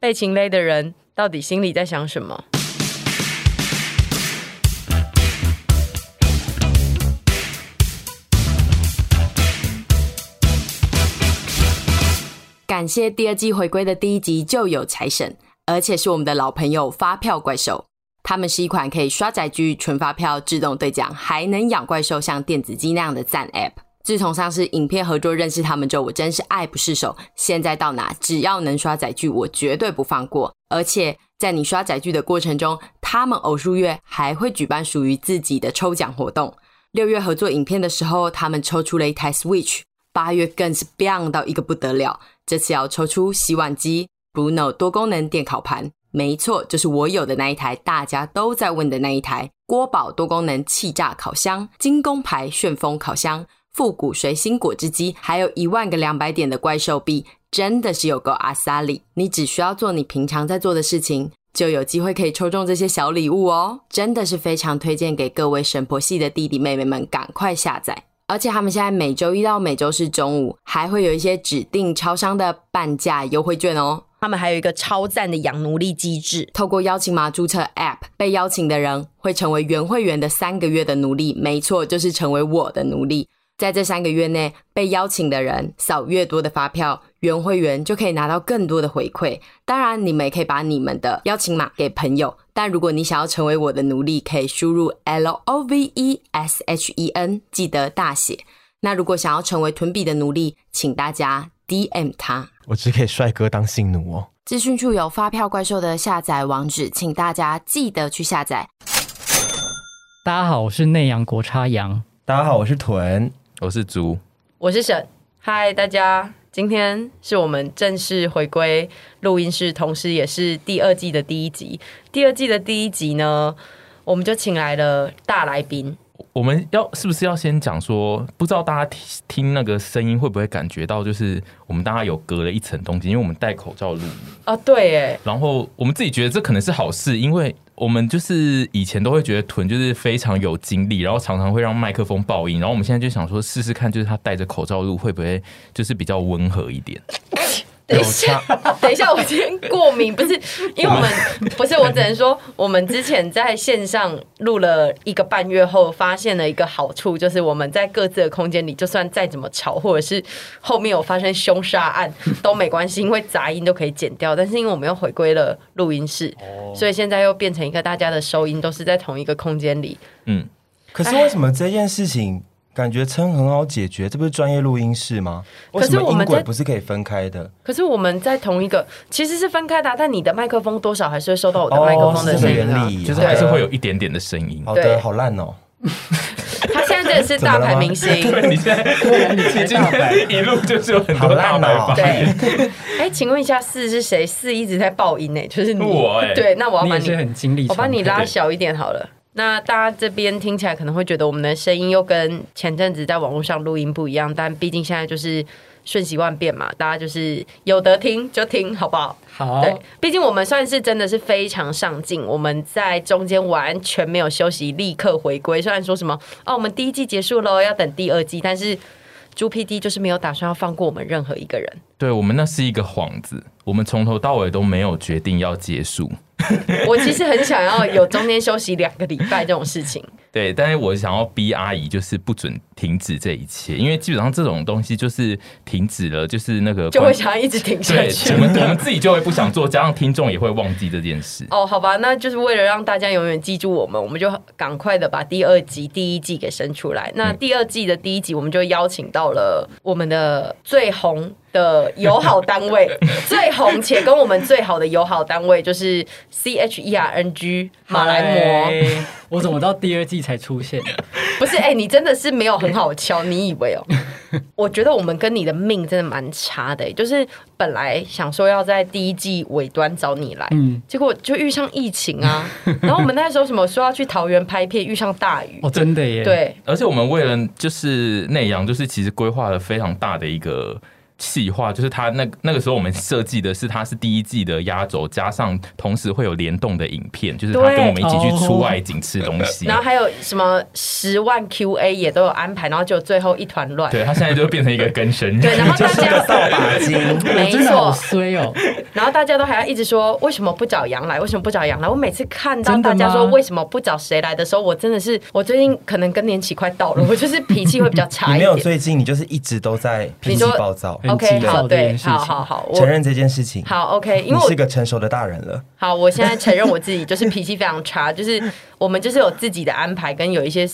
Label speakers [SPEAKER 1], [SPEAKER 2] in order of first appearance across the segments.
[SPEAKER 1] 被情勒的人到底心里在想什么？
[SPEAKER 2] 感谢第二季回归的第一集就有财神，而且是我们的老朋友发票怪兽。他们是一款可以刷载具、存发票、自动兑奖，还能养怪兽，像电子鸡那样的赞 App。自从上次影片合作认识他们之后，我真是爱不释手。现在到哪只要能刷载具，我绝对不放过。而且在你刷载具的过程中，他们偶数月还会举办属于自己的抽奖活动。六月合作影片的时候，他们抽出了一台 Switch，八月更是 bang 到一个不得了。这次要抽出洗碗机、Bruno 多功能电烤盘，没错，就是我有的那一台，大家都在问的那一台锅宝多功能气炸烤箱、精工牌旋风烤箱、复古随心果汁机，还有一万个两百点的怪兽币，真的是有够阿萨里！你只需要做你平常在做的事情，就有机会可以抽中这些小礼物哦！真的是非常推荐给各位神婆系的弟弟妹妹们，赶快下载！而且他们现在每周一到每周四中午还会有一些指定超商的半价优惠券哦。
[SPEAKER 1] 他们还有一个超赞的养奴隶机制，
[SPEAKER 2] 透过邀请码注册 App，被邀请的人会成为原会员的三个月的奴隶，没错，就是成为我的奴隶。在这三个月内，被邀请的人扫越多的发票，原会员就可以拿到更多的回馈。当然，你们也可以把你们的邀请码给朋友，但如果你想要成为我的奴隶，可以输入 L O V E S H E N，记得大写。那如果想要成为屯比的奴隶，请大家 D M 他。
[SPEAKER 3] 我只给帅哥当性奴哦。
[SPEAKER 2] 资讯处有发票怪兽的下载网址，请大家记得去下载。
[SPEAKER 4] 大家好，我是内阳国差羊。
[SPEAKER 3] 大家好，我是屯。
[SPEAKER 5] 我是竹，
[SPEAKER 1] 我是沈，嗨，大家，今天是我们正式回归录音室，同时也是第二季的第一集。第二季的第一集呢，我们就请来了大来宾。
[SPEAKER 5] 我们要是不是要先讲说，不知道大家听听那个声音会不会感觉到，就是我们大家有隔了一层东西，因为我们戴口罩录，
[SPEAKER 1] 哦，对，哎，
[SPEAKER 5] 然后我们自己觉得这可能是好事，因为我们就是以前都会觉得屯就是非常有精力，然后常常会让麦克风爆音，然后我们现在就想说试试看，就是他戴着口罩录会不会就是比较温和一点，
[SPEAKER 1] 等一下， 等一下，我今天过敏，不是因为 我们不是，我只能说我们之前在线上录了一个半月后，发现了一个好处，就是我们在各自的空间里，就算再怎么吵，或者是后面有发生凶杀案都没关系，因为杂音都可以剪掉。但是因为我们又回归了录音室，
[SPEAKER 3] 哦
[SPEAKER 1] 所以现在又变成一个大家的收音都是在同一个空间里。
[SPEAKER 5] 嗯，
[SPEAKER 3] 可是为什么这件事情感觉称很好解决？这不是专业录音室吗？为
[SPEAKER 1] 可
[SPEAKER 3] 什
[SPEAKER 1] 是
[SPEAKER 3] 么
[SPEAKER 1] 我们
[SPEAKER 3] 音轨
[SPEAKER 1] 在
[SPEAKER 3] 不是可以分开的？
[SPEAKER 1] 可是我们在同一个其实是分开的啊，但你的麦克风多少还是会收到我的麦克风
[SPEAKER 3] 哦是
[SPEAKER 1] 的
[SPEAKER 3] 这个
[SPEAKER 1] 声音。啊
[SPEAKER 3] 原理，
[SPEAKER 5] 就是还是会有一点点的声音。
[SPEAKER 3] 好
[SPEAKER 1] 对
[SPEAKER 3] 的，好烂哦。
[SPEAKER 1] 他现在真的是大牌明星。
[SPEAKER 5] 对， 你现在你今天一路就是有很多大白
[SPEAKER 3] 啊好烂哦
[SPEAKER 5] 发
[SPEAKER 1] 对
[SPEAKER 5] 言。，
[SPEAKER 1] 哎，请问一下四是谁？四一直在爆音呢、欸就是你。
[SPEAKER 5] 我哎
[SPEAKER 1] 对，那我要
[SPEAKER 4] 欸你
[SPEAKER 1] 把
[SPEAKER 4] 也
[SPEAKER 1] 你，
[SPEAKER 4] 是很经历，
[SPEAKER 1] 我帮你拉小一点好了。那大家这边听起来可能会觉得我们的声音又跟前阵子在网络上录音不一样，但毕竟现在就是瞬息万变嘛，大家就是有得听就听，好不好？
[SPEAKER 4] 好。
[SPEAKER 1] 对，毕竟我们算是真的是非常上进，我们在中间完全没有休息，立刻回归。虽然说什么哦，我们第一季结束喽，要等第二季，但是朱 PD 就是没有打算要放过我们任何一个人。
[SPEAKER 5] 对我们那是一个幌子，我们从头到尾都没有决定要结束。
[SPEAKER 1] 我其实很想要有中间休息两个礼拜这种事情。
[SPEAKER 5] 对，但是我想要逼阿姨，就是不准停止这一切，因为基本上这种东西就是停止了，就是那个
[SPEAKER 1] 就会 想要一直停下
[SPEAKER 5] 对，
[SPEAKER 1] 去
[SPEAKER 5] 我。们我们自己就会不想做，加上听众也会忘记这件事。
[SPEAKER 1] 哦，好吧，那就是为了让大家永远记住我们，我们就赶快的把第二集、第一季给生出来。那第二季的第一集，我们就邀请到了我们的最红的友好单位，最红且跟我们最好的友好单位就是 C H E R N G 马来模。
[SPEAKER 4] 嗨，我怎么到第二季才出 现？
[SPEAKER 1] 不是，哎、你真的是没有很好敲，你以为哦？我觉得我们跟你的命真的蛮差的、欸就是本来想说要在第一季尾端找你来，
[SPEAKER 4] 嗯，
[SPEAKER 1] 结果就遇上疫情啊。然后我们那时候什么说要去桃园拍片，遇上大雨
[SPEAKER 4] 哦，，真的耶。，
[SPEAKER 1] 对，
[SPEAKER 5] 而且我们为了就是内阳，就是其实规划了非常大的一个。细化，就是它那那个时候我们设计的是它是第一季的压轴，加上同时会有联动的影片，就是它
[SPEAKER 1] 对
[SPEAKER 5] 跟我们一起去出
[SPEAKER 4] 哦
[SPEAKER 5] 外景吃东西。
[SPEAKER 1] 然后还有什么十万 QA 也都有安排，然后就最后一团乱。
[SPEAKER 5] 对，它现在就变成一个跟生日。
[SPEAKER 1] 对，然后大家
[SPEAKER 3] 打金，
[SPEAKER 1] 没
[SPEAKER 4] 我真的好
[SPEAKER 1] 错，
[SPEAKER 4] 衰哦，
[SPEAKER 1] 然后大家都还要一直说为什么不找杨来，为什么不找杨来？我每次看到
[SPEAKER 4] 真的
[SPEAKER 1] 大
[SPEAKER 4] 吗
[SPEAKER 1] 家说为什么不找谁来的时候，我真的是我最近可能更年期快到了，我就是脾气会比较差
[SPEAKER 3] 你
[SPEAKER 1] 啊一
[SPEAKER 3] 没有
[SPEAKER 1] 点。
[SPEAKER 3] 最近，你就是一直都在脾
[SPEAKER 1] 你
[SPEAKER 3] 气
[SPEAKER 1] 说
[SPEAKER 3] 暴躁。
[SPEAKER 4] 很
[SPEAKER 1] OK，
[SPEAKER 4] 急
[SPEAKER 1] 好，
[SPEAKER 4] 躁这
[SPEAKER 1] 对
[SPEAKER 4] 件，事情
[SPEAKER 1] 好好好，
[SPEAKER 3] 承
[SPEAKER 1] 我
[SPEAKER 3] 认这件事情，
[SPEAKER 1] 好 OK，因
[SPEAKER 3] 你
[SPEAKER 1] 为我
[SPEAKER 3] 是个成熟的大人了。
[SPEAKER 1] 好，我现在承认我自己就是脾气非常差，就是我们就是有自己的安排，跟有一些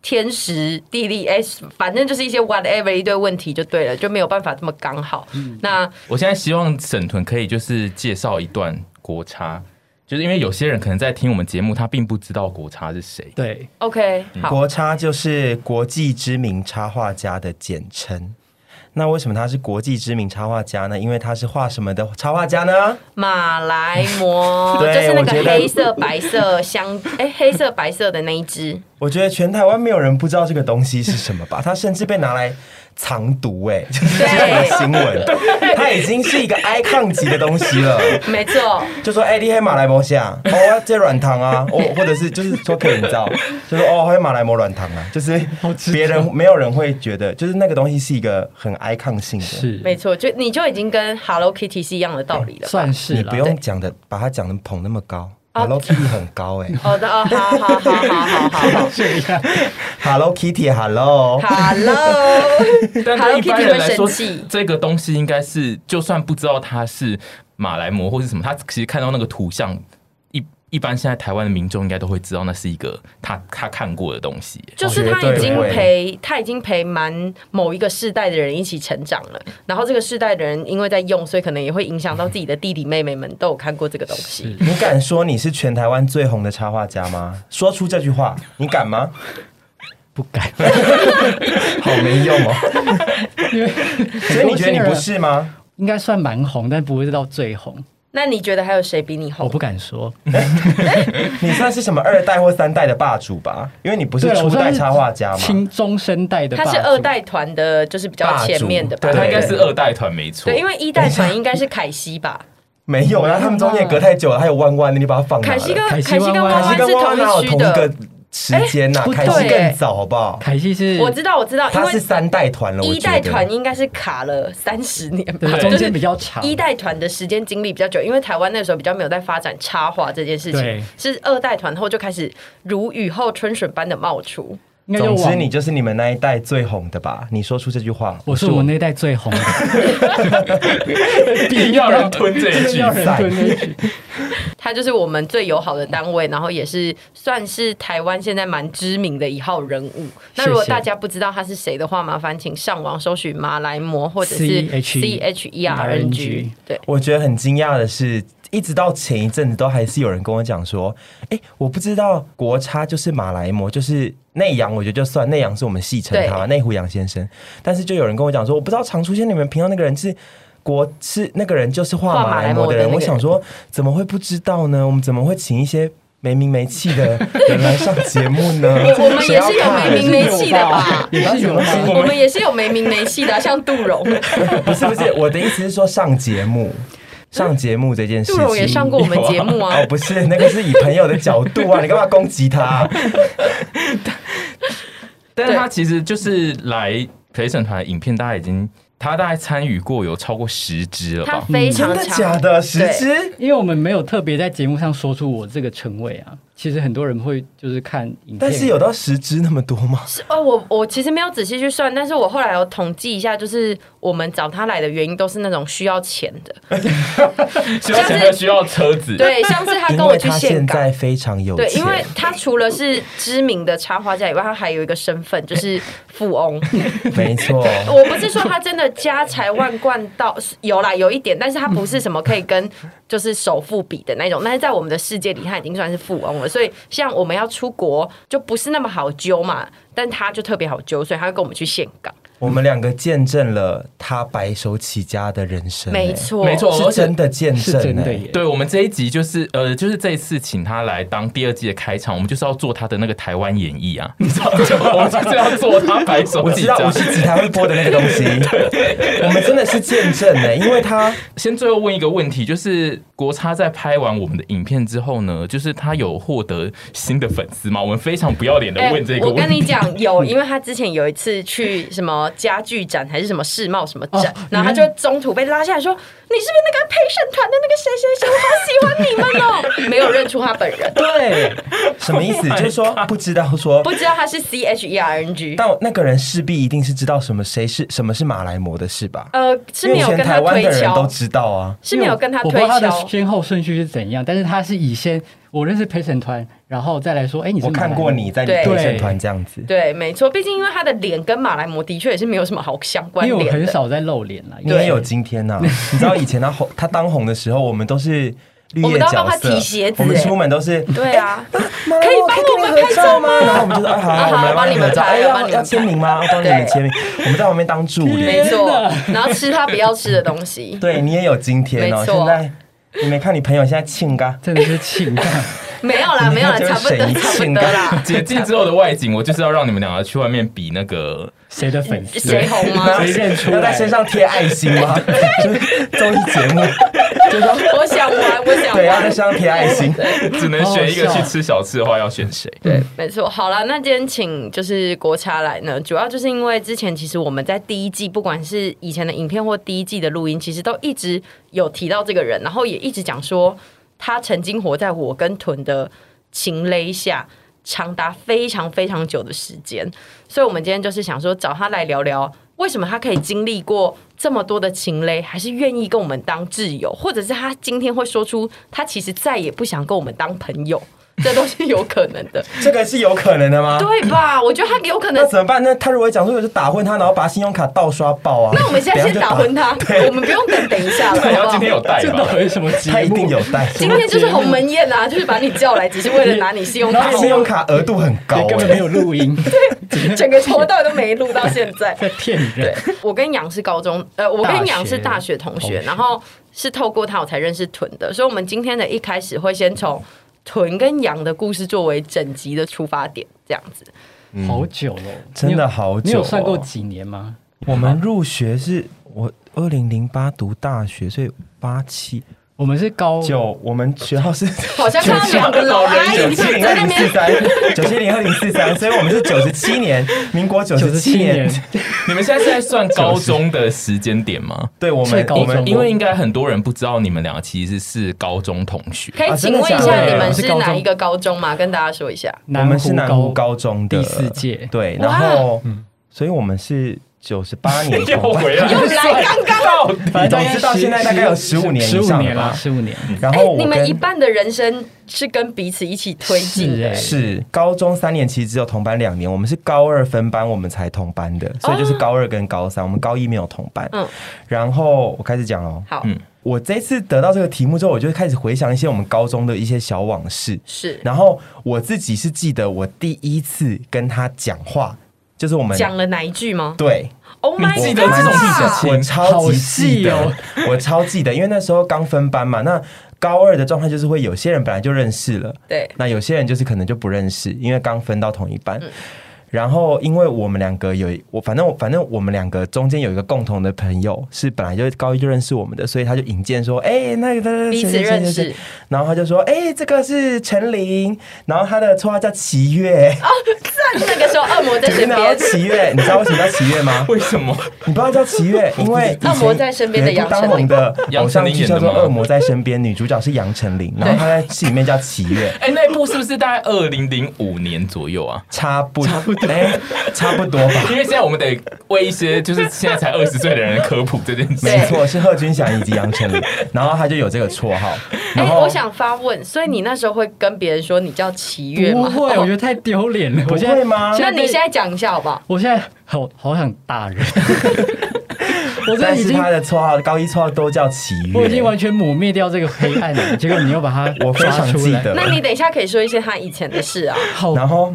[SPEAKER 1] 天时地利，哎、反正就是一些 whatever 一堆问题就对了，就没有办法这么刚好。
[SPEAKER 3] 嗯
[SPEAKER 1] 那
[SPEAKER 5] 我现在希望沈屯可以就是介绍一段国差，就是因为有些人可能在听我们节目，他并不知道国差是谁。
[SPEAKER 4] 对，
[SPEAKER 1] OK，好，
[SPEAKER 3] 国差就是国际知名插画家的简称。那为什么他是国际知名插画家呢？因为他是画什么的插画家呢？
[SPEAKER 1] 马来貘
[SPEAKER 3] 对
[SPEAKER 1] 就是那
[SPEAKER 3] 我觉
[SPEAKER 1] 个
[SPEAKER 3] 得
[SPEAKER 1] 黑色白色相，哎、黑色白色的那一只，
[SPEAKER 3] 我觉得全台湾没有人不知道这个东西是什么吧？他甚至被拿来藏毒、哎， 就是这样的新闻，他已经是一个 icon 级的东西了。
[SPEAKER 1] 没错，
[SPEAKER 3] 就说哎，你黑马来摩虾，哦，这软糖啊，哦，或者是就是说可以，你知道，就说哦，黑马来摩软糖啊，就是
[SPEAKER 4] 好执着
[SPEAKER 3] 别人没有人会觉得，就是那个东西是一个很 icon 性的，
[SPEAKER 4] 是
[SPEAKER 1] 没错，就你就已经跟 Hello Kitty 是一样的道理了吧。
[SPEAKER 4] 算是
[SPEAKER 3] 你
[SPEAKER 4] 啦啊
[SPEAKER 3] 不用讲的，把它讲的捧那么高。Hello Kitty 很高哎、
[SPEAKER 1] 哦，那哦，好好好好好好
[SPEAKER 3] Hello Kitty，Hello，
[SPEAKER 1] 好，Hello，
[SPEAKER 5] 但
[SPEAKER 1] Hello
[SPEAKER 5] 对一般
[SPEAKER 1] Kitty
[SPEAKER 5] 人来说
[SPEAKER 1] 会生气，
[SPEAKER 5] 这个东西应该是就算不知道它是马来貘或是什么，他其实看到那个图像，一一般现在台湾的民众应该都会知道那是一个他他看过的东西。
[SPEAKER 1] 就是他已经陪他已经陪蛮某一个世代的人一起成长了，然后这个世代的人因为在用，所以可能也会影响到自己的弟弟妹妹们都有看过这个东西。
[SPEAKER 3] 你敢说你是全台湾最红的插画家吗？说出这句话，你敢吗？
[SPEAKER 4] 不敢，
[SPEAKER 3] 好没用 哦，
[SPEAKER 4] 因为
[SPEAKER 3] 所以你觉得你不是吗？
[SPEAKER 4] 应该算蛮红，但不会到最红，
[SPEAKER 1] 那你觉得还有谁比你
[SPEAKER 4] 我
[SPEAKER 1] 红
[SPEAKER 4] 不？敢说。
[SPEAKER 3] 你算是什么二代或三代的霸主吧？因为你不是
[SPEAKER 4] 对了，
[SPEAKER 3] 初
[SPEAKER 4] 我
[SPEAKER 3] 代
[SPEAKER 4] 算是
[SPEAKER 3] 插画家嘛。
[SPEAKER 4] 清中生代的
[SPEAKER 1] 他
[SPEAKER 4] 霸主，
[SPEAKER 1] 是二代团的，就是比较前面的吧
[SPEAKER 3] 霸
[SPEAKER 5] 对，？
[SPEAKER 3] 主
[SPEAKER 5] 他应该
[SPEAKER 3] 对
[SPEAKER 5] 是二代团没错。
[SPEAKER 1] 对，因为一代团应该是凯西 吧？
[SPEAKER 3] 没有啦，他们中间也隔太久了，还有弯弯，你把它放哪
[SPEAKER 1] 凯
[SPEAKER 3] 了？
[SPEAKER 1] 西跟
[SPEAKER 4] 凯
[SPEAKER 1] 哦凯
[SPEAKER 4] 西
[SPEAKER 1] 西跟
[SPEAKER 4] 弯弯
[SPEAKER 1] 弯
[SPEAKER 3] 凯西跟
[SPEAKER 1] 弯是
[SPEAKER 3] 弯弯哪有
[SPEAKER 1] 同一区
[SPEAKER 3] 同一个
[SPEAKER 1] 的。
[SPEAKER 3] 时间呐、
[SPEAKER 4] 哎不
[SPEAKER 3] 凯
[SPEAKER 4] 对
[SPEAKER 3] 西更早，好不好？
[SPEAKER 4] 凯西是，
[SPEAKER 1] 我知道，我知道，因
[SPEAKER 3] 他是
[SPEAKER 1] 为
[SPEAKER 3] 三代团了，我
[SPEAKER 1] 一
[SPEAKER 3] 觉
[SPEAKER 1] 代
[SPEAKER 3] 得
[SPEAKER 1] 团应该是卡了三十年吧
[SPEAKER 4] 对，
[SPEAKER 5] 对
[SPEAKER 4] 中间比较长，
[SPEAKER 1] 一代团的时间经历比较久，因为台湾那时候比较没有在发展插画这件事
[SPEAKER 4] 对
[SPEAKER 1] 情，是二代团后就开始如雨后春笋般的冒出。
[SPEAKER 4] 应该就
[SPEAKER 3] 总之，
[SPEAKER 4] 往
[SPEAKER 3] 你就是你们那一代最红的吧？你说出这句话，
[SPEAKER 4] 我是我们那一代最 红的，
[SPEAKER 5] 定要人吞这一句
[SPEAKER 4] 定要人吞这一句，
[SPEAKER 1] 它就是我们最友好的单位，然后也是算是台湾现在蛮知名的一号人物。那如果
[SPEAKER 4] 谢谢
[SPEAKER 1] 大家不知道他是谁的话，麻烦请上网搜寻马来貘或者是
[SPEAKER 4] C H E
[SPEAKER 1] C H E R N G。对，
[SPEAKER 3] 我觉得很惊讶的是，一直到前一阵子都还是有人跟我讲说，哎、我不知道国差就是马来貘，就是内洋，我觉得就算内洋是我们戏称他嘛，内湖杨先生。但是就有人跟我讲说，我不知道常出现你们频道那个人是。国是那个人就是画马来貘的人，
[SPEAKER 1] 画马来貘的那个人
[SPEAKER 3] 我想说怎么会不知道呢？我们怎么会请一些没名没气的人来上节目呢？
[SPEAKER 1] 我们
[SPEAKER 3] 谁
[SPEAKER 1] 也
[SPEAKER 3] 要
[SPEAKER 1] 是有
[SPEAKER 3] 看
[SPEAKER 1] 没名没气的吧？
[SPEAKER 4] 也是有吧，
[SPEAKER 1] 我们也是有没名没气的啊、像杜 荣，
[SPEAKER 3] 不是不是，我的意思是说上节目， 上节目这件事
[SPEAKER 1] 杜
[SPEAKER 3] 情。
[SPEAKER 1] 荣也上过我们节目 啊
[SPEAKER 3] 哦，。不是，那个是以朋友的角度啊，你干嘛攻击他、
[SPEAKER 5] 但是
[SPEAKER 1] 对
[SPEAKER 5] 他其实就是来陪审团的影片，大家已经他大概参与过有超过十支了
[SPEAKER 1] 他
[SPEAKER 5] 吧？
[SPEAKER 1] 非常
[SPEAKER 3] 真的
[SPEAKER 1] 长，
[SPEAKER 3] 假的？十只？
[SPEAKER 4] 因为我们没有特别在节目上说出我这个称谓啊，其实很多人会就是看影片，
[SPEAKER 3] 但是有到十只那么多吗？
[SPEAKER 1] 是哦，我我其实没有仔细去算，但是我后来有统计一下，就是我们找他来的原因都是那种需要钱的，
[SPEAKER 5] 需要钱还需要车子，
[SPEAKER 1] 对，像是他跟
[SPEAKER 3] 因
[SPEAKER 1] 我
[SPEAKER 3] 为
[SPEAKER 1] 去
[SPEAKER 3] 他
[SPEAKER 1] 岘
[SPEAKER 3] 现
[SPEAKER 1] 港，
[SPEAKER 3] 在非常有
[SPEAKER 1] 对，
[SPEAKER 3] 钱，
[SPEAKER 1] 因为他除了是知名的插画家以外，他还有一个身份就是富翁。
[SPEAKER 3] 没错，
[SPEAKER 1] 我不是说他真的家财万贯到有啦，有一点，但是他不是什么可以跟就是首富比的那种。但是在我们的世界里，他已经算是富翁了。所以像我们要出国，就不是那么好揪嘛，但他就特别好揪，所以他会跟我们去岘港。
[SPEAKER 3] 我们两个见证了他白手起家的人生、
[SPEAKER 1] 没
[SPEAKER 3] 欸，
[SPEAKER 1] 错，
[SPEAKER 5] 没错
[SPEAKER 3] 是真的见
[SPEAKER 4] 是
[SPEAKER 3] 证、欸，
[SPEAKER 4] 真的耶。
[SPEAKER 5] 对我们这一集就是呃，就是这一次请他来当第二季的开场，我们就是要做他的那个台湾演绎啊，你知道，就我们就是要做他白手
[SPEAKER 3] 我
[SPEAKER 5] 起
[SPEAKER 3] 知道
[SPEAKER 5] 家
[SPEAKER 3] 我。是指他会播的那个东 西，我们真的是见证呢、因为他
[SPEAKER 5] 先最后问一个问题，就是国差在拍完我们的影片之后呢，就是他有获得新的粉丝吗？我们非常不要脸的
[SPEAKER 1] 哎，
[SPEAKER 5] 问这个
[SPEAKER 1] 我
[SPEAKER 5] 问
[SPEAKER 1] 跟你
[SPEAKER 5] 题。
[SPEAKER 1] 讲，有， 因为他之前有一次去什么家具展还是什么世贸什么展，
[SPEAKER 4] 哦
[SPEAKER 1] 然后他就中途被拉下来说：“你是不是那个陪审团的那个谁谁谁？我好喜欢你们哦！” 没有认出他本人，
[SPEAKER 3] 对什么意
[SPEAKER 4] Oh
[SPEAKER 3] 思？就是说不知道说
[SPEAKER 1] 不知道他是 C H E R N G。
[SPEAKER 3] 但我那个人势必一定是知道什么谁是什么是马来貘的事吧？
[SPEAKER 1] 呃，是没有
[SPEAKER 3] 因为以
[SPEAKER 1] 跟
[SPEAKER 3] 前
[SPEAKER 1] 他
[SPEAKER 3] 台湾
[SPEAKER 1] 推
[SPEAKER 3] 的人都
[SPEAKER 1] 敲，
[SPEAKER 3] 知道啊。
[SPEAKER 1] 是没有跟他
[SPEAKER 4] 我不
[SPEAKER 1] 推
[SPEAKER 4] 知道他的
[SPEAKER 1] 敲。
[SPEAKER 4] 先后顺序是怎样，但是他是以先我认识陪审团，然后再来说，哎，你是
[SPEAKER 3] 我看
[SPEAKER 4] 马来
[SPEAKER 3] 过
[SPEAKER 4] 人
[SPEAKER 3] 你在
[SPEAKER 1] 对
[SPEAKER 3] 陪审团这样子，
[SPEAKER 1] 对，没错，毕竟因为他的脸跟马来貘的确也是没有什么好相关
[SPEAKER 4] 因为我
[SPEAKER 1] 联
[SPEAKER 4] 很
[SPEAKER 1] 的。
[SPEAKER 4] 少在露脸啊啦，
[SPEAKER 3] 你也有今天呐、你知道以前他红他当红的时候，我们都是绿
[SPEAKER 1] 我
[SPEAKER 3] 叶
[SPEAKER 1] 们都要
[SPEAKER 3] 角
[SPEAKER 1] 帮他
[SPEAKER 3] 色，
[SPEAKER 1] 提鞋子
[SPEAKER 3] 我们
[SPEAKER 1] 欸
[SPEAKER 3] 出门都是
[SPEAKER 1] 对啊，
[SPEAKER 3] 马来
[SPEAKER 1] 可以
[SPEAKER 3] 貘
[SPEAKER 1] 帮
[SPEAKER 3] 跟
[SPEAKER 1] 我们
[SPEAKER 3] 你合
[SPEAKER 1] 拍
[SPEAKER 3] 照
[SPEAKER 1] 照
[SPEAKER 3] 吗？然后我们就说哎好，
[SPEAKER 1] 啊好
[SPEAKER 3] 我们来帮
[SPEAKER 1] 帮你
[SPEAKER 3] 们
[SPEAKER 1] 们
[SPEAKER 3] 合照，
[SPEAKER 1] 拍
[SPEAKER 3] 哎
[SPEAKER 1] 帮
[SPEAKER 3] 要
[SPEAKER 1] 你们
[SPEAKER 3] 要
[SPEAKER 1] 拍
[SPEAKER 3] 签名吗？要帮你们
[SPEAKER 1] 对
[SPEAKER 3] 签名，我们在旁边当助理
[SPEAKER 1] 没。错
[SPEAKER 4] 天哪。
[SPEAKER 1] 然后吃他不要吃的 东西。
[SPEAKER 3] 对你也有今天哦，
[SPEAKER 1] 没错
[SPEAKER 3] 现在你没看你朋友现在庆嘎，
[SPEAKER 4] 真的是情感。
[SPEAKER 1] 没有啦，没有啦，
[SPEAKER 3] 你看
[SPEAKER 1] 差不多，
[SPEAKER 3] 就是
[SPEAKER 1] 差不
[SPEAKER 3] 神
[SPEAKER 1] 多啦。
[SPEAKER 5] 解禁之后的外景，我就是要让你们两个去外面比那个
[SPEAKER 4] 谁的粉丝？
[SPEAKER 1] 谁红吗？
[SPEAKER 4] 谁认出
[SPEAKER 3] 要在
[SPEAKER 4] 来？
[SPEAKER 3] 身上贴爱心 吗？就是综艺节目，就说
[SPEAKER 1] 我想玩，我 想
[SPEAKER 3] 对，要在
[SPEAKER 1] 玩
[SPEAKER 3] 身。上贴爱心。
[SPEAKER 5] 只能选一个去吃小吃的话，要选谁？
[SPEAKER 1] 对，没错。好了，那今天请就是国茶来呢，主要就是因为之前其实我们在第一季，不管是以前的影片或第一季的录音，其实都一直有提到这个人，然后也一直讲说他曾经活在我跟屯的情勒下，长达非常非常久的时间。所以我们今天就是想说找他来聊聊，为什么他可以经历过这么多的情勒，还是愿意跟我们当挚友，或者是他今天会说出他其实再也不想跟我们当朋友，这都是有可能的，
[SPEAKER 3] 这个是有可能的吗？
[SPEAKER 1] 对吧？我觉得他有可能
[SPEAKER 3] 那。怎么办？那他如果讲说我就打昏他，然后把信用卡盗刷爆啊？
[SPEAKER 1] 那我们现在先
[SPEAKER 3] 等
[SPEAKER 1] 打
[SPEAKER 3] 下就
[SPEAKER 1] 昏他，我们不用等等一下了，
[SPEAKER 5] 那你
[SPEAKER 1] 好
[SPEAKER 5] 要今
[SPEAKER 1] 不好
[SPEAKER 5] 天？有 带
[SPEAKER 4] 这
[SPEAKER 5] 吧
[SPEAKER 4] 到？底是什么节目？
[SPEAKER 3] 他一定有带。
[SPEAKER 1] 今天就是鸿门宴啊，就是把你叫来，只是为了拿你信用 卡
[SPEAKER 3] 他。信用卡额度很高、哎
[SPEAKER 4] 对，根本没有录音，
[SPEAKER 1] 整个从头到尾都没录到现在。
[SPEAKER 4] 在骗人。
[SPEAKER 1] 我跟杨是高中，呃，我
[SPEAKER 4] 大学
[SPEAKER 1] 跟杨是大学同
[SPEAKER 4] 同学
[SPEAKER 1] 学，然后是透过他我才认识屯的，所以我们今天的一开始会先从屯跟杨的故事作为整集的出发点，这样子。
[SPEAKER 4] 好久了，
[SPEAKER 3] 嗯真的好久哦
[SPEAKER 4] 你有。你有算过几年吗？
[SPEAKER 3] 我们入学是我二零零八读大学，所以八七
[SPEAKER 4] 我们是高
[SPEAKER 3] 九，我们学号是
[SPEAKER 1] 好像看到两个老阿
[SPEAKER 3] 九
[SPEAKER 1] 姨
[SPEAKER 3] 七零
[SPEAKER 1] 在
[SPEAKER 3] 二
[SPEAKER 1] 那
[SPEAKER 3] 零四
[SPEAKER 1] 边，
[SPEAKER 3] 三，九七零二零四三，所以我们是九十七年，民国九
[SPEAKER 4] 九
[SPEAKER 3] 十
[SPEAKER 4] 十
[SPEAKER 3] 七
[SPEAKER 4] 七
[SPEAKER 3] 年
[SPEAKER 4] 年，，
[SPEAKER 5] 你们现在是在算高中的时间点吗？
[SPEAKER 3] 对我
[SPEAKER 4] 最
[SPEAKER 3] 们
[SPEAKER 4] 高
[SPEAKER 3] 我
[SPEAKER 4] 中
[SPEAKER 3] 们
[SPEAKER 5] 因为应该很多人不知道你们两个其实是高中同学。
[SPEAKER 1] 可以
[SPEAKER 3] 啊真
[SPEAKER 1] 请
[SPEAKER 3] 的
[SPEAKER 1] 问一
[SPEAKER 3] 假
[SPEAKER 1] 下
[SPEAKER 3] 的
[SPEAKER 1] 你们
[SPEAKER 4] 我
[SPEAKER 1] 是
[SPEAKER 4] 是高中
[SPEAKER 1] 哪一个高中吗？跟大家说一下。
[SPEAKER 3] 我们是南湖高中的
[SPEAKER 4] 第四届
[SPEAKER 3] 对，
[SPEAKER 1] 哇
[SPEAKER 3] 然后所以我们是九十八年
[SPEAKER 5] 又
[SPEAKER 3] 同班
[SPEAKER 5] 回来，
[SPEAKER 1] 又来刚刚
[SPEAKER 5] 到底
[SPEAKER 3] 反正知道现在大概有15年
[SPEAKER 4] 十
[SPEAKER 3] 以
[SPEAKER 4] 五
[SPEAKER 3] 上了吧
[SPEAKER 4] 年了，十五年。
[SPEAKER 3] 然
[SPEAKER 1] 哎、
[SPEAKER 3] 后我
[SPEAKER 1] 你们
[SPEAKER 3] 跟
[SPEAKER 1] 一半的人生是跟彼此一起推进
[SPEAKER 4] 是哎
[SPEAKER 1] 的、
[SPEAKER 3] 是高中三年，其实只有同班两年，我们是高二分班，我们才同班的，所以就是高二跟高三，我们高一没有同班。
[SPEAKER 1] 哦嗯
[SPEAKER 3] 然后我开始讲喽。
[SPEAKER 1] 好，
[SPEAKER 5] 嗯
[SPEAKER 3] 我这次得到这个题目之后，我就开始回想一些我们高中的一些小往事。
[SPEAKER 1] 是
[SPEAKER 3] 然后我自己是记得我第一次跟他讲话，就是我们
[SPEAKER 1] 讲了哪一句吗
[SPEAKER 3] 对，
[SPEAKER 1] ？Oh
[SPEAKER 5] 你
[SPEAKER 1] my
[SPEAKER 5] 记
[SPEAKER 1] god！
[SPEAKER 5] 得这种事情
[SPEAKER 3] 我超
[SPEAKER 4] 好
[SPEAKER 3] 级
[SPEAKER 4] 细
[SPEAKER 3] 记得，
[SPEAKER 4] 哦
[SPEAKER 3] 我超记得，因为那时候刚分班嘛，那高二的状态就是会有些人本来就认识了，
[SPEAKER 1] 对嗯
[SPEAKER 3] 那有些人就是可能就不认识，因为刚分到同一班。然后，因为我们两个有我，反正我反正我们两个中间有一个共同的朋友，是本来就高一就认识我们的，所以他就引荐说：“哎、那个那个
[SPEAKER 1] 彼此
[SPEAKER 3] 谁谁谁
[SPEAKER 1] 认
[SPEAKER 3] 谁
[SPEAKER 1] 识
[SPEAKER 3] 谁然后他就说：“哎、这个是陈琳，然后他的绰号叫齐月，
[SPEAKER 1] 哦那个时候恶魔在
[SPEAKER 3] 陈琳
[SPEAKER 1] 身
[SPEAKER 3] 然后
[SPEAKER 1] 边，哎
[SPEAKER 3] 齐月，你知道为什么叫齐月吗？
[SPEAKER 5] 为什么？
[SPEAKER 3] 你不知道叫齐月，因为
[SPEAKER 1] 恶魔在身边的杨丞
[SPEAKER 3] 当
[SPEAKER 1] 琳
[SPEAKER 3] 红的偶
[SPEAKER 5] 杨丞
[SPEAKER 3] 像
[SPEAKER 5] 琳
[SPEAKER 3] 剧
[SPEAKER 5] 演
[SPEAKER 3] 叫
[SPEAKER 5] 的吗
[SPEAKER 3] 做《恶魔在身边》，女主角是杨丞琳，然后她在戏里面叫齐月，
[SPEAKER 5] 哎、那一部是不是大概二零零五年左右啊？
[SPEAKER 3] 差不差不多，哎，差不多吧。
[SPEAKER 5] 因为现在我们得为一些就是现在才二十岁的人科普这件事。
[SPEAKER 3] 没错，是贺军翔以及杨丞琳，然后他就有这个绰号。
[SPEAKER 1] 哎、
[SPEAKER 3] 然后
[SPEAKER 1] 我想发问，所以你那时候会跟别人说你叫齐
[SPEAKER 4] 不
[SPEAKER 1] 月吗？哦
[SPEAKER 4] 会，我觉得太丢脸了。
[SPEAKER 3] 不
[SPEAKER 4] 我现在
[SPEAKER 3] 会吗
[SPEAKER 1] 那你
[SPEAKER 4] 被
[SPEAKER 1] 现在讲一下好不好？
[SPEAKER 4] 我现在好好想打人，我这
[SPEAKER 3] 但
[SPEAKER 4] 已
[SPEAKER 3] 是
[SPEAKER 4] 经
[SPEAKER 3] 他的绰号，高一绰号都叫奇月。
[SPEAKER 4] 我已经完全抹灭掉这个黑暗了，结果你又把它
[SPEAKER 3] 我非
[SPEAKER 4] 抓
[SPEAKER 3] 常
[SPEAKER 4] 出
[SPEAKER 3] 记
[SPEAKER 4] 来，
[SPEAKER 3] 得
[SPEAKER 1] 那你等一下可以说一些他以前的事啊。
[SPEAKER 4] 好
[SPEAKER 3] 然后，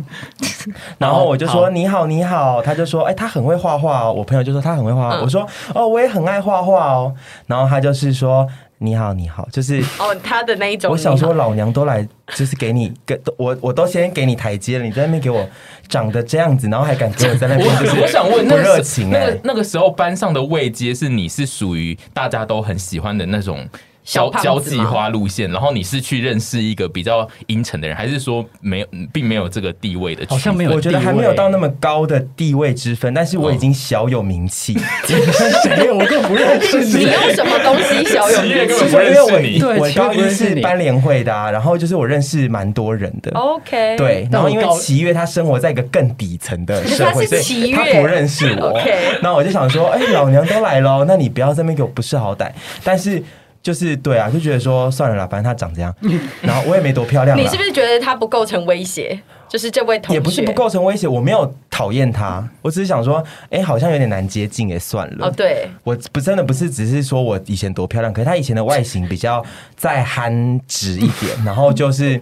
[SPEAKER 3] 然后我就说
[SPEAKER 4] 好
[SPEAKER 3] 你好你好，他就说哎、他很会画画、哦，我朋友就说他很会画、哦，
[SPEAKER 1] 嗯
[SPEAKER 3] 我说哦我也很爱画画哦，然后他就是说你好你好，就是
[SPEAKER 1] 哦，他的那一种，
[SPEAKER 3] 我想说，老娘都来，就是给你跟我我都先给你台阶了，你在那边给我长得这样子，然后还敢给我在那 边就
[SPEAKER 5] 我
[SPEAKER 3] 是
[SPEAKER 5] 我想问，
[SPEAKER 3] 不
[SPEAKER 5] 那个
[SPEAKER 3] 热
[SPEAKER 5] 时
[SPEAKER 3] 情哎、
[SPEAKER 5] 那个那个时候班上的位阶是你是属于大家都很喜欢的那种
[SPEAKER 1] 小
[SPEAKER 5] 交
[SPEAKER 1] 胖子
[SPEAKER 5] 交
[SPEAKER 1] 吗
[SPEAKER 5] 际花路线，然后你是去认识一个比较阴沉的人，还是说没有并没有这个地位的区分？
[SPEAKER 4] 好像没有
[SPEAKER 3] 我觉得还没有到那么高的地位之分，但是我已经小有名 气。
[SPEAKER 4] 谁？我根本不 认识你。
[SPEAKER 1] 你用什么东西小有
[SPEAKER 5] 七月
[SPEAKER 1] 名
[SPEAKER 5] 根
[SPEAKER 1] 气
[SPEAKER 3] 其
[SPEAKER 5] 本不
[SPEAKER 3] 实因
[SPEAKER 5] 认
[SPEAKER 3] 为
[SPEAKER 5] 识你哦
[SPEAKER 3] 我
[SPEAKER 4] 对
[SPEAKER 3] 我
[SPEAKER 4] 其实
[SPEAKER 3] 高
[SPEAKER 4] 不
[SPEAKER 3] 一
[SPEAKER 4] 认识
[SPEAKER 3] 是
[SPEAKER 4] 你
[SPEAKER 3] 班联会的、啊，然后就是我认识蛮多人的。
[SPEAKER 1] ？OK，
[SPEAKER 3] 对，
[SPEAKER 4] 那
[SPEAKER 3] 然
[SPEAKER 4] 我
[SPEAKER 3] 后因为
[SPEAKER 4] 高
[SPEAKER 3] 齐月他生活在一个更底层的社会，所
[SPEAKER 1] 可 是他是齐
[SPEAKER 3] 以
[SPEAKER 1] 越
[SPEAKER 3] 他不认识我
[SPEAKER 1] OK。
[SPEAKER 3] 那我就想说，哎，老娘都来了，那你不要在那边给我不识好歹。但是就是对啊，就觉得说算了啦，反正他长 这样，然后我也没多漂亮啦，
[SPEAKER 1] 你是不是觉得他不构成威胁？就是这位同学，嗯
[SPEAKER 3] 也不是不构成威胁，我没有讨厌他，我只是想说，哎，好像有点难接近，也算了。
[SPEAKER 1] 哦，对，
[SPEAKER 3] 我不真的不是只是说我以前多漂亮，可是她以前的外形比较再憨直一点，然后就是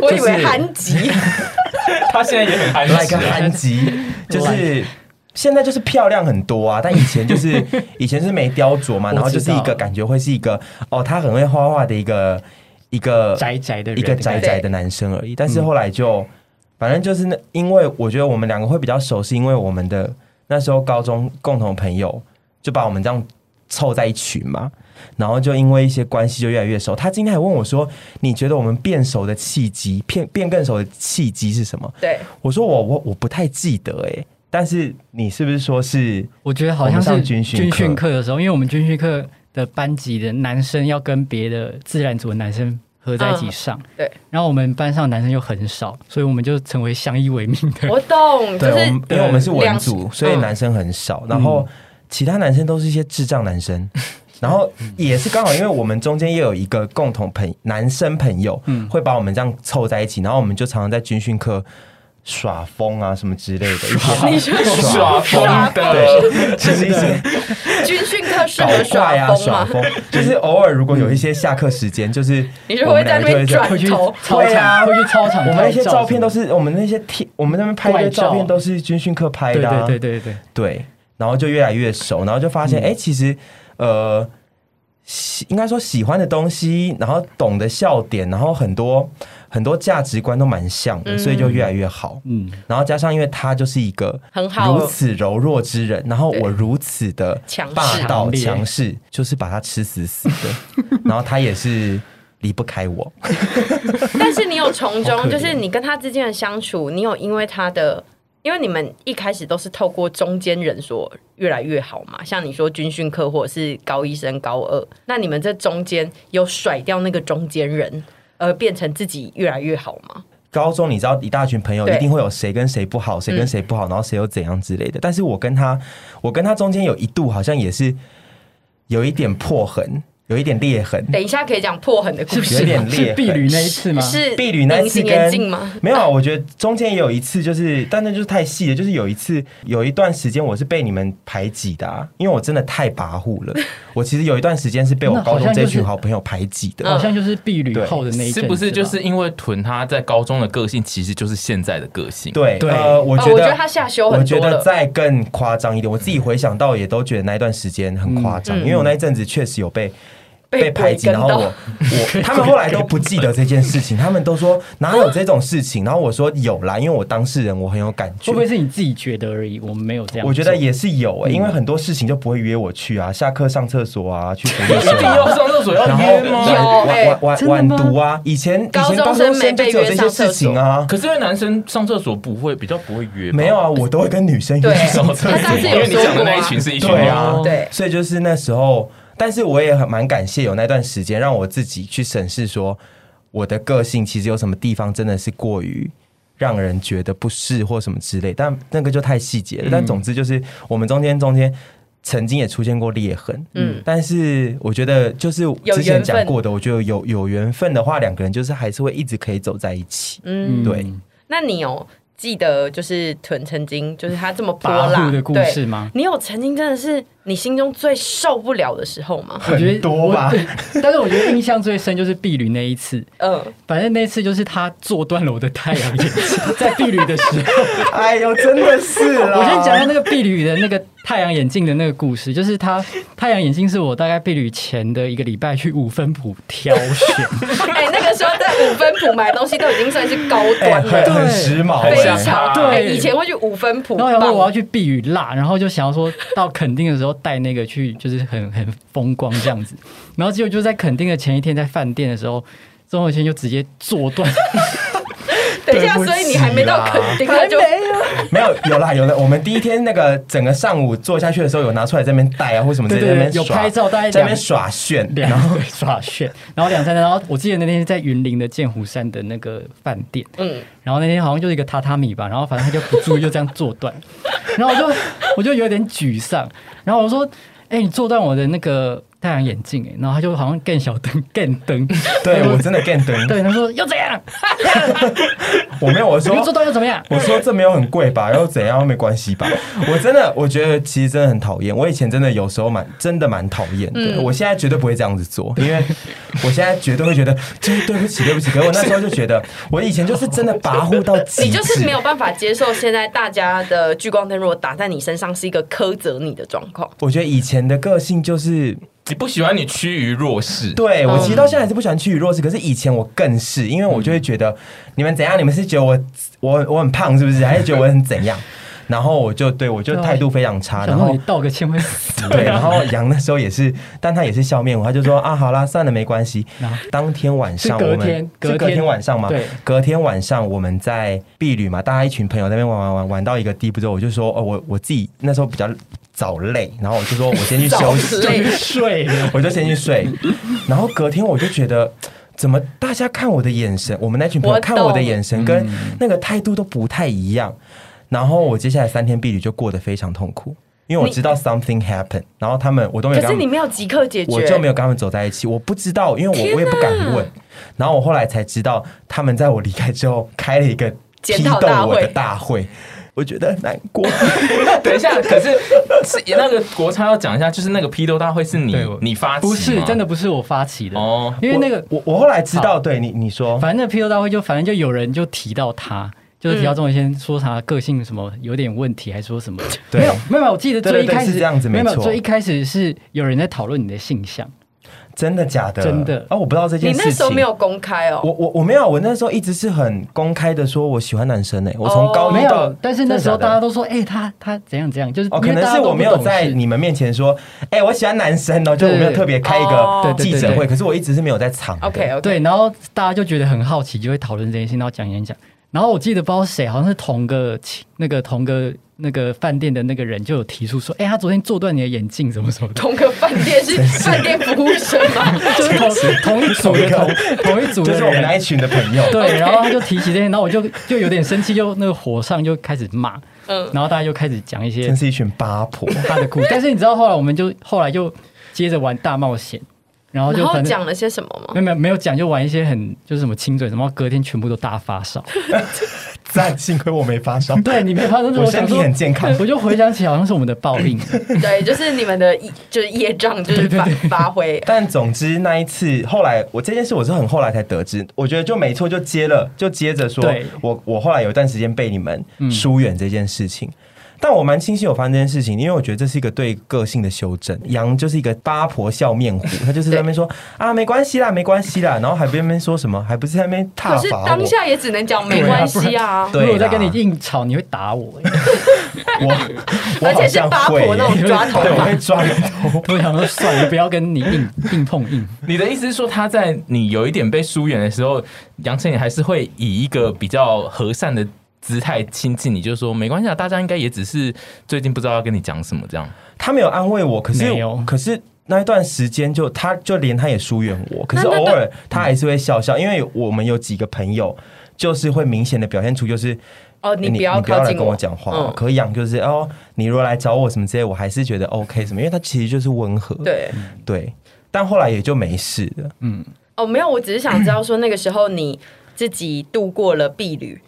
[SPEAKER 1] 我以
[SPEAKER 3] 就
[SPEAKER 1] 为
[SPEAKER 3] 是
[SPEAKER 1] 韩吉，
[SPEAKER 5] 他现在也很安
[SPEAKER 3] like 韩吉，就是现在就是漂亮很多啊，但以前就是以前是没雕琢嘛，
[SPEAKER 4] 我知道
[SPEAKER 3] 然后就是一个感觉会是一个哦，他很会画画的一个一个
[SPEAKER 4] 宅宅的人
[SPEAKER 3] 一个宅宅的男生而已，但是后来就反正就是那，因为我觉得我们两个会比较熟，是因为我们的那时候高中共同朋友就把我们这样凑在一群嘛。然后就因为一些关系就越来越熟。他今天还问我说：“你觉得我们变熟的契机，变变更熟的契机是什么？”
[SPEAKER 1] 对，
[SPEAKER 3] 我说我我我不太记得哎、欸，但是你是不是说是
[SPEAKER 4] 我觉得好像
[SPEAKER 3] 我
[SPEAKER 4] 是
[SPEAKER 3] 们上军训课
[SPEAKER 4] 军训课的时候，因为我们军训课的班级的男生要跟别的自然组的男生合在一起上，
[SPEAKER 1] 嗯对，
[SPEAKER 4] 然后我们班上男生又很少，所以我们就成为相依为命的。
[SPEAKER 1] 我懂，就
[SPEAKER 3] 对，我
[SPEAKER 1] 是
[SPEAKER 3] 们因为我们是文
[SPEAKER 1] 两
[SPEAKER 3] 组，所以
[SPEAKER 1] 嗯
[SPEAKER 3] 男生很少，然后其他男生都是一些智障男 生。然后也是刚好，因为我们中间也有一个共同朋男生朋友，
[SPEAKER 1] 嗯
[SPEAKER 3] 会把我们这样凑在一起，然后我们就常常在军训课耍疯啊什么之类的，一些
[SPEAKER 1] 你说
[SPEAKER 5] 耍疯的，
[SPEAKER 3] 对，就是一些
[SPEAKER 1] 军训课适
[SPEAKER 3] 搞
[SPEAKER 1] 合
[SPEAKER 3] 怪
[SPEAKER 1] 耍
[SPEAKER 3] 啊
[SPEAKER 1] 疯
[SPEAKER 3] 耍
[SPEAKER 1] 吗？
[SPEAKER 3] 疯，就是偶尔如果有一些下课时间，就是
[SPEAKER 1] 你是
[SPEAKER 3] 我
[SPEAKER 1] 会
[SPEAKER 3] 们
[SPEAKER 1] 在
[SPEAKER 3] 两
[SPEAKER 1] 那
[SPEAKER 3] 个就
[SPEAKER 1] 边
[SPEAKER 3] 会这样
[SPEAKER 4] 会
[SPEAKER 1] 转
[SPEAKER 4] 去
[SPEAKER 1] 头？
[SPEAKER 4] 操
[SPEAKER 3] 对啊
[SPEAKER 4] 场，会去操场拍什么
[SPEAKER 3] 我们
[SPEAKER 4] 的，
[SPEAKER 3] 那些照片都是我们那些贴，我们那边拍的照片都是军训课拍
[SPEAKER 4] 对
[SPEAKER 3] 的、啊，
[SPEAKER 4] 对对嗯对对，
[SPEAKER 3] 对然后就越来越熟，然后就发现，哎、其实呃，喜应该说喜欢的东西，然后懂得笑点，然后很多很多价值观都蛮像的，所以就越来越好。
[SPEAKER 4] 嗯，
[SPEAKER 3] 然后加上，因为他就是一个
[SPEAKER 1] 很好
[SPEAKER 3] 如此柔弱之人，然后我如此的
[SPEAKER 1] 强势
[SPEAKER 3] 霸道
[SPEAKER 4] 强烈
[SPEAKER 3] 强势，就是把他吃死死 的。然后他也是离不开我，
[SPEAKER 1] 但是你有从
[SPEAKER 4] 好可
[SPEAKER 1] 中，
[SPEAKER 4] 怜
[SPEAKER 1] 就是你跟他之间的相处，你有因为他的，因为你们一开始都是透过中间人所越来越好嘛，像你说军训课或者是高一升高二，那你们这中间有甩掉那个中间人，而变成自己越来越好吗？
[SPEAKER 3] 高中你知道一大群朋友
[SPEAKER 1] 对嗯
[SPEAKER 3] 一定会有谁跟谁不好，谁跟谁不好，然后谁又怎样之类的。但是我跟他，我跟他中间有一度好像也是有一点破痕，有一点裂痕。
[SPEAKER 1] 等一下可以讲破痕的故
[SPEAKER 3] 有
[SPEAKER 1] 事
[SPEAKER 3] 点
[SPEAKER 1] 吗？
[SPEAKER 3] 裂
[SPEAKER 4] 是
[SPEAKER 3] 痕
[SPEAKER 4] 避旅那一次吗？
[SPEAKER 1] 是
[SPEAKER 3] 婢女那一
[SPEAKER 1] 隐
[SPEAKER 3] 次
[SPEAKER 1] 形
[SPEAKER 3] 跟
[SPEAKER 1] 眼镜吗？
[SPEAKER 3] 没有啊，我觉得中间也有一次，就是但那就是太细了，就是有一次有一段时间我是被你们排挤的、啊，因为我真的太跋 扈了。我其实有一段时间是被我
[SPEAKER 4] 那好
[SPEAKER 3] 高中
[SPEAKER 4] 像
[SPEAKER 3] 这
[SPEAKER 4] 就是
[SPEAKER 3] 群好朋友排挤的，
[SPEAKER 1] 嗯
[SPEAKER 4] 好像就是避旅后的那一阵子
[SPEAKER 5] 是
[SPEAKER 4] 吧，
[SPEAKER 5] 不是就是因为屯他在高中的个性，其实就是现在的个性？，
[SPEAKER 3] 对，
[SPEAKER 4] 对
[SPEAKER 3] 呃，我觉得、
[SPEAKER 1] 哦我觉得他下修很多了
[SPEAKER 3] 我觉得再更夸张一点，我自己回想到也都觉得那一段时间很夸张，
[SPEAKER 1] 嗯嗯
[SPEAKER 3] 因为我那一阵子确实有被。
[SPEAKER 1] 被
[SPEAKER 3] 被排挤，
[SPEAKER 1] 鬼
[SPEAKER 3] 然
[SPEAKER 1] 跟
[SPEAKER 3] 后
[SPEAKER 1] 到
[SPEAKER 3] 我我他们后来都不记得这件事情，他们都说哪有这种事情，然后我说有啦，因为我当事人我很有感觉
[SPEAKER 4] 会不，会是你自己觉得而已？我们没有这样做，
[SPEAKER 3] 我觉得也是有欸诶、因为很多事情就不会约我去啊，下课上厕所啊，去福利社
[SPEAKER 5] 一定要
[SPEAKER 3] 啊，
[SPEAKER 5] 上厕所要
[SPEAKER 3] 然后
[SPEAKER 5] 约吗？
[SPEAKER 1] 有
[SPEAKER 3] 晚
[SPEAKER 1] 欸
[SPEAKER 3] 晚晚
[SPEAKER 4] 真的
[SPEAKER 3] 晚
[SPEAKER 4] 吗
[SPEAKER 3] 读啊，以前以
[SPEAKER 1] 高
[SPEAKER 3] 前
[SPEAKER 1] 中
[SPEAKER 3] 高
[SPEAKER 1] 生
[SPEAKER 3] 中生
[SPEAKER 1] 没
[SPEAKER 3] 就
[SPEAKER 1] 被
[SPEAKER 3] 只有
[SPEAKER 1] 约
[SPEAKER 3] 这些
[SPEAKER 1] 上厕
[SPEAKER 3] 事情
[SPEAKER 1] 所
[SPEAKER 3] 啊，
[SPEAKER 5] 可是因为男生上厕所不会比较不会约吧，
[SPEAKER 3] 没有啊，我都会跟女生约
[SPEAKER 1] 对
[SPEAKER 3] 去上厕所
[SPEAKER 1] 他上次
[SPEAKER 5] 因
[SPEAKER 1] 有
[SPEAKER 5] 为你
[SPEAKER 1] 说
[SPEAKER 5] 讲的
[SPEAKER 1] 过
[SPEAKER 5] 那一
[SPEAKER 1] 啊，
[SPEAKER 5] 群是一群
[SPEAKER 3] 对
[SPEAKER 5] 人。
[SPEAKER 3] 啊，
[SPEAKER 1] 对
[SPEAKER 3] 所以就是那时候，但是我也很蛮感谢有那段时间，让我自己去审视说我的个性其实有什么地方真的是过于。让人觉得不适或什么之类，但那个就太细节
[SPEAKER 1] 嗯
[SPEAKER 3] 了。但总之就是，我们中间中间曾经也出现过裂痕，嗯
[SPEAKER 1] 嗯，
[SPEAKER 3] 但是我觉得就是之前
[SPEAKER 1] 有
[SPEAKER 3] 讲
[SPEAKER 1] 缘分
[SPEAKER 3] 过的，我觉得有有缘分的话，两个人就是还是会一直可以走在一起。
[SPEAKER 1] 嗯，
[SPEAKER 3] 对，
[SPEAKER 1] 那你有记得就是屯曾经就是他这么波
[SPEAKER 4] 跋
[SPEAKER 1] 浪
[SPEAKER 4] 扈的故
[SPEAKER 1] 对
[SPEAKER 4] 事吗
[SPEAKER 1] 你有曾经真的是你心中最受不了的时候吗？
[SPEAKER 4] 我觉得
[SPEAKER 3] 很多吧
[SPEAKER 4] 我。 对但是我觉得印象最深就是碧旅那一次，
[SPEAKER 1] 嗯，
[SPEAKER 4] 反正那次就是他坐断了我的太阳眼镜，在碧旅的时候。
[SPEAKER 3] 哎呦，真的是啦！
[SPEAKER 4] 我先讲一下那个碧旅的那个太阳眼镜的那个故事，就是他太阳眼镜是我大概碧旅前的一个礼拜去五分埔挑选，
[SPEAKER 1] 哎、那个时候在五分埔买东西都已经算是高
[SPEAKER 3] 哎，
[SPEAKER 1] 端
[SPEAKER 3] 很
[SPEAKER 1] 了，
[SPEAKER 3] 很时髦
[SPEAKER 1] 非
[SPEAKER 3] 哎，
[SPEAKER 1] 常
[SPEAKER 4] 对
[SPEAKER 1] 哎以前会去五分埔，
[SPEAKER 4] 然后然后我要
[SPEAKER 1] 去，
[SPEAKER 4] 去避雨辣，然后就想要说到垦丁的时候带那个去，就是很很风光这样子。然后结果就在垦丁的前一天，在饭店的时候，钟慧轩就直接坐断，
[SPEAKER 1] 等一下，
[SPEAKER 3] 对不起
[SPEAKER 1] 所以你还没到
[SPEAKER 3] 啦
[SPEAKER 1] 垦丁，他就
[SPEAKER 3] 没有有啦有啦。我们第一天那个整个上午坐下去的时候，有拿出来在那边戴啊，或什么之类
[SPEAKER 4] 对
[SPEAKER 3] 在
[SPEAKER 4] 对
[SPEAKER 3] 那边
[SPEAKER 4] 对有
[SPEAKER 3] 耍
[SPEAKER 4] 拍照大概
[SPEAKER 3] 在那边
[SPEAKER 4] 两
[SPEAKER 3] 耍炫，
[SPEAKER 4] 两个耍炫，然后两三天，然后我记得那天是在云林的剑湖山的那个饭店，
[SPEAKER 1] 嗯，
[SPEAKER 4] 然后那天好像就是一个榻榻米吧，然后反正他就不注意就这样坐断，然后我就我就有点沮丧，然后我说，哎、你坐断我的那个太阳眼镜，哎，然后他就好像更小灯更灯，
[SPEAKER 3] 对我真的 get 灯，
[SPEAKER 4] 对，他说又怎样，
[SPEAKER 3] 我没有我
[SPEAKER 4] 你
[SPEAKER 3] 说
[SPEAKER 4] 又坐断又怎么样？
[SPEAKER 3] 我说这没有很贵吧，又怎样没关 系吧？我真的，我觉得其实真的很讨厌。我以前真的有时候蛮真的蛮讨厌的，
[SPEAKER 4] 嗯
[SPEAKER 3] 我现在绝对不会这样子 做，因为我现在绝对会觉得真对不起，对不起。可是我那时候就觉得，我以前就是真的跋扈到极致，
[SPEAKER 1] 你就是没有办法接受现在大家的聚光灯如果打在你身上是一个苛责你的状况。
[SPEAKER 3] 我觉得以前的个性就是，
[SPEAKER 5] 你不喜欢你趋于弱势，
[SPEAKER 3] 对我
[SPEAKER 1] 嗯
[SPEAKER 3] 其实到现在还是不喜欢趋于弱势，可是以前我更是，因为我就会觉得你们怎样，你们是觉得我我我很胖是不是？还是觉得我很怎样？然后我就对我就态度非常差，啊然
[SPEAKER 4] 然后
[SPEAKER 3] 后
[SPEAKER 4] 你道个歉会 死，
[SPEAKER 3] 对，然后杨那时候也是，但他也是笑面我，他就说啊，好啦，算了，没关系
[SPEAKER 4] 然后。
[SPEAKER 3] 当天晚上
[SPEAKER 4] 是隔
[SPEAKER 3] 我们
[SPEAKER 4] 天隔
[SPEAKER 3] 是隔
[SPEAKER 4] 天
[SPEAKER 3] 天晚上嘛，
[SPEAKER 4] 对
[SPEAKER 3] 隔天晚上我们在避旅嘛，大家一群朋友在那边玩玩玩玩到一个地步之后，我就说哦，我我自己那时候比较早累，然后我就说我先去休息
[SPEAKER 1] 早，
[SPEAKER 4] 就
[SPEAKER 1] 累
[SPEAKER 4] 是睡了。
[SPEAKER 3] 我就先去睡，然后隔天我就觉得。怎么大家看我的眼神，我们那群朋友
[SPEAKER 1] 我
[SPEAKER 3] 看我的
[SPEAKER 1] 懂
[SPEAKER 3] 眼
[SPEAKER 4] 嗯
[SPEAKER 3] 神跟那个态度都不太一样。然后我接下来三天避旅就过得非常痛苦，因为我
[SPEAKER 1] 你
[SPEAKER 3] 知道 something happened，然后他们我都没有
[SPEAKER 1] 可
[SPEAKER 3] 跟
[SPEAKER 1] 是
[SPEAKER 3] 他
[SPEAKER 1] 你
[SPEAKER 3] 们，
[SPEAKER 1] 没有即刻解决，
[SPEAKER 3] 我就没有跟他们走在一起，我不知道，因为我我也不敢问。然后我后来才知道，他们在我离开之后开了一个批
[SPEAKER 1] 检讨
[SPEAKER 3] 斗
[SPEAKER 1] 大
[SPEAKER 3] 我的
[SPEAKER 1] 会
[SPEAKER 3] 大会，我觉得很难过。
[SPEAKER 5] 等一下，可是是那个国差要讲一下，就是那个批斗大会是你
[SPEAKER 4] 对我
[SPEAKER 5] 你发起吗
[SPEAKER 4] 不是真的不是我发起的
[SPEAKER 5] 哦
[SPEAKER 4] 因为那个
[SPEAKER 3] 我我我后来知道，对你你说，
[SPEAKER 4] 反正那批斗大会就反正就有人就提到他，就是提到钟伟先说他个性什么有点问题，还说什么
[SPEAKER 3] 嗯对
[SPEAKER 4] 没有没有没有，我记得
[SPEAKER 3] 对
[SPEAKER 4] 最一
[SPEAKER 3] 对对
[SPEAKER 4] 开始
[SPEAKER 3] 是这样子
[SPEAKER 4] 没有
[SPEAKER 3] 没
[SPEAKER 4] 有，
[SPEAKER 3] 错
[SPEAKER 4] 最一开始是有人在讨论你的性向，
[SPEAKER 3] 真的假的？
[SPEAKER 4] 真的
[SPEAKER 3] 啊，我不知道这
[SPEAKER 1] 你
[SPEAKER 3] 件事情。
[SPEAKER 1] 那时候没有公开哦。
[SPEAKER 3] 我我我没有，我那时候一直是很公开的说我喜欢男生呢、欸我从高
[SPEAKER 4] 哦没
[SPEAKER 3] 一到、
[SPEAKER 4] 有，但是那时候
[SPEAKER 3] 哦真的假
[SPEAKER 4] 大
[SPEAKER 3] 的
[SPEAKER 4] 家都说，哎，他他怎样怎样，就是
[SPEAKER 3] 哦，
[SPEAKER 4] 因
[SPEAKER 3] 可
[SPEAKER 4] 为
[SPEAKER 3] 能
[SPEAKER 4] 大
[SPEAKER 3] 是
[SPEAKER 4] 家都
[SPEAKER 3] 我
[SPEAKER 4] 不
[SPEAKER 3] 没有
[SPEAKER 4] 懂
[SPEAKER 3] 在
[SPEAKER 4] 事
[SPEAKER 3] 你们面前说，哎、我喜欢男生哦，就我没有特别开一
[SPEAKER 1] 哦
[SPEAKER 3] 个记者
[SPEAKER 4] 对对对
[SPEAKER 3] 会，可是我一直是没有在场的。
[SPEAKER 1] OK OK，
[SPEAKER 4] 对，然后大家就觉得很好奇，就会讨论这件事情，然后讲演讲。然后我记得不知道谁，好像是同个亲那个同个那个饭店的那个人就有提出说，哎、他昨天坐断你的眼镜，什么什么的，
[SPEAKER 1] 同个饭 店是饭店服务生吗？
[SPEAKER 4] 就是同 同一组的同同一组
[SPEAKER 3] 就
[SPEAKER 4] 的
[SPEAKER 3] 是我们那
[SPEAKER 4] 人。
[SPEAKER 3] 一群的朋友，
[SPEAKER 4] 对，然后他就提起这些，然后我就就有点生气，就那个火上就开始骂，
[SPEAKER 1] 嗯
[SPEAKER 4] 然后大家就开始讲一些
[SPEAKER 3] 真是一群八婆。
[SPEAKER 4] 他的故事。但是你知道后来我们就后来就接着玩大冒险，然后就
[SPEAKER 1] 然后
[SPEAKER 4] 反正
[SPEAKER 1] 讲了些什么吗？
[SPEAKER 4] 没有没有没有讲，就玩一些很就是什么亲嘴，然后隔天全部都大发烧。
[SPEAKER 3] 赞，幸亏我没发烧。
[SPEAKER 4] 对你没发生，
[SPEAKER 3] 我身体很健康
[SPEAKER 4] 我就回想起好像是我们的报应。
[SPEAKER 1] 对，就是你们的就是业障，就是发发挥。
[SPEAKER 3] 但总之那一次，后来我这件事我是很后来才得知，我觉得就没错，就接了，就接着说
[SPEAKER 4] 对，
[SPEAKER 3] 我我后来有一段时间被你们疏远这件事情。但我蛮庆幸有发生这件事情，因为我觉得这是一个对个性的修正。杨就是一个八婆笑面虎，他就是在那边说啊，没关系啦，没关系啦，然后还不在那边说什么，还不是在那边
[SPEAKER 1] 可
[SPEAKER 3] 挞
[SPEAKER 1] 是
[SPEAKER 3] 伐我。
[SPEAKER 1] 当下也只能讲没关系啊，
[SPEAKER 3] 对啦
[SPEAKER 4] 如果再跟你硬吵，你会打我、 欸。
[SPEAKER 3] 我，我
[SPEAKER 1] 而且是
[SPEAKER 3] 好像
[SPEAKER 1] 八
[SPEAKER 3] 会
[SPEAKER 1] 婆那种
[SPEAKER 3] 耶
[SPEAKER 1] 抓头
[SPEAKER 3] 对，我
[SPEAKER 1] 发
[SPEAKER 3] 会抓头。
[SPEAKER 4] 我想说，算了，不要跟你硬硬碰硬。
[SPEAKER 5] 你的意思是说，他在你有一点被疏远的时候，杨丞琳还是会以一个比较和善的姿态亲近你，就说没关系啊，大家应该也只是最近不知道要跟你讲什么这样。
[SPEAKER 3] 他没有安慰我，可是
[SPEAKER 4] 没有
[SPEAKER 3] 可是那一段时间就他就连他也疏远我，可是
[SPEAKER 1] 那那嗯
[SPEAKER 3] 偶尔他还是会笑笑，因为我们有几个朋友就是会明显的表现出就是。
[SPEAKER 1] 哦你
[SPEAKER 3] 哎你
[SPEAKER 1] 不要
[SPEAKER 3] 不要
[SPEAKER 1] 靠
[SPEAKER 3] 来
[SPEAKER 1] 近
[SPEAKER 3] 跟
[SPEAKER 1] 我
[SPEAKER 3] 我讲话、
[SPEAKER 1] 嗯
[SPEAKER 3] 可养就是哦，你如果来找我什么之类，我还是觉得 OK 什么，因为他其实就是温和，
[SPEAKER 1] 对。
[SPEAKER 3] 对但后来也就没事了。
[SPEAKER 1] 哦，没有，我只是想知道说那个时候你自己度过了避旅，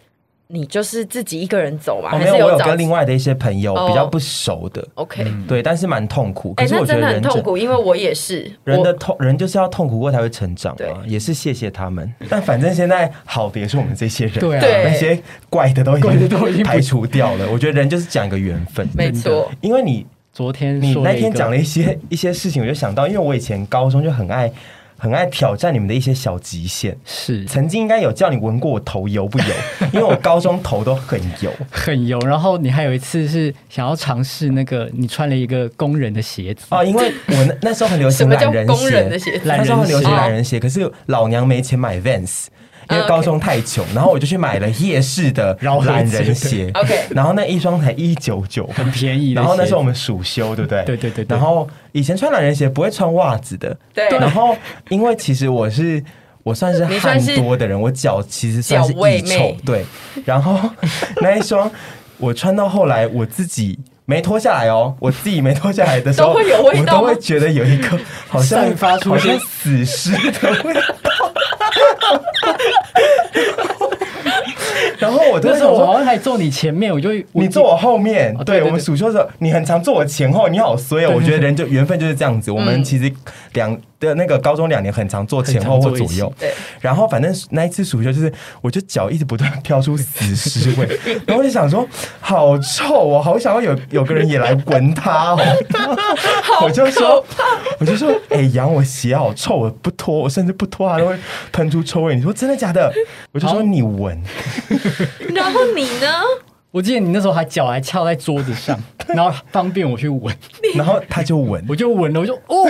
[SPEAKER 1] 你就是自己一个人走嘛？
[SPEAKER 3] 哦，
[SPEAKER 1] 还
[SPEAKER 3] 没
[SPEAKER 1] 是
[SPEAKER 3] 有，我有
[SPEAKER 1] 找
[SPEAKER 3] 跟另外的一些朋友
[SPEAKER 1] 哦
[SPEAKER 3] 比较不熟的，
[SPEAKER 1] OK？
[SPEAKER 3] 对，但是蛮痛苦。
[SPEAKER 1] 哎、
[SPEAKER 3] 可是
[SPEAKER 1] 那
[SPEAKER 3] 我觉
[SPEAKER 1] 真
[SPEAKER 3] 得
[SPEAKER 1] 的很
[SPEAKER 3] 人
[SPEAKER 1] 痛
[SPEAKER 3] 整
[SPEAKER 1] 苦，因为我也是
[SPEAKER 3] 人
[SPEAKER 1] 我
[SPEAKER 3] 的痛，人就是要痛苦过才会成长
[SPEAKER 1] 对
[SPEAKER 3] 嘛，也是谢谢他们。但反正现在好的也是我们这些人，
[SPEAKER 4] 对啊
[SPEAKER 1] 对
[SPEAKER 3] 那些怪的都已
[SPEAKER 4] 怪的
[SPEAKER 3] 经
[SPEAKER 4] 都已经不
[SPEAKER 3] 排除掉了。我觉得人就是讲一个缘分，
[SPEAKER 1] 没错，
[SPEAKER 3] 因为你
[SPEAKER 4] 昨天
[SPEAKER 3] 你
[SPEAKER 4] 说
[SPEAKER 3] 那
[SPEAKER 4] 了一
[SPEAKER 3] 天讲了
[SPEAKER 4] 个，
[SPEAKER 3] 一些一些事情，我就想到，因为我以前高中就很爱很爱挑战你们的一些小极限。
[SPEAKER 4] 是
[SPEAKER 3] 曾经应该有叫你闻过我头油不油， 因为我高中头都很油。
[SPEAKER 4] 很油。然后你还有一次是想要尝试那个，你穿了一个工人的鞋子，
[SPEAKER 3] 哦，因为我那那时候很流
[SPEAKER 1] 什
[SPEAKER 3] 行
[SPEAKER 1] 么叫
[SPEAKER 3] 懒人
[SPEAKER 1] 工
[SPEAKER 3] 鞋，
[SPEAKER 1] 人的鞋子？哦
[SPEAKER 4] 懒
[SPEAKER 3] 那时候很流行
[SPEAKER 4] 人鞋
[SPEAKER 3] 懒人鞋，可是老娘没钱买 Vans。因为高中太穷，然后我就去买了夜市的
[SPEAKER 4] 饶河街的
[SPEAKER 3] 懒人鞋
[SPEAKER 1] OK
[SPEAKER 3] 然后那一双才一九九，
[SPEAKER 4] 很便宜的
[SPEAKER 3] 然后那
[SPEAKER 4] 鞋
[SPEAKER 3] 时候我们暑休，对不对？
[SPEAKER 4] 对对对对
[SPEAKER 3] 然后以前穿懒人鞋不会穿袜子的，
[SPEAKER 1] 对
[SPEAKER 3] 然后因为其实我是我算是
[SPEAKER 1] 你算
[SPEAKER 3] 汗
[SPEAKER 1] 是
[SPEAKER 3] 多的人，我脚其实算是
[SPEAKER 1] 脚味
[SPEAKER 3] 易
[SPEAKER 1] 妹
[SPEAKER 3] 臭，对。然 后那一双我穿到后来我自己。没脱下来哦，我自己没脱下来的时候，
[SPEAKER 1] 都会有味道吗
[SPEAKER 3] 我都会觉得有一个好像
[SPEAKER 4] 散发出
[SPEAKER 3] 好像
[SPEAKER 4] 一些
[SPEAKER 3] 死尸的味道。 然后我就
[SPEAKER 4] 那时
[SPEAKER 3] 想
[SPEAKER 4] 候我
[SPEAKER 3] 说
[SPEAKER 4] 好，像还坐你前面，我就
[SPEAKER 3] 你坐我后面，
[SPEAKER 4] 哦对
[SPEAKER 3] 对
[SPEAKER 4] 对
[SPEAKER 3] 我们
[SPEAKER 4] 对
[SPEAKER 3] 暑修的时候，你很常坐我前后，你好衰哦。我觉得人就缘分就是这样子。我们其实两的那个高中两年很常坐前后或左右，
[SPEAKER 1] 对，
[SPEAKER 3] 然后反正那一次暑修就是，我就脚一直不断飘出死尸味， 然后我就想说好臭哦，好想要有有个人也来闻它 哦。我就说，我就说，哎、杨，我鞋好臭，我不脱，我甚至不脱它都会喷出臭味。你说真的假的？我就说
[SPEAKER 4] 好
[SPEAKER 3] 你闻，
[SPEAKER 1] 然后你呢？
[SPEAKER 4] 我记得你那时候还脚还翘在桌 子上，然后方便我去闻，
[SPEAKER 3] 然后他就闻。
[SPEAKER 4] 我就闻了，我就哦，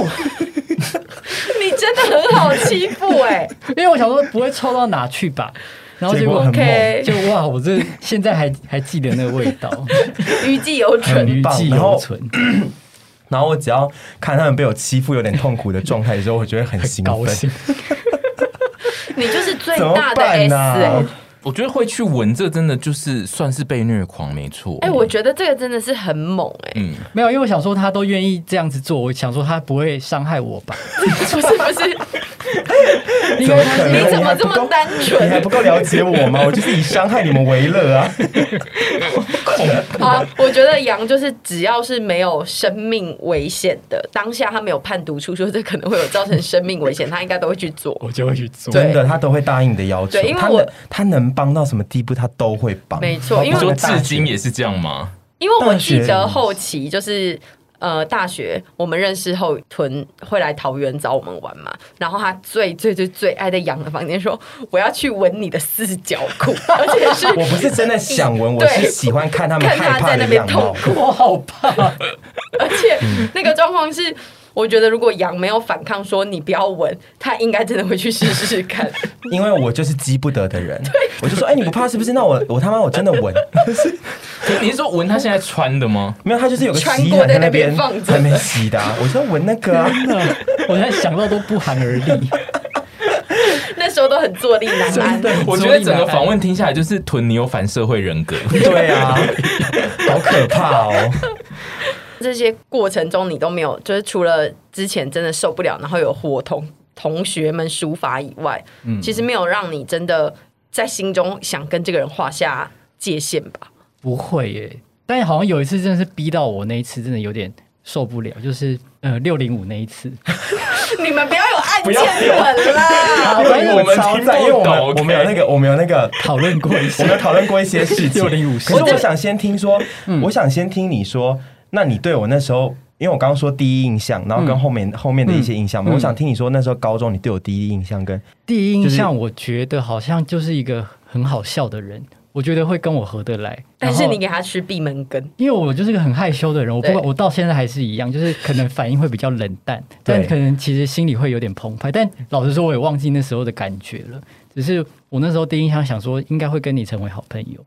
[SPEAKER 1] 你真的很好欺负 哎、
[SPEAKER 4] 因为我想说不会臭到哪去吧，然后结
[SPEAKER 3] 结
[SPEAKER 4] 果
[SPEAKER 3] 果很
[SPEAKER 1] OK，
[SPEAKER 4] 就哇，我这现在还 还记得那个味道，
[SPEAKER 1] 余悸犹存。
[SPEAKER 4] 余
[SPEAKER 3] 棒
[SPEAKER 4] 悸
[SPEAKER 3] 然后
[SPEAKER 4] 犹存，
[SPEAKER 3] 然后我只要看他们被我欺负、有点痛苦的状态的时候，我觉得很兴
[SPEAKER 4] 高
[SPEAKER 3] 奋
[SPEAKER 4] 兴。。
[SPEAKER 1] 你就是 最
[SPEAKER 3] 怎么
[SPEAKER 1] 大的
[SPEAKER 3] 办
[SPEAKER 1] S
[SPEAKER 3] 呢、
[SPEAKER 1] 哎、
[SPEAKER 5] 我觉得会去闻这真的就是算是被虐狂，没错。
[SPEAKER 1] 哎、我觉得这个真的是很猛哎、
[SPEAKER 5] 嗯，
[SPEAKER 4] 没有，因为我想说他都愿意这样子做，我想说他不会伤害我吧？
[SPEAKER 1] 不是不是，
[SPEAKER 4] 应该
[SPEAKER 3] 可能
[SPEAKER 1] 你怎么
[SPEAKER 3] 还不
[SPEAKER 1] 这么
[SPEAKER 3] 够
[SPEAKER 1] 单
[SPEAKER 3] 你还
[SPEAKER 1] 纯
[SPEAKER 3] 不够了解我吗？我就是以伤害你们为乐啊！
[SPEAKER 1] 啊？我觉得羊就是只要是没有生命危险的，当下他没有判读出说这可能会有造成生命危险，他应该都会去做。
[SPEAKER 4] 我就会去做。
[SPEAKER 1] 对
[SPEAKER 3] 真的，他都会答应你的要求
[SPEAKER 1] 对因。为
[SPEAKER 3] 他
[SPEAKER 1] 我
[SPEAKER 3] 能他能帮到什么地步，他都会帮。
[SPEAKER 1] 没错因为
[SPEAKER 3] 包
[SPEAKER 5] 你
[SPEAKER 3] 括
[SPEAKER 5] 说
[SPEAKER 3] 大学
[SPEAKER 5] 至今也是这样吗？
[SPEAKER 1] 因为我记得后期就是。呃，大学我们认识后，屯会来桃园找我们玩嘛。然后他最最最最爱在羊的房间说：“我要去闻你的四角裤，而且是
[SPEAKER 3] 我不是真的想闻，我
[SPEAKER 1] 对
[SPEAKER 3] 是喜欢看他们
[SPEAKER 1] 看
[SPEAKER 3] 害
[SPEAKER 1] 他
[SPEAKER 3] 怕
[SPEAKER 1] 在
[SPEAKER 3] 的
[SPEAKER 1] 那边
[SPEAKER 3] 样
[SPEAKER 1] 痛
[SPEAKER 3] 貌。
[SPEAKER 1] 苦，
[SPEAKER 4] 我好怕，
[SPEAKER 1] 而且那个状况是，我觉得如果羊没有反抗说你不要闻，他应该真的会去试试 看。
[SPEAKER 3] 因为我就是激不得的人，我就说，哎，你不怕是不是？那我我他妈我真的闻，
[SPEAKER 5] 可你是说闻他现在穿的吗？
[SPEAKER 3] 没有，他就是有个
[SPEAKER 1] 穿
[SPEAKER 3] 洗衣
[SPEAKER 1] 过
[SPEAKER 3] 篮
[SPEAKER 1] 在
[SPEAKER 3] 在
[SPEAKER 1] 那
[SPEAKER 3] 那
[SPEAKER 1] 边
[SPEAKER 3] 边
[SPEAKER 1] 放着
[SPEAKER 3] 还没洗的啊，我就闻那个啊。
[SPEAKER 4] 我现在想到都不寒而栗。
[SPEAKER 1] 那时候 都很坐立难安。
[SPEAKER 5] 我觉得整个访问听下来，就是屯你有反社会人 格。
[SPEAKER 3] 对啊， 好可怕哦！
[SPEAKER 1] 这些过程中，你都没有，就是除了之前真的受不了，然后有伙同同学们抒发以外，其实没有让你真的在心中想跟这个人画下界限吧？
[SPEAKER 4] 不会耶，但好像有一次真的是逼到我，那一次真的有点受不了，就是呃六零五那一次，
[SPEAKER 1] 你们不要有暗箭吻啦！
[SPEAKER 4] 啊
[SPEAKER 3] 因为我们
[SPEAKER 4] 超
[SPEAKER 3] 听不懂，因为我们我们有那个我们有那个
[SPEAKER 4] 讨论过一 次
[SPEAKER 3] 我们有讨论过一些事情。
[SPEAKER 4] 605
[SPEAKER 3] 可是我想先听说，我想先听你说，那你对我那时候。因为我刚刚说第一印象，然后跟后面、后面的一些印象嘛，
[SPEAKER 4] 嗯
[SPEAKER 3] 我想听你说那时候高中你对我第一印象跟
[SPEAKER 4] 第一印象，我觉得好像就是一个很好笑的人，我觉得会跟我合得来。
[SPEAKER 1] 但是
[SPEAKER 4] 然后
[SPEAKER 1] 你给他吃闭门羹，
[SPEAKER 4] 因为我就是个很害羞的人，我不管
[SPEAKER 1] 对
[SPEAKER 4] 我到现在还是一样，就是可能反应会比较冷淡，
[SPEAKER 3] 对
[SPEAKER 4] 但可能其实心里会有点澎湃。但老实说，我也忘记那时候的感觉了。只是我那时候第一印象想说，应该会跟你成为好朋友。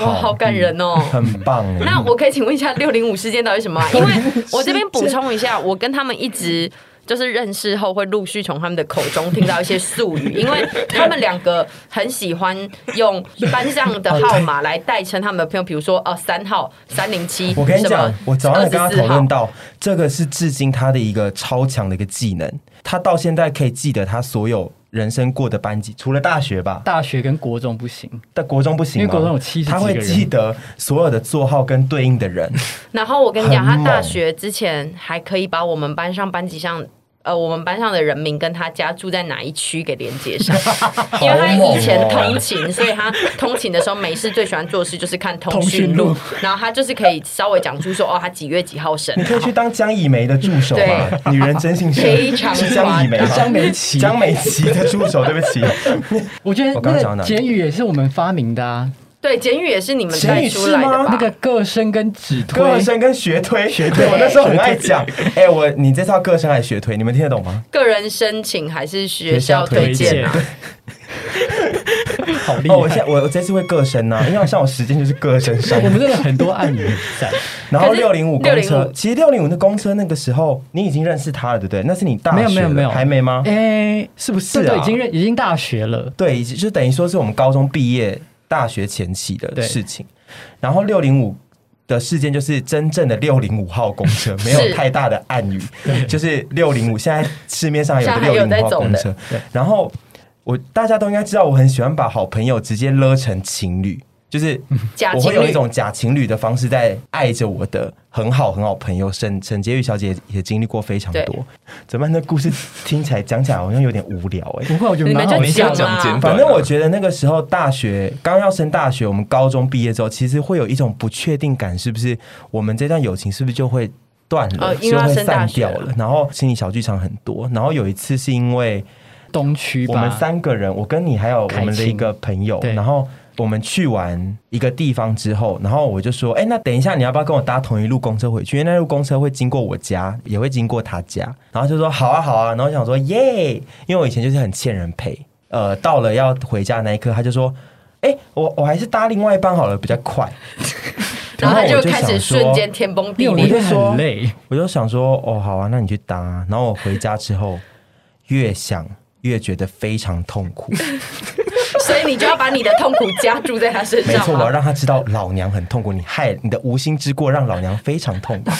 [SPEAKER 1] 哇，好感人哦！
[SPEAKER 3] 很棒哎、
[SPEAKER 1] 那我可以请问一 下六零五事件到底什么啊、因为我这边补充一下，我跟他们一直就是认识后会陆续从他们的口中听到一些术语，因为他们两个很喜欢用班上的号码来代称他们的朋友，比如说哦三号、三零七，
[SPEAKER 3] 我跟你
[SPEAKER 1] 什
[SPEAKER 3] 讲
[SPEAKER 1] 么，
[SPEAKER 3] 我早上也跟他
[SPEAKER 1] 24
[SPEAKER 3] 讨
[SPEAKER 1] 号
[SPEAKER 3] 论到，这个是至今他的一个超强的一个技能，他到现在可以记得他所有人生过的班级，除了大学吧，
[SPEAKER 4] 大学跟国中不行，
[SPEAKER 3] 但国中不行吗，
[SPEAKER 4] 因为国中有70
[SPEAKER 3] 他
[SPEAKER 4] 几个
[SPEAKER 3] 会
[SPEAKER 4] 人
[SPEAKER 3] 记得所有的座号跟对应的 人，
[SPEAKER 1] 然后我跟你讲，
[SPEAKER 3] 很
[SPEAKER 1] 他
[SPEAKER 3] 猛
[SPEAKER 1] 大学之前还可以把我们班上班级上。呃，我们班上的人名跟他家住在哪一区给连 接上，因为他以前通勤，所以他通勤的时候没事最喜欢做的事就是看通讯录，
[SPEAKER 4] 通讯
[SPEAKER 1] 然后他就是可以稍微讲出说哦，他几月几号生
[SPEAKER 3] 你，可以去当江以梅的助手嘛，女人真性情，
[SPEAKER 1] 非常
[SPEAKER 3] 是江以梅吗？
[SPEAKER 4] 张美琪，
[SPEAKER 3] 江美琪的助手，对不 起，
[SPEAKER 4] 我觉得
[SPEAKER 3] 我刚刚
[SPEAKER 4] 那
[SPEAKER 3] 讲
[SPEAKER 4] 个
[SPEAKER 3] 哪
[SPEAKER 4] 简语也是我们发明的啊，
[SPEAKER 1] 对，监狱也是你们
[SPEAKER 3] 监
[SPEAKER 1] 带
[SPEAKER 3] 狱
[SPEAKER 1] 出
[SPEAKER 3] 是
[SPEAKER 1] 来的
[SPEAKER 3] 吗
[SPEAKER 1] 吧？
[SPEAKER 4] 那个个声跟指推，
[SPEAKER 3] 歌声跟学推，学推，我那时候很爱讲，哎，我你这套歌声还是学推，你们听得懂吗？
[SPEAKER 1] 个人申请还是学
[SPEAKER 3] 学校
[SPEAKER 1] 校
[SPEAKER 3] 推
[SPEAKER 1] 推荐
[SPEAKER 4] 荐
[SPEAKER 1] 啊？，
[SPEAKER 4] 好厉
[SPEAKER 3] 哦，我现
[SPEAKER 4] 害！
[SPEAKER 3] 在我我这次会歌声啊呢，因为好像我时间就是歌声上
[SPEAKER 4] 我。们真的很多暗语在，
[SPEAKER 3] 然后
[SPEAKER 1] 可是
[SPEAKER 3] 六零五公车
[SPEAKER 1] 605，
[SPEAKER 3] 其实六零五的公车那个时候你已经认识他了，对不对？那是你大学
[SPEAKER 4] 没有没有
[SPEAKER 3] 了
[SPEAKER 4] 没有，
[SPEAKER 3] 还没吗？
[SPEAKER 4] 哎，
[SPEAKER 3] 是不是
[SPEAKER 4] 对对，
[SPEAKER 3] 啊
[SPEAKER 4] 已？经认已经大学了，
[SPEAKER 3] 对，就等于说是我们高中毕业、大学前期的
[SPEAKER 4] 对
[SPEAKER 3] 事情。然后六零五的事件就是真正的六零五号公车，没有太大的暗语，就是六零五。现在市面上有
[SPEAKER 1] 现
[SPEAKER 3] 的
[SPEAKER 1] 在还
[SPEAKER 3] 六
[SPEAKER 1] 有
[SPEAKER 3] 零
[SPEAKER 1] 在
[SPEAKER 3] 五号
[SPEAKER 1] 走
[SPEAKER 3] 公
[SPEAKER 1] 的
[SPEAKER 3] 车
[SPEAKER 4] 对，
[SPEAKER 3] 然后我大家都应该知道，我很喜欢把好朋友直接勒成情侣。就是
[SPEAKER 1] 假
[SPEAKER 3] 我
[SPEAKER 1] 情
[SPEAKER 3] 会有
[SPEAKER 1] 侣
[SPEAKER 3] 一种假情侣的方式在爱着我的很好很好朋友沈沈洁玉小姐也经历过非常
[SPEAKER 1] 对
[SPEAKER 3] 多，怎么办？那故事听起来讲起来好像有点无聊哎、
[SPEAKER 4] 不会，我觉得
[SPEAKER 1] 你
[SPEAKER 4] 蛮
[SPEAKER 1] 们
[SPEAKER 4] 好
[SPEAKER 1] 就
[SPEAKER 5] 没事
[SPEAKER 4] 笑
[SPEAKER 5] 要
[SPEAKER 1] 讲
[SPEAKER 4] 的。
[SPEAKER 5] 讲简短
[SPEAKER 1] 啦，
[SPEAKER 3] 反
[SPEAKER 5] 啊
[SPEAKER 3] 正我觉得那个时候大学刚要升大学，我们高中毕业之后，其实会有一种不确定感，是不是我们这段友情是不是就会断了，
[SPEAKER 1] 哦因
[SPEAKER 3] 就
[SPEAKER 1] 为要
[SPEAKER 3] 会
[SPEAKER 1] 升大
[SPEAKER 3] 散
[SPEAKER 1] 学
[SPEAKER 3] 掉
[SPEAKER 1] 了
[SPEAKER 3] 了？然后心理小剧场很多。然后有一次是因为
[SPEAKER 4] 东区
[SPEAKER 3] 我们
[SPEAKER 4] 吧，
[SPEAKER 3] 三个人，我跟你还有我们的一个朋友，
[SPEAKER 4] 凯青对
[SPEAKER 3] 然后我们去完一个地方之后，然后我就说，哎、那等一下你要不要跟我搭同一路公车回去？因为那路公车会经过我家，也会经过他家。然后就说好啊好啊，然后我想说耶，因为我以前就是很欠人陪。呃，到了要回家那一刻，他就说。哎、我我还是搭另外一班好了，比较 快。
[SPEAKER 1] 然后他
[SPEAKER 3] 我
[SPEAKER 1] 就
[SPEAKER 3] 就
[SPEAKER 1] 开始
[SPEAKER 3] 想说
[SPEAKER 1] 瞬间天崩地
[SPEAKER 4] 因为
[SPEAKER 3] 你。
[SPEAKER 4] 我
[SPEAKER 1] 裂
[SPEAKER 4] 觉
[SPEAKER 3] 就
[SPEAKER 4] 得
[SPEAKER 3] 说
[SPEAKER 4] 很累，
[SPEAKER 3] 我就想说，哦，好啊，那你去搭。然后我回家之后，越想越觉得非常痛苦。
[SPEAKER 1] 所以你就要把你的痛苦加注在他身
[SPEAKER 3] 没
[SPEAKER 1] 上
[SPEAKER 3] 错，我要
[SPEAKER 1] 吗？
[SPEAKER 3] 让他知道老娘很痛苦，你害你的无心之过让老娘非常痛苦。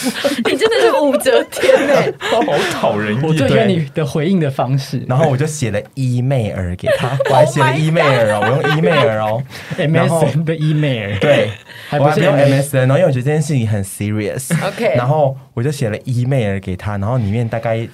[SPEAKER 1] 你真的是武则天哎、
[SPEAKER 5] 好讨人
[SPEAKER 4] 我
[SPEAKER 5] 厌。
[SPEAKER 4] 最喜欢你的回应的方式。
[SPEAKER 3] 然后我就写了伊妹儿给 他，
[SPEAKER 4] Oh
[SPEAKER 3] 我还写了伊妹儿哦，我用伊妹儿哦，然后
[SPEAKER 4] MSN 的 email，
[SPEAKER 3] 对。
[SPEAKER 4] 还
[SPEAKER 3] 我
[SPEAKER 4] 不
[SPEAKER 3] 还
[SPEAKER 4] 是
[SPEAKER 3] 没有
[SPEAKER 4] MSN
[SPEAKER 3] MSN，然后因为我觉得这件事情很 serious。
[SPEAKER 1] OK
[SPEAKER 3] 然后我就写了 email 给他，然后里面大概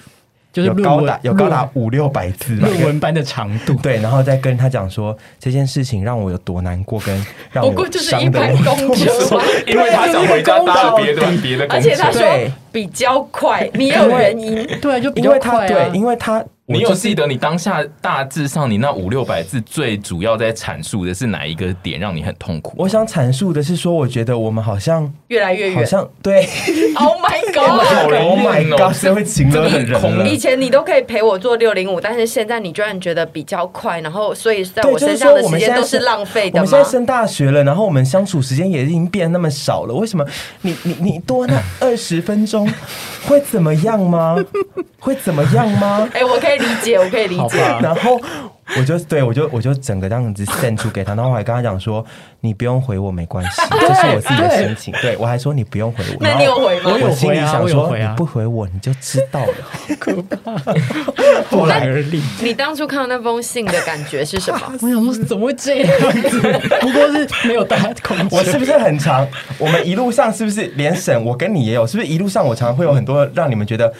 [SPEAKER 4] 就是
[SPEAKER 3] 有
[SPEAKER 4] 论
[SPEAKER 3] 高
[SPEAKER 4] 文
[SPEAKER 3] 达有高达五六百字吧，
[SPEAKER 4] 论论文般的长 度。
[SPEAKER 3] 对，然后再跟他讲说这件事情让我有多难过，跟让
[SPEAKER 1] 不
[SPEAKER 3] 我
[SPEAKER 1] 过就是一
[SPEAKER 3] 伤的
[SPEAKER 1] 班公 车嘛，
[SPEAKER 5] 因为他想回家搭别的别的公
[SPEAKER 1] 而且他
[SPEAKER 5] 车，
[SPEAKER 1] 说
[SPEAKER 3] 对
[SPEAKER 1] 比较快，你也有原因。
[SPEAKER 4] 对，就比
[SPEAKER 3] 因
[SPEAKER 4] 较
[SPEAKER 3] 为 他
[SPEAKER 4] 快啊
[SPEAKER 3] 对，。因为他
[SPEAKER 5] 你
[SPEAKER 3] 我
[SPEAKER 5] 有
[SPEAKER 3] 就是
[SPEAKER 5] 记得你当下大致上你那五六百字最主要在阐述的是哪一个点让你很痛苦？
[SPEAKER 3] 我想阐述的是说，我觉得我们好像
[SPEAKER 1] 越来越
[SPEAKER 3] 好
[SPEAKER 1] 远
[SPEAKER 3] 像对
[SPEAKER 1] ，Oh my
[SPEAKER 5] 好人
[SPEAKER 1] God！
[SPEAKER 3] ，Oh my
[SPEAKER 5] 厌哦
[SPEAKER 3] God，谁会情勒的人了
[SPEAKER 1] 以？前你都可以陪我做六零五，但是现在你居然觉得比较快，然后所以在
[SPEAKER 3] 对，
[SPEAKER 1] 我
[SPEAKER 3] 就
[SPEAKER 1] 身
[SPEAKER 3] 是
[SPEAKER 1] 上
[SPEAKER 3] 说
[SPEAKER 1] 的
[SPEAKER 3] 我
[SPEAKER 1] 时
[SPEAKER 3] 们
[SPEAKER 1] 间
[SPEAKER 3] 现在
[SPEAKER 1] 都是浪费
[SPEAKER 3] 我
[SPEAKER 1] 的
[SPEAKER 3] 们现
[SPEAKER 1] 吗
[SPEAKER 3] 在？升大学了，然后我们相处时间也已经变那么少了，为什么你你你多那二十分钟会怎么样 吗？会怎么样吗？
[SPEAKER 1] 哎，我可以理解，我可以理
[SPEAKER 4] 好
[SPEAKER 1] 解。
[SPEAKER 4] 吧，
[SPEAKER 3] 然后我就对我就我就整个这样子 send 出给他，然后我还跟他讲说，你不用回我没关 系，这是我自己的心情。对我还说你不用回我，
[SPEAKER 1] 那你有回吗
[SPEAKER 3] 然后
[SPEAKER 4] 我有回啊
[SPEAKER 3] 心里想
[SPEAKER 4] 我有
[SPEAKER 3] 说
[SPEAKER 4] 回啊
[SPEAKER 3] 你不回我你就知道了。
[SPEAKER 4] 不来而立。
[SPEAKER 1] 你当初看到那封信的感觉是什么？
[SPEAKER 4] 我想说，怎么会这样子？ 不过是没有搭空间，
[SPEAKER 3] 我是不是很长？我们一路上是不是连沈我跟你也有？是不是一路上我常常会有很多让你们觉得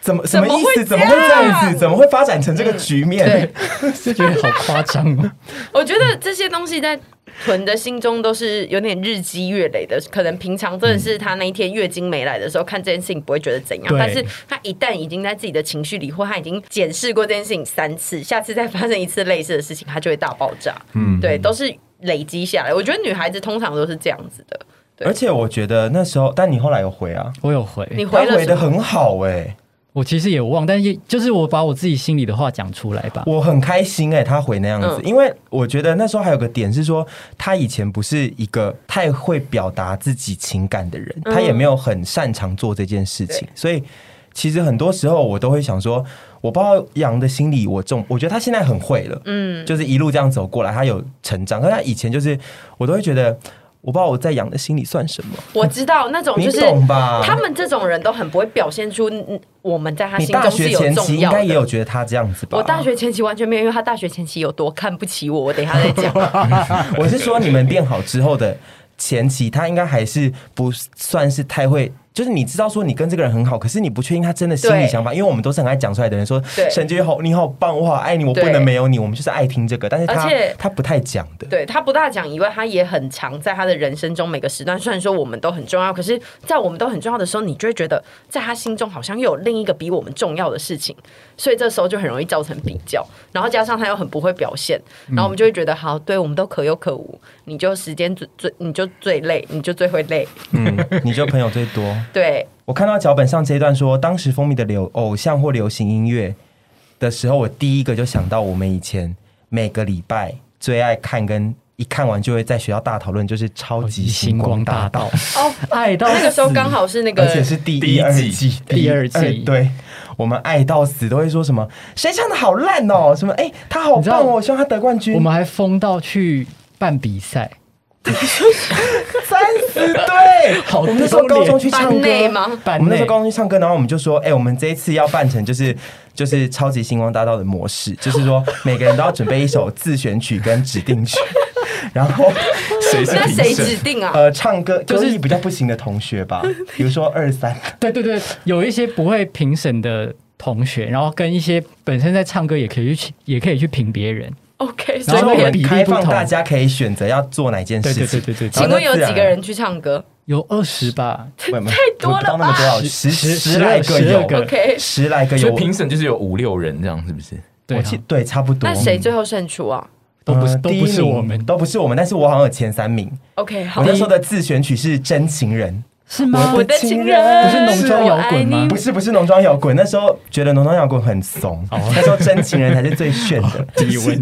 [SPEAKER 3] 怎么什么意思？怎
[SPEAKER 1] 怎么
[SPEAKER 3] 么
[SPEAKER 1] 会
[SPEAKER 3] 会
[SPEAKER 1] 这
[SPEAKER 3] 这
[SPEAKER 1] 样
[SPEAKER 3] 样子？怎么会发展成这个局面
[SPEAKER 1] 对？，
[SPEAKER 4] 就觉得好夸张哦。
[SPEAKER 1] 我觉得这些东西在屯的心中都是有点日积月累的，可能平常真的是他那一天月经没来的时候看这件事情不会觉得怎样，
[SPEAKER 4] 对
[SPEAKER 1] 但是他一旦已经在自己的情绪里，或他已经检视过这件事情三次，下次再发生一次类似的事情，他就会大爆炸。嗯，对，都是累积下来。我觉得女孩子通常都是这样子的。对
[SPEAKER 3] 而且我觉得那时候，但你后来有回啊，
[SPEAKER 4] 我有
[SPEAKER 1] 你
[SPEAKER 4] 回，
[SPEAKER 1] 回
[SPEAKER 3] 他
[SPEAKER 1] 了
[SPEAKER 3] 回
[SPEAKER 1] 什
[SPEAKER 3] 的
[SPEAKER 1] 么？
[SPEAKER 3] 很好哎、
[SPEAKER 4] 我其实也忘，但是就是我把我自己心里的话讲出来 吧。
[SPEAKER 3] 我很开心哎、他回那样子，
[SPEAKER 1] 嗯
[SPEAKER 3] 因为我觉得那时候还有个点是说，他以前不是一个太会表达自己情感的人，
[SPEAKER 1] 嗯
[SPEAKER 3] 他也没有很擅长做这件事情，所以其实很多时候我都会想说，我不知道杨的心理我重，我觉得他现在很会了，
[SPEAKER 1] 嗯，
[SPEAKER 3] 就是一路这样走过来，他有成长，可他以前就是我都会觉得。我不知道我在养的心理算什么，
[SPEAKER 1] 我知道那种就
[SPEAKER 3] 你
[SPEAKER 1] 是
[SPEAKER 3] 懂吧？
[SPEAKER 1] 他们这种人都很不会表现出嗯我们在他
[SPEAKER 3] 你
[SPEAKER 1] 心
[SPEAKER 3] 大
[SPEAKER 1] 中是
[SPEAKER 3] 学前
[SPEAKER 1] 有
[SPEAKER 3] 期
[SPEAKER 1] 重
[SPEAKER 3] 应
[SPEAKER 1] 要
[SPEAKER 3] 该也有
[SPEAKER 1] 的。
[SPEAKER 3] 觉得他这样子吧？
[SPEAKER 1] 我大学前期完全没有，因为他大学前期有多看不起我，我等一下再讲。
[SPEAKER 3] 我是说，你们变好之后的前期，他应该还是不算是太会。就是你知道说你跟这个人很好，可是你不确定他真的心里
[SPEAKER 1] 对
[SPEAKER 3] 想法，因为我们都是很爱讲出来的人，说
[SPEAKER 1] 对
[SPEAKER 3] 沈杰好，你好棒，我好爱你，我不
[SPEAKER 1] 对
[SPEAKER 3] 能没有你，我们就是爱听这个，但是他
[SPEAKER 1] 而且
[SPEAKER 3] 他不太讲的，
[SPEAKER 1] 对他不大讲以外，他也很常在他的人生中每个时段，虽然说我们都很重要，可是，在我们都很重要的时候，你就会觉得在他心中好像又有另一个比我们重要的事情，所以这时候就很容易造成比较，然后加上他又很不会表现，然后我们就会
[SPEAKER 3] 嗯
[SPEAKER 1] 觉得好，对我们都可有可无，你就时间最最你就最累，你就最会累，
[SPEAKER 3] 嗯，你就朋友最多。
[SPEAKER 1] 对，
[SPEAKER 3] 我看到脚本上这一段说，当时风靡的流偶像或流行音乐的时候，我第一个就想到我们以前每个礼拜最爱看跟一看完就会在学校大讨论，就是《超级星光大道》。
[SPEAKER 1] 哦，
[SPEAKER 4] 爱到
[SPEAKER 1] 那个时候
[SPEAKER 4] 死
[SPEAKER 1] 刚好是那个
[SPEAKER 3] 而且是第
[SPEAKER 5] 第
[SPEAKER 3] 一
[SPEAKER 5] 一
[SPEAKER 3] 二
[SPEAKER 5] 季
[SPEAKER 3] 季，哎
[SPEAKER 4] 第二季
[SPEAKER 3] 对我们爱到死都会说什么，谁唱的好烂哦，什么哎、他好
[SPEAKER 4] 你知道
[SPEAKER 3] 棒哦，希望他得冠军，
[SPEAKER 4] 我们还疯到去办比赛，
[SPEAKER 3] 三十对，
[SPEAKER 4] 好
[SPEAKER 3] 我们那时候
[SPEAKER 4] 丢
[SPEAKER 3] 高
[SPEAKER 4] 脸
[SPEAKER 3] 中去唱
[SPEAKER 1] 班内
[SPEAKER 3] 歌
[SPEAKER 1] 吗
[SPEAKER 4] 班
[SPEAKER 3] 我们那时
[SPEAKER 4] 内
[SPEAKER 3] 候高中去唱歌，然后我们就说，哎、我们这一次要办成就是就是超级星光大道的模式，就是说每个人都要准备一首自选曲跟指定曲， 然后
[SPEAKER 5] 谁是
[SPEAKER 1] 那谁
[SPEAKER 5] 评
[SPEAKER 1] 指
[SPEAKER 5] 审？
[SPEAKER 1] 定 啊？
[SPEAKER 3] 呃唱歌
[SPEAKER 4] 就
[SPEAKER 3] 就是是比较不行的同学吧，比如说二三，
[SPEAKER 4] 对对对，有一些不会评审的同学，然后跟一些本身在唱歌也可以去，也可以去评别人。
[SPEAKER 1] OK，
[SPEAKER 4] 然
[SPEAKER 1] 随
[SPEAKER 4] 后
[SPEAKER 3] 我
[SPEAKER 1] 便。
[SPEAKER 3] 们
[SPEAKER 4] 比例
[SPEAKER 3] 开
[SPEAKER 4] 不
[SPEAKER 3] 放
[SPEAKER 4] 同
[SPEAKER 3] 大家可以选择要做哪件
[SPEAKER 4] 对
[SPEAKER 3] 事
[SPEAKER 4] 对
[SPEAKER 3] 情，
[SPEAKER 4] 对对对对，
[SPEAKER 1] 请问有几
[SPEAKER 3] 然后
[SPEAKER 1] 个人去唱歌
[SPEAKER 4] 有二十吧，
[SPEAKER 3] 太
[SPEAKER 1] 多了吧
[SPEAKER 3] 到那么多少十
[SPEAKER 4] 十
[SPEAKER 3] 十
[SPEAKER 4] 十
[SPEAKER 3] 十来个
[SPEAKER 4] 十二
[SPEAKER 3] 有
[SPEAKER 4] 个，
[SPEAKER 1] ？OK，
[SPEAKER 3] 十来个
[SPEAKER 5] 所
[SPEAKER 3] 有
[SPEAKER 5] 以，评审就是有五六人这样，是不是？
[SPEAKER 4] 对
[SPEAKER 3] 我
[SPEAKER 4] 啊，
[SPEAKER 3] 记对差不多。嗯
[SPEAKER 1] 那谁最后胜出啊
[SPEAKER 4] 都不是
[SPEAKER 3] 呃
[SPEAKER 4] 都
[SPEAKER 3] 第一
[SPEAKER 4] 不是
[SPEAKER 3] 名
[SPEAKER 4] 我们，
[SPEAKER 3] 都不是我们，但是我好像有前三名。
[SPEAKER 1] ？OK，好
[SPEAKER 3] 我，那时候的自选曲是《真情人
[SPEAKER 4] 是吗？
[SPEAKER 1] 我的情人
[SPEAKER 4] 不是农庄摇滚吗》，
[SPEAKER 3] 不是不是浓妆摇滚。那时候觉得浓妆摇滚很怂，那时候《真情人》才是最 炫的。
[SPEAKER 4] 低温，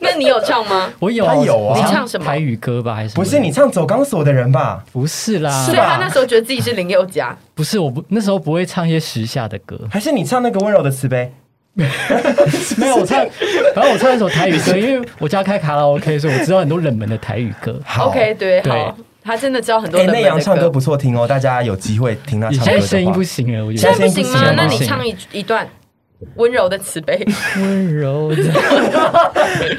[SPEAKER 1] 那你有唱吗？
[SPEAKER 4] 我有
[SPEAKER 3] 他
[SPEAKER 4] 我
[SPEAKER 3] 有啊
[SPEAKER 4] 我
[SPEAKER 1] 你唱什么
[SPEAKER 4] 台语歌吧？还是什么
[SPEAKER 3] 不是你？唱《走钢索》的人吧？，
[SPEAKER 4] 不是啦
[SPEAKER 1] 所以，他那时候觉得自己是林宥嘉，
[SPEAKER 4] 不是我不那时候不会唱一些时下的歌
[SPEAKER 3] 还是你唱那个温柔的慈悲？
[SPEAKER 4] 没有我唱， 反正我唱一首台语歌，因为我家开卡拉 OK，所以我知道很多冷门的台语歌。
[SPEAKER 3] 好
[SPEAKER 1] OK，对，
[SPEAKER 4] 对
[SPEAKER 1] 好，他真的知道很多
[SPEAKER 3] 哎，
[SPEAKER 1] 冷
[SPEAKER 3] 内
[SPEAKER 1] 门
[SPEAKER 3] 阳
[SPEAKER 1] 的
[SPEAKER 3] 唱歌不错听哦，大家有机会听他
[SPEAKER 4] 以
[SPEAKER 3] 唱歌
[SPEAKER 4] 前
[SPEAKER 3] 的
[SPEAKER 4] 声音
[SPEAKER 3] 话
[SPEAKER 4] 不行了，我觉
[SPEAKER 1] 现
[SPEAKER 4] 得
[SPEAKER 1] 在不行
[SPEAKER 4] 现
[SPEAKER 1] 吗
[SPEAKER 4] 在？不
[SPEAKER 1] 那你
[SPEAKER 4] 行
[SPEAKER 1] 唱一一段温柔的慈悲，
[SPEAKER 4] 温柔的。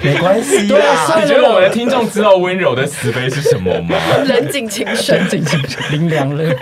[SPEAKER 3] 没关 系
[SPEAKER 4] 对啊
[SPEAKER 3] 啦。
[SPEAKER 4] 算
[SPEAKER 5] 你觉得我们的听众知道温柔的慈悲是什么吗？
[SPEAKER 1] 人景情深
[SPEAKER 4] 神。经 清楚，冰凉了。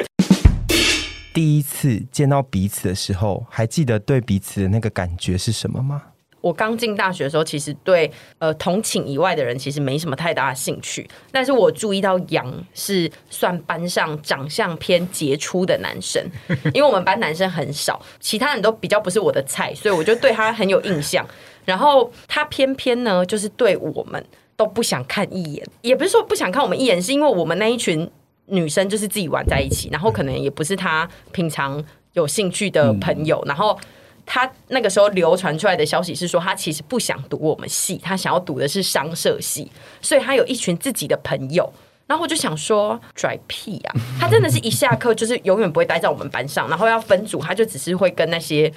[SPEAKER 3] 第一次见到彼此的时候，还记得对彼此的那个感觉是什么吗？
[SPEAKER 1] 我刚进大学的时候，其实对呃同寝以外的人其实没什么太大的兴趣，但是我注意到杨是算班上长相偏杰出的男生， 因为我们班男生很少，其他人都比较不是我的菜，所以我就对他很有印象。然后他偏偏呢，就是对我们都不想看一眼，也不是说不想看我们一眼，是因为我们那一群女生就是自己玩在一起，然后可能也不是他平常有兴趣的朋友，然后。他那个时候流传出来的消息是说，他其实不想读我们系，他想要读的是商社系，所以他有一群自己的朋友。然后我就想说，拽屁呀、他真的是一下课就是永远不会待在我们班上，然后要分组，他就只是会跟那些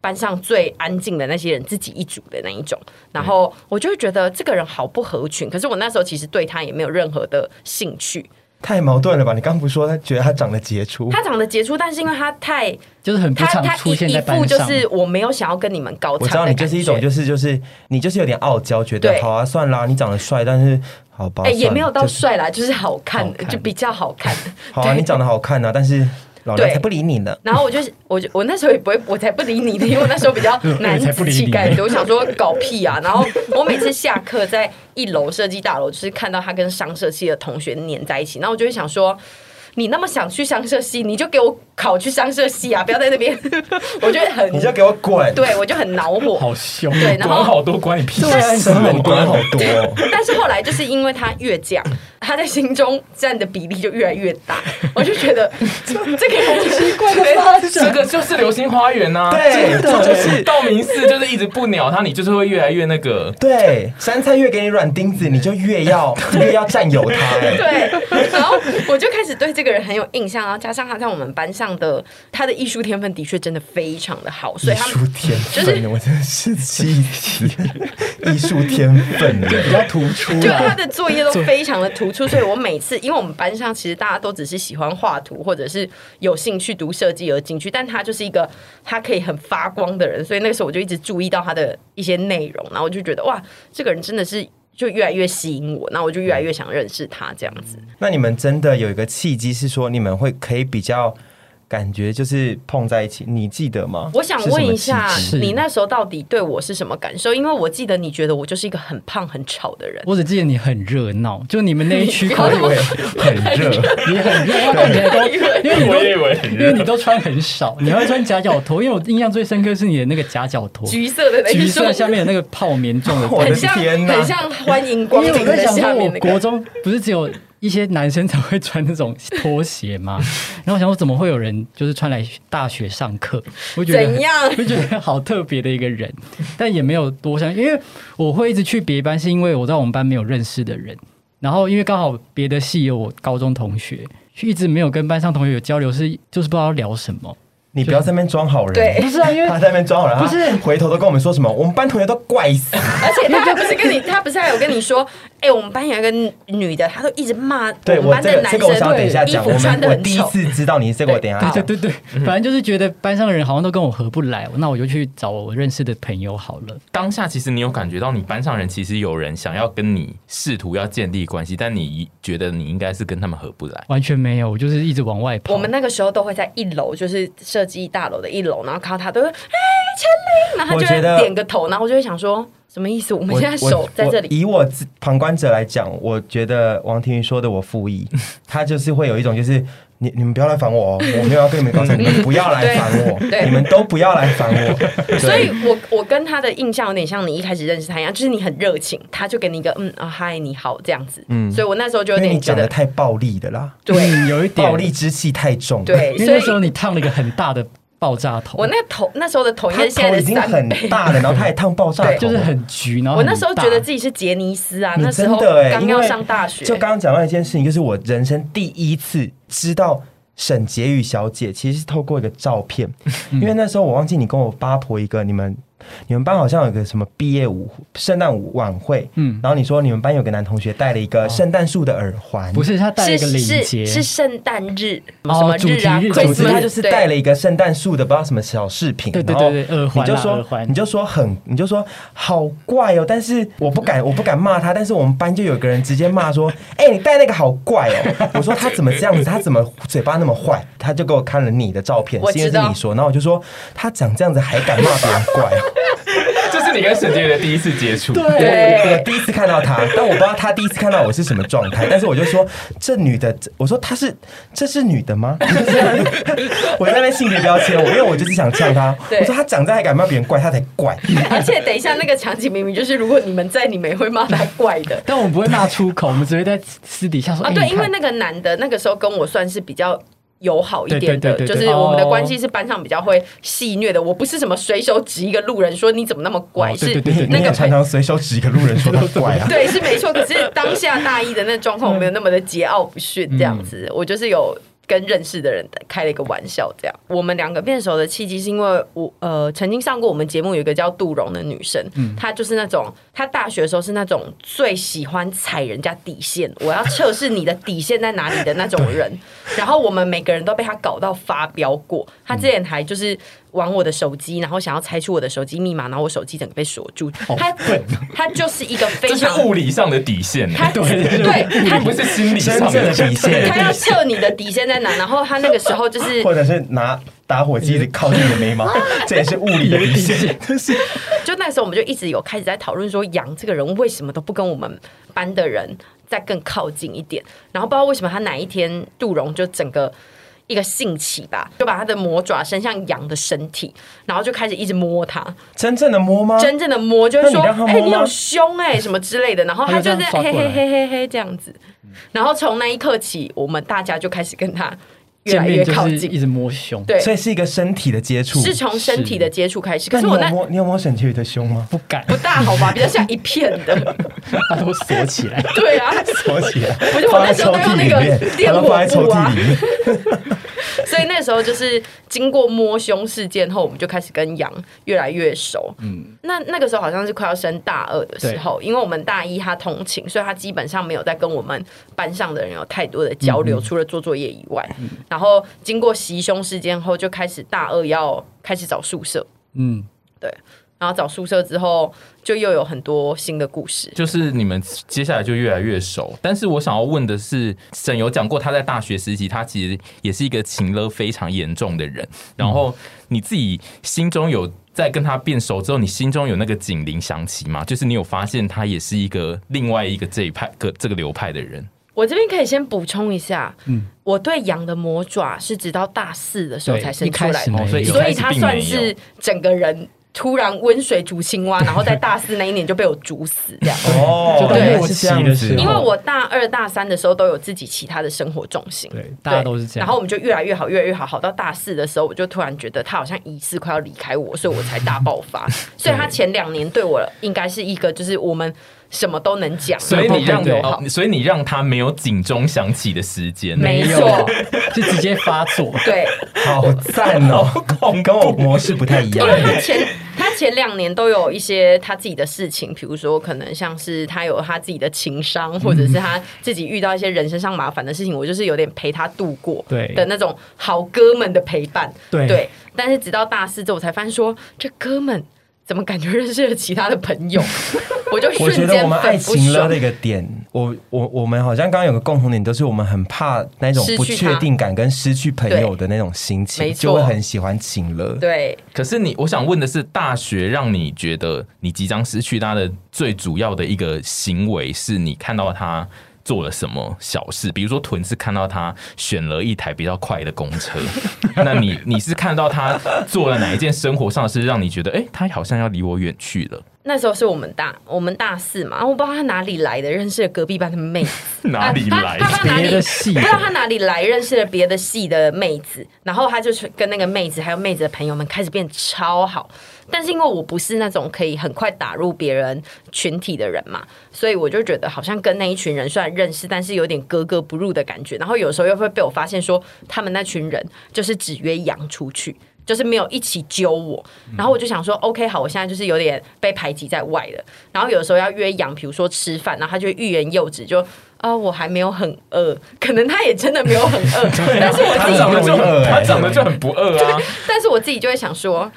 [SPEAKER 1] 班上最安静的那些人自己一组的那一种，然后我就会觉得这个人好不合群。可是我那时候其实对他也没有任何的兴趣。
[SPEAKER 3] 太矛盾了吧？你刚不是说他觉得他长得杰出？
[SPEAKER 1] 他长得杰出，但是因为他太
[SPEAKER 4] 就是很不
[SPEAKER 1] 他
[SPEAKER 4] 常
[SPEAKER 1] 他
[SPEAKER 4] 出
[SPEAKER 1] 一
[SPEAKER 4] 现
[SPEAKER 1] 一
[SPEAKER 4] 在
[SPEAKER 1] 副
[SPEAKER 4] 班
[SPEAKER 1] 就
[SPEAKER 4] 上。
[SPEAKER 1] 是我没有想要跟你们搞
[SPEAKER 3] 我知
[SPEAKER 1] 场
[SPEAKER 3] 道
[SPEAKER 1] 的
[SPEAKER 3] 你
[SPEAKER 1] 感
[SPEAKER 3] 就是一种，
[SPEAKER 1] 觉。
[SPEAKER 3] 就是就是你就是有点傲娇，觉得
[SPEAKER 1] 对
[SPEAKER 3] 好啊，算啦，你长得帅，但是好吧，
[SPEAKER 1] 哎、也
[SPEAKER 3] 算了
[SPEAKER 1] 没有到
[SPEAKER 3] 哦就是
[SPEAKER 1] 帅啦，就是好看，
[SPEAKER 4] 好看
[SPEAKER 1] 就比较 好看。
[SPEAKER 3] 好啊，你 长得好看啊，但是老娘
[SPEAKER 1] 对
[SPEAKER 3] 才不理你呢。
[SPEAKER 1] 然后我就我就我那时候也不会，我才不理你的，因为我那时候比较男子气概，对我想说搞屁啊！然后 我每次下课在一楼设计大楼，就是看到他跟商社系的同学黏在一起，然后我就会想说。你那么想去商社系，你就给我考去商社系啊！不要在那边， 我觉得很
[SPEAKER 3] 你就给我滚！
[SPEAKER 1] 对我就很恼火。
[SPEAKER 4] 好凶，
[SPEAKER 1] 对， 然
[SPEAKER 5] 管
[SPEAKER 1] 后
[SPEAKER 5] 好多，关你屁事！
[SPEAKER 3] 对啊，你生很管好多哦。
[SPEAKER 1] 但是后来就是因为他越讲，他在心中占的比例就越来越大，我就觉得这个人奇怪的
[SPEAKER 5] 这个就是《流星花园》
[SPEAKER 3] 啊
[SPEAKER 5] 呐，
[SPEAKER 3] 对
[SPEAKER 5] 这这就
[SPEAKER 3] 真的
[SPEAKER 5] 是道明寺，就是一直不鸟他，你就是会越来越那个。
[SPEAKER 3] 对，山菜 越给你软钉子，你就越要越要占有它。哎，
[SPEAKER 1] 对，然后我就开始对这个人很有印象，然后加上他在我们班上的他的艺术天分的确真的非常的好，所
[SPEAKER 3] 艺
[SPEAKER 1] 以他
[SPEAKER 3] 术
[SPEAKER 1] 们
[SPEAKER 3] 天
[SPEAKER 1] 就是
[SPEAKER 3] 分，我真的 是气死！艺术天分，对，比较突出
[SPEAKER 1] 就 他的作业都非常的突出，所以我每次因为我们班上其实大家都只是喜欢画图或者是有兴趣读设计而进去，但他就是一个他可以很发光的人，所以那个时候我就一直注意到他的一些内容，然后我就觉得哇，这个人真的是就越来越吸引我，那我就越来越想认识他这样子。
[SPEAKER 3] 那你们真的有一个契机是说你们会可以比较感觉就是碰在一起，你记得吗？
[SPEAKER 1] 我想问一下
[SPEAKER 3] 是什么契机，
[SPEAKER 4] 是
[SPEAKER 1] 你那时候到底对我是什么感受？因为我记得你觉得我就是一个很胖很吵的人，
[SPEAKER 4] 我只记得你很热闹，就你们那一区口
[SPEAKER 3] 我以为
[SPEAKER 4] 味
[SPEAKER 3] 很热，
[SPEAKER 4] 你很热闹，感觉都因为你
[SPEAKER 5] 我也以
[SPEAKER 4] 都
[SPEAKER 5] 为很
[SPEAKER 4] 因为你
[SPEAKER 5] 热，
[SPEAKER 4] 都穿很少，你还会穿夹脚拖，因为我印象最深刻是你的那个夹脚拖，
[SPEAKER 1] 橘色的那
[SPEAKER 4] 橘
[SPEAKER 1] 一
[SPEAKER 4] 色
[SPEAKER 1] 双，
[SPEAKER 4] 下面有那个泡棉状的
[SPEAKER 3] 我的
[SPEAKER 1] 很像
[SPEAKER 3] 天哪
[SPEAKER 1] 很像欢迎
[SPEAKER 4] 因
[SPEAKER 1] 光
[SPEAKER 4] 为
[SPEAKER 1] 临
[SPEAKER 4] 我在
[SPEAKER 1] 的
[SPEAKER 4] 想
[SPEAKER 1] 下
[SPEAKER 4] 说，我
[SPEAKER 1] 面那
[SPEAKER 4] 国
[SPEAKER 1] 个。
[SPEAKER 4] 中不是只有一些男生才会穿那种拖鞋吗？然后我想说，怎么会有人就是穿来大学上课？我觉得
[SPEAKER 1] 怎样
[SPEAKER 4] 我觉得好特别的一个人，但也没有多想，因为我会一直去别班，是因为我在我们班没有认识的人，然后因为刚好别的系有我高中同学。一直没有跟班上同学有交流，是就是不知道要聊什么。
[SPEAKER 3] 你不要在那边装好人。
[SPEAKER 1] 对
[SPEAKER 4] 不是啊，因为
[SPEAKER 3] 他在那边装好人，
[SPEAKER 4] 不是
[SPEAKER 3] 他回头都跟我们说什么？我们班同学都怪死，
[SPEAKER 1] 而且他不是跟你，他不是还有跟你说，哎、我们班有一个女的，她都一直骂
[SPEAKER 3] 对
[SPEAKER 1] 们
[SPEAKER 3] 我
[SPEAKER 1] 班
[SPEAKER 3] 这
[SPEAKER 1] 的
[SPEAKER 3] 个
[SPEAKER 1] 男
[SPEAKER 3] 这
[SPEAKER 1] 生，
[SPEAKER 3] 个我想要等一下
[SPEAKER 1] 衣
[SPEAKER 3] 讲，
[SPEAKER 1] 服
[SPEAKER 3] 我
[SPEAKER 1] 穿
[SPEAKER 3] 们
[SPEAKER 1] 的
[SPEAKER 3] 我
[SPEAKER 1] 很
[SPEAKER 3] 第一
[SPEAKER 1] 丑。
[SPEAKER 3] 次知道你这个，我等一下
[SPEAKER 1] 对
[SPEAKER 3] 讲。
[SPEAKER 4] 对对对，反正就是觉得班上的人好像都跟我合不来，那我就去找我认识的朋友好了。
[SPEAKER 5] 当下其实你有感觉到你班上人其实有人想要跟你试图要建立关系，但你觉得你应该是跟他们合不来。
[SPEAKER 4] 完全没有，我就是一直往外跑。
[SPEAKER 1] 我们那个时候都会在一楼，就是设计大楼的一楼，然后看到她都会哎陈琳，然后她就
[SPEAKER 3] 我觉得
[SPEAKER 1] 会点个头，然后我就会想说什么意思？我们
[SPEAKER 3] 我
[SPEAKER 1] 现在
[SPEAKER 3] 我
[SPEAKER 1] 手在这
[SPEAKER 3] 我
[SPEAKER 1] 里，
[SPEAKER 3] 以我自旁观者来讲，我觉得王庭云说的我附 议，他就是会有一种就是。你你们不要来烦我哦！我没有要跟你们搞什么，你们不要来烦我
[SPEAKER 1] 对，对
[SPEAKER 3] 你们都不要来烦我。
[SPEAKER 1] 所以
[SPEAKER 3] 对
[SPEAKER 1] 我我跟他的印象有点像你一开始认识他一样，就是你很热情，他就给你一个嗯啊嗨你好这样子，嗯，所以我那时候就有
[SPEAKER 3] 因为你
[SPEAKER 1] 点觉
[SPEAKER 3] 讲的
[SPEAKER 1] 得
[SPEAKER 3] 太暴力了啦，
[SPEAKER 1] 对
[SPEAKER 4] 嗯有一点
[SPEAKER 3] 暴力，之气太重了。
[SPEAKER 1] 对，
[SPEAKER 4] 因为
[SPEAKER 1] 所
[SPEAKER 4] 那时候
[SPEAKER 1] 以
[SPEAKER 4] 你烫了一个很大的爆炸头，
[SPEAKER 1] 我那头那时候的头应
[SPEAKER 3] 他
[SPEAKER 1] 该是现
[SPEAKER 3] 头已
[SPEAKER 1] 在的
[SPEAKER 3] 经
[SPEAKER 1] 三
[SPEAKER 3] 很
[SPEAKER 1] 倍。
[SPEAKER 3] 大了，然后他还烫爆炸头，
[SPEAKER 1] 对
[SPEAKER 4] 就是很橘，然后
[SPEAKER 1] 我
[SPEAKER 4] 很
[SPEAKER 1] 那时候
[SPEAKER 4] 大
[SPEAKER 1] 觉得自己是杰尼斯啊，
[SPEAKER 3] 你
[SPEAKER 1] 那时候
[SPEAKER 3] 真的欸
[SPEAKER 1] 刚
[SPEAKER 3] 因
[SPEAKER 1] 要
[SPEAKER 3] 为
[SPEAKER 1] 上大学，
[SPEAKER 3] 就刚刚讲到一件事情，就是我人生第一次知道沈婕妤小姐，其实是透过一个照 片，因
[SPEAKER 1] 嗯
[SPEAKER 3] 为那时候我忘记你跟我八婆一个你们。你们班好像有个什么毕业舞、圣诞舞晚会，嗯
[SPEAKER 4] 嗯，
[SPEAKER 3] 然后你说你们班有个男同学戴了一个圣诞树的耳环，
[SPEAKER 4] 不，是他戴了
[SPEAKER 1] 哦是
[SPEAKER 4] 一个领
[SPEAKER 1] 是
[SPEAKER 4] 结，
[SPEAKER 1] 是圣诞日
[SPEAKER 4] 哦
[SPEAKER 1] 什么日啊
[SPEAKER 4] 主题日
[SPEAKER 3] 总之
[SPEAKER 1] ，Christmas，
[SPEAKER 3] 他就是
[SPEAKER 1] 对
[SPEAKER 3] 戴了一个圣诞树的不知道什么小饰品，
[SPEAKER 4] 对对
[SPEAKER 3] 然后
[SPEAKER 4] 对对耳环啊
[SPEAKER 3] 你就
[SPEAKER 4] 耳
[SPEAKER 3] 说
[SPEAKER 4] 环
[SPEAKER 3] 你就说很你就说好怪哦，但是我不敢我不敢骂他，但是我们班就有个人直接骂说，哎、你戴那个好怪哦， 我说他怎么这样子，他怎么嘴巴那么坏，他就给我看了你的照片
[SPEAKER 1] 我，
[SPEAKER 3] 是因为
[SPEAKER 1] 知
[SPEAKER 3] 是
[SPEAKER 1] 道
[SPEAKER 3] 你说，然后我就说他长这样子还敢骂别人怪哦。
[SPEAKER 5] 这是你跟沈杰的第一次接触，
[SPEAKER 4] 对。
[SPEAKER 1] 对
[SPEAKER 3] 我第一次看到她，但我不知道她第一次看到我是什么状态，但是我就说这女的，我说她是这是女的吗？ 我在那边性别标签，我因为我就是想呛她，
[SPEAKER 1] 对
[SPEAKER 3] 我说她长这样还敢骂别人怪，她才怪。
[SPEAKER 1] 而且等一下那个场景明明就是，如果你们在，你们也会骂他怪的
[SPEAKER 4] 但我们不会骂出 口，我们只会在私底下说
[SPEAKER 1] 啊，
[SPEAKER 4] 哎
[SPEAKER 1] 对，
[SPEAKER 4] 你
[SPEAKER 1] 因
[SPEAKER 4] 看
[SPEAKER 1] 为那个男的那个时候跟我算是比较。友好一点
[SPEAKER 4] 对对
[SPEAKER 1] 的，
[SPEAKER 4] 对对
[SPEAKER 1] 就
[SPEAKER 4] 对
[SPEAKER 1] 是我们的
[SPEAKER 4] 哦
[SPEAKER 1] 关系是班上比较会戏虐的。我不是什么随手指一个路人说你怎么那么怪，
[SPEAKER 4] 哦对
[SPEAKER 1] 是
[SPEAKER 4] 对对
[SPEAKER 3] 你
[SPEAKER 4] 对
[SPEAKER 1] 那
[SPEAKER 3] 你也
[SPEAKER 1] 个朋
[SPEAKER 3] 常常随手指一个路人说她怪啊。
[SPEAKER 1] 对，是没错。可是当下大一的那状况，我没有那么的桀骜不驯这样子，我就是有。跟认识的人开了一个玩笑，这样我们两个变熟的契机是因为我呃曾经上过我们节目有一个叫杜蓉的女生，她就是那种她大学的时候是那种最喜欢踩人家底线，我要测试你的底线在哪里的那种人。然后我们每个人都被她搞到发飙过，她之前还就是玩我的手机，然后想要猜出我的手机密码，然后我手机整个被锁住。她她就是一个非
[SPEAKER 5] 这是
[SPEAKER 1] 常
[SPEAKER 5] 物理上的底线欸，
[SPEAKER 1] 他对
[SPEAKER 5] 并
[SPEAKER 1] 他
[SPEAKER 5] 不是心理
[SPEAKER 3] 真
[SPEAKER 5] 上
[SPEAKER 3] 正的底线，
[SPEAKER 1] 他要测你的底线在哪，然后他那个时 候就是
[SPEAKER 3] 或者是拿打火机一直靠近你的眉 毛，这也是物理的底线。这是
[SPEAKER 1] 就那时候我们就一直有开始在讨论说，杨这个人为什么都不跟我们班的人再更靠近一点？然后不知道为什么他哪一天杜荣就整个。一个兴起吧，就把他的魔爪伸向羊的身体，然后就开始一直摸它，
[SPEAKER 3] 真正的摸吗？
[SPEAKER 1] 真正的摸，就是说，
[SPEAKER 3] 啊那你让他摸
[SPEAKER 1] 哎、
[SPEAKER 3] 吗
[SPEAKER 1] 你有胸哎、什么之类的，然后他就是
[SPEAKER 4] 他就这样
[SPEAKER 1] 嘿
[SPEAKER 4] 抓过
[SPEAKER 1] 嘿
[SPEAKER 4] 来
[SPEAKER 1] 嘿嘿嘿这样子，然后从那一刻起，我们大家就开始跟他越
[SPEAKER 4] 见
[SPEAKER 1] 来
[SPEAKER 4] 面
[SPEAKER 1] 越
[SPEAKER 4] 就
[SPEAKER 1] 靠
[SPEAKER 4] 是一
[SPEAKER 1] 近。
[SPEAKER 4] 直摸胸，
[SPEAKER 1] 对，
[SPEAKER 3] 所以是一个身体的接触。
[SPEAKER 1] 是从身体的接触开始。可
[SPEAKER 3] 那
[SPEAKER 1] 是
[SPEAKER 3] 你
[SPEAKER 1] 我
[SPEAKER 3] 有
[SPEAKER 1] 那
[SPEAKER 3] 摸你有摸沈秋雨的胸吗？
[SPEAKER 4] 不敢
[SPEAKER 1] 不大 好吧，比较像一片的。
[SPEAKER 4] 把都锁起 来。
[SPEAKER 1] 对啊，
[SPEAKER 3] 锁起来，
[SPEAKER 1] 不是我那时候都用那个
[SPEAKER 3] 放在抽屉里面
[SPEAKER 1] 电
[SPEAKER 3] 把它放在抽
[SPEAKER 1] 火布啊
[SPEAKER 3] 屉里面。
[SPEAKER 1] 所以那时候就是经过摸胸事件后，我们就开始跟杨越来越熟。嗯，那那个时候好像是快要升大二的时候，因为我们大一他通勤，所以他基本上没有在跟我们班上的人有太多的交
[SPEAKER 3] 嗯
[SPEAKER 1] 流，除了做作业以外。然后经过袭胸事件后，就开始大二要开始找宿舍，
[SPEAKER 4] 嗯，
[SPEAKER 1] 然后找宿舍之后，就又有很多新的故事。
[SPEAKER 5] 就是你们接下来就越来越熟，但是我想要问的是，沈有讲过他在大学时期，他其实也是一个情勒非常严重的人。然
[SPEAKER 3] 嗯
[SPEAKER 5] 后你自己心中有在跟他变熟之后，你心中有那个警铃响起吗？就是你有发现他也是一个另外一个这一派个这个流派的人，
[SPEAKER 1] 我这边可以先补充一下，
[SPEAKER 4] 嗯
[SPEAKER 1] 我对羊的魔爪是直到大四的时候
[SPEAKER 4] 对
[SPEAKER 1] 才生
[SPEAKER 4] 一
[SPEAKER 1] 出
[SPEAKER 4] 开
[SPEAKER 1] 来
[SPEAKER 4] 始
[SPEAKER 1] 的，
[SPEAKER 4] 没有
[SPEAKER 5] 所以一
[SPEAKER 1] 所
[SPEAKER 5] 开
[SPEAKER 1] 以
[SPEAKER 5] 始
[SPEAKER 1] 它
[SPEAKER 5] 并没
[SPEAKER 1] 算
[SPEAKER 5] 有
[SPEAKER 1] 是。整个人突然温水煮 青蛙，然后在大四那一年就被我煮死这样。
[SPEAKER 3] 哦
[SPEAKER 4] 就到
[SPEAKER 3] 原来
[SPEAKER 4] 末
[SPEAKER 3] 是
[SPEAKER 4] 期
[SPEAKER 3] 这样
[SPEAKER 4] 的
[SPEAKER 3] 子
[SPEAKER 4] 时候
[SPEAKER 1] 因为我大二大三的时候都有自己其他的生活重心，
[SPEAKER 4] 对，大家都是这样。
[SPEAKER 1] 然后我们就越来越好，越来越好，好到大四的时候，我就突然觉得他好像疑似快要离开我，所以我才大爆 发。所以他前两年对我应该是一个，就是我们什么都能讲，
[SPEAKER 5] 所以你让
[SPEAKER 4] 对对对
[SPEAKER 5] 哦所以你让他没有警钟响起的时间，
[SPEAKER 1] 没
[SPEAKER 4] 有
[SPEAKER 1] 错，
[SPEAKER 4] 就直接发 作。
[SPEAKER 1] 对，
[SPEAKER 3] 好赞哦，跟我模式不太一样
[SPEAKER 1] 因。为他前他前两年都有一些他自己的事情，比如说可能像是他有他自己的情商，或者是他自己遇到一些人身上麻烦的事情，我就是有点陪他度过
[SPEAKER 4] 对
[SPEAKER 1] 的那种好哥们的陪伴。
[SPEAKER 4] 对
[SPEAKER 1] 但是直到大四之后，我才发现说这哥们。怎么感觉认识了其他的朋友？ 我就
[SPEAKER 3] 我
[SPEAKER 1] 瞬
[SPEAKER 3] 觉
[SPEAKER 1] 间
[SPEAKER 3] 得我们爱
[SPEAKER 1] 很不
[SPEAKER 3] 情了
[SPEAKER 1] 爽
[SPEAKER 3] 的。一个点，我我我们好像刚刚有个共同点，都是我们很怕那种
[SPEAKER 1] 失去
[SPEAKER 3] 不确
[SPEAKER 1] 他
[SPEAKER 3] 定感跟失去朋友的那种心
[SPEAKER 1] 没
[SPEAKER 3] 情，
[SPEAKER 1] 错
[SPEAKER 3] 就会很喜欢情了。
[SPEAKER 1] 对，
[SPEAKER 5] 可是你，我想问的是，大学让你觉得你即将失去他的最主要的一个行为，是你看到他做了什么小事？比如说，屯是看到他选了一台比较快的公 车，那你你是看到他做了哪一件生活上的事，让你觉得，哎、他好像要离我远去了？
[SPEAKER 1] 那时候是我们大我们大四嘛，我不知道他哪里来的，认识了隔壁班的妹子。
[SPEAKER 5] 哪里
[SPEAKER 1] 啊
[SPEAKER 5] 来
[SPEAKER 1] 他他
[SPEAKER 5] 的？
[SPEAKER 1] 不知道哪里
[SPEAKER 4] 别的系
[SPEAKER 1] 不知道他哪里来认识了别的系的妹子，然后他就是跟那个妹子还有妹子的朋友们开始变超好。但是因为我不是那种可以很快打入别人群体的人嘛，所以我就觉得好像跟那一群人虽然认识，但是有点格格不入的感觉。然后有时候又会被我发现说，他们那群人就是只约羊出去。就是没有一起揪我，然后我就想说、o k 好，我现在就是有点被排挤在外了。然后有时候要约羊，比如说吃饭，然后他就欲言又止，就啊、我还没有很饿，可能他也真的没有 很饿，但是我
[SPEAKER 3] 啊他
[SPEAKER 1] 自己
[SPEAKER 3] 长得就很饿
[SPEAKER 5] 他
[SPEAKER 3] 哎
[SPEAKER 5] 长得就很不饿啊！
[SPEAKER 1] 但是我自己就会想说，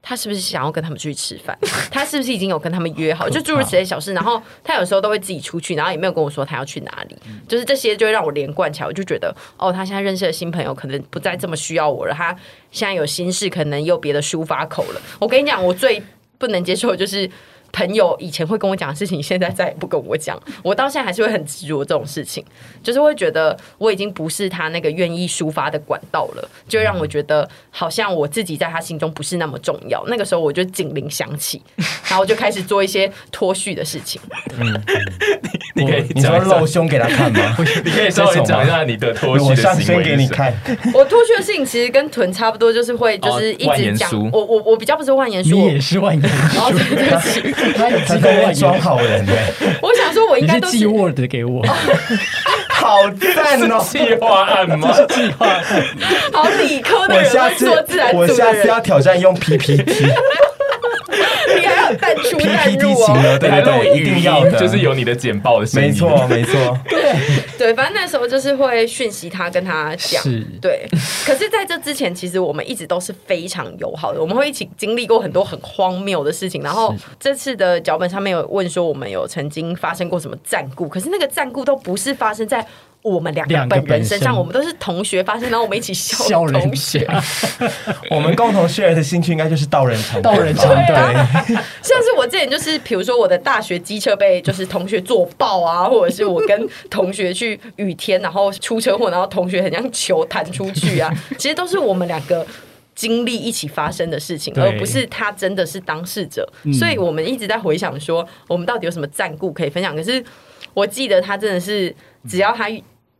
[SPEAKER 1] 他是不是想要跟他们出去吃饭？他是不是已经有跟他们约好？就诸如此类小事。然后他有时候都会自己出去，然后也没有跟我说他要去哪里。就是这些就会让我连贯起来，我就觉得哦，他现在认识的新朋友可能不再这么需要我了。他现在有心事，可能有别的抒发口了。我跟你讲，我最不能接受的就是。朋友以前会跟我讲的事情，现在再也不跟我讲。我到现在还是会很执着这种事情，就是会觉得我已经不是他那个愿意抒发的管道了，就让我觉得好像我自己在他心中不是那么重要。那个时候我就警铃响起，然后我就开始做一些脱序的事情。
[SPEAKER 5] 你可以
[SPEAKER 3] 你说
[SPEAKER 5] 讲一下
[SPEAKER 3] 露，胸给他看吗？
[SPEAKER 5] 你可以稍微讲一下你的脱序
[SPEAKER 3] 我
[SPEAKER 5] 的行
[SPEAKER 3] 上
[SPEAKER 5] 为
[SPEAKER 3] 身给你
[SPEAKER 5] 是什么
[SPEAKER 3] 看，
[SPEAKER 1] 我脱序的事情其实跟臀差不多，就是会就是一
[SPEAKER 5] 哦万
[SPEAKER 1] 直
[SPEAKER 5] 言
[SPEAKER 1] 讲、
[SPEAKER 5] 书
[SPEAKER 1] 我我我比较不是万言
[SPEAKER 4] 你
[SPEAKER 1] 书，我
[SPEAKER 4] 也是万言
[SPEAKER 1] 哦
[SPEAKER 4] 书，
[SPEAKER 1] 对不起，
[SPEAKER 4] 他也
[SPEAKER 3] 他
[SPEAKER 4] 机
[SPEAKER 3] 在
[SPEAKER 4] 构
[SPEAKER 3] 那边
[SPEAKER 4] 万
[SPEAKER 3] 装
[SPEAKER 4] 言书，
[SPEAKER 3] 好人哎，
[SPEAKER 1] 我想说我应
[SPEAKER 4] 你
[SPEAKER 1] 该
[SPEAKER 4] 是
[SPEAKER 1] 都
[SPEAKER 4] 寄 Word 给 我，
[SPEAKER 1] 哦
[SPEAKER 3] 好赞哦！
[SPEAKER 5] 计划案吗？
[SPEAKER 4] 计划
[SPEAKER 1] 好理科的
[SPEAKER 3] 我
[SPEAKER 1] 人
[SPEAKER 3] 下
[SPEAKER 1] 会
[SPEAKER 3] 次
[SPEAKER 1] 做自然组
[SPEAKER 3] 我下
[SPEAKER 1] 的
[SPEAKER 3] 次要
[SPEAKER 1] 人，
[SPEAKER 3] 挑战用 PPT
[SPEAKER 1] 你还要淡 出淡
[SPEAKER 3] PPT
[SPEAKER 1] 入
[SPEAKER 3] 型
[SPEAKER 1] 哦。
[SPEAKER 3] 的，对对对，一定要的，
[SPEAKER 5] 就是有你的简报的声音，
[SPEAKER 3] 没错没错。
[SPEAKER 1] 对，反正那时候就是会讯息他，跟他讲
[SPEAKER 4] 是，
[SPEAKER 1] 对。可是在这之前，其实我们一直都是非常友好的，我们会一起经历过很多很荒谬的事情。然后这次的脚本上面有问说，我们有曾经发生过什么战故，可是那个战故都不是发生在。我们两个
[SPEAKER 4] 两个
[SPEAKER 1] 本人
[SPEAKER 4] 本
[SPEAKER 1] 身上，
[SPEAKER 4] 身
[SPEAKER 1] 我们都是同学发生，然后我们一起
[SPEAKER 4] 笑
[SPEAKER 1] 笑
[SPEAKER 4] 人
[SPEAKER 1] 同学
[SPEAKER 4] 家，，
[SPEAKER 3] 我们共同 share 的兴趣应该就是道人场，
[SPEAKER 4] 道人长短，
[SPEAKER 1] 像是我之前就是，比如说我的大学机车被就是同学坐爆啊，或者是我跟同学去雨天，然后出车祸，然后同学很像球弹出去啊，其实都是我们两个。经历一起发生的事情，
[SPEAKER 4] 对
[SPEAKER 1] 而不是他真的是当事者，所以我们一直在回想说，我们到底有什么战故可以分享。可是我记得他真的是，只要他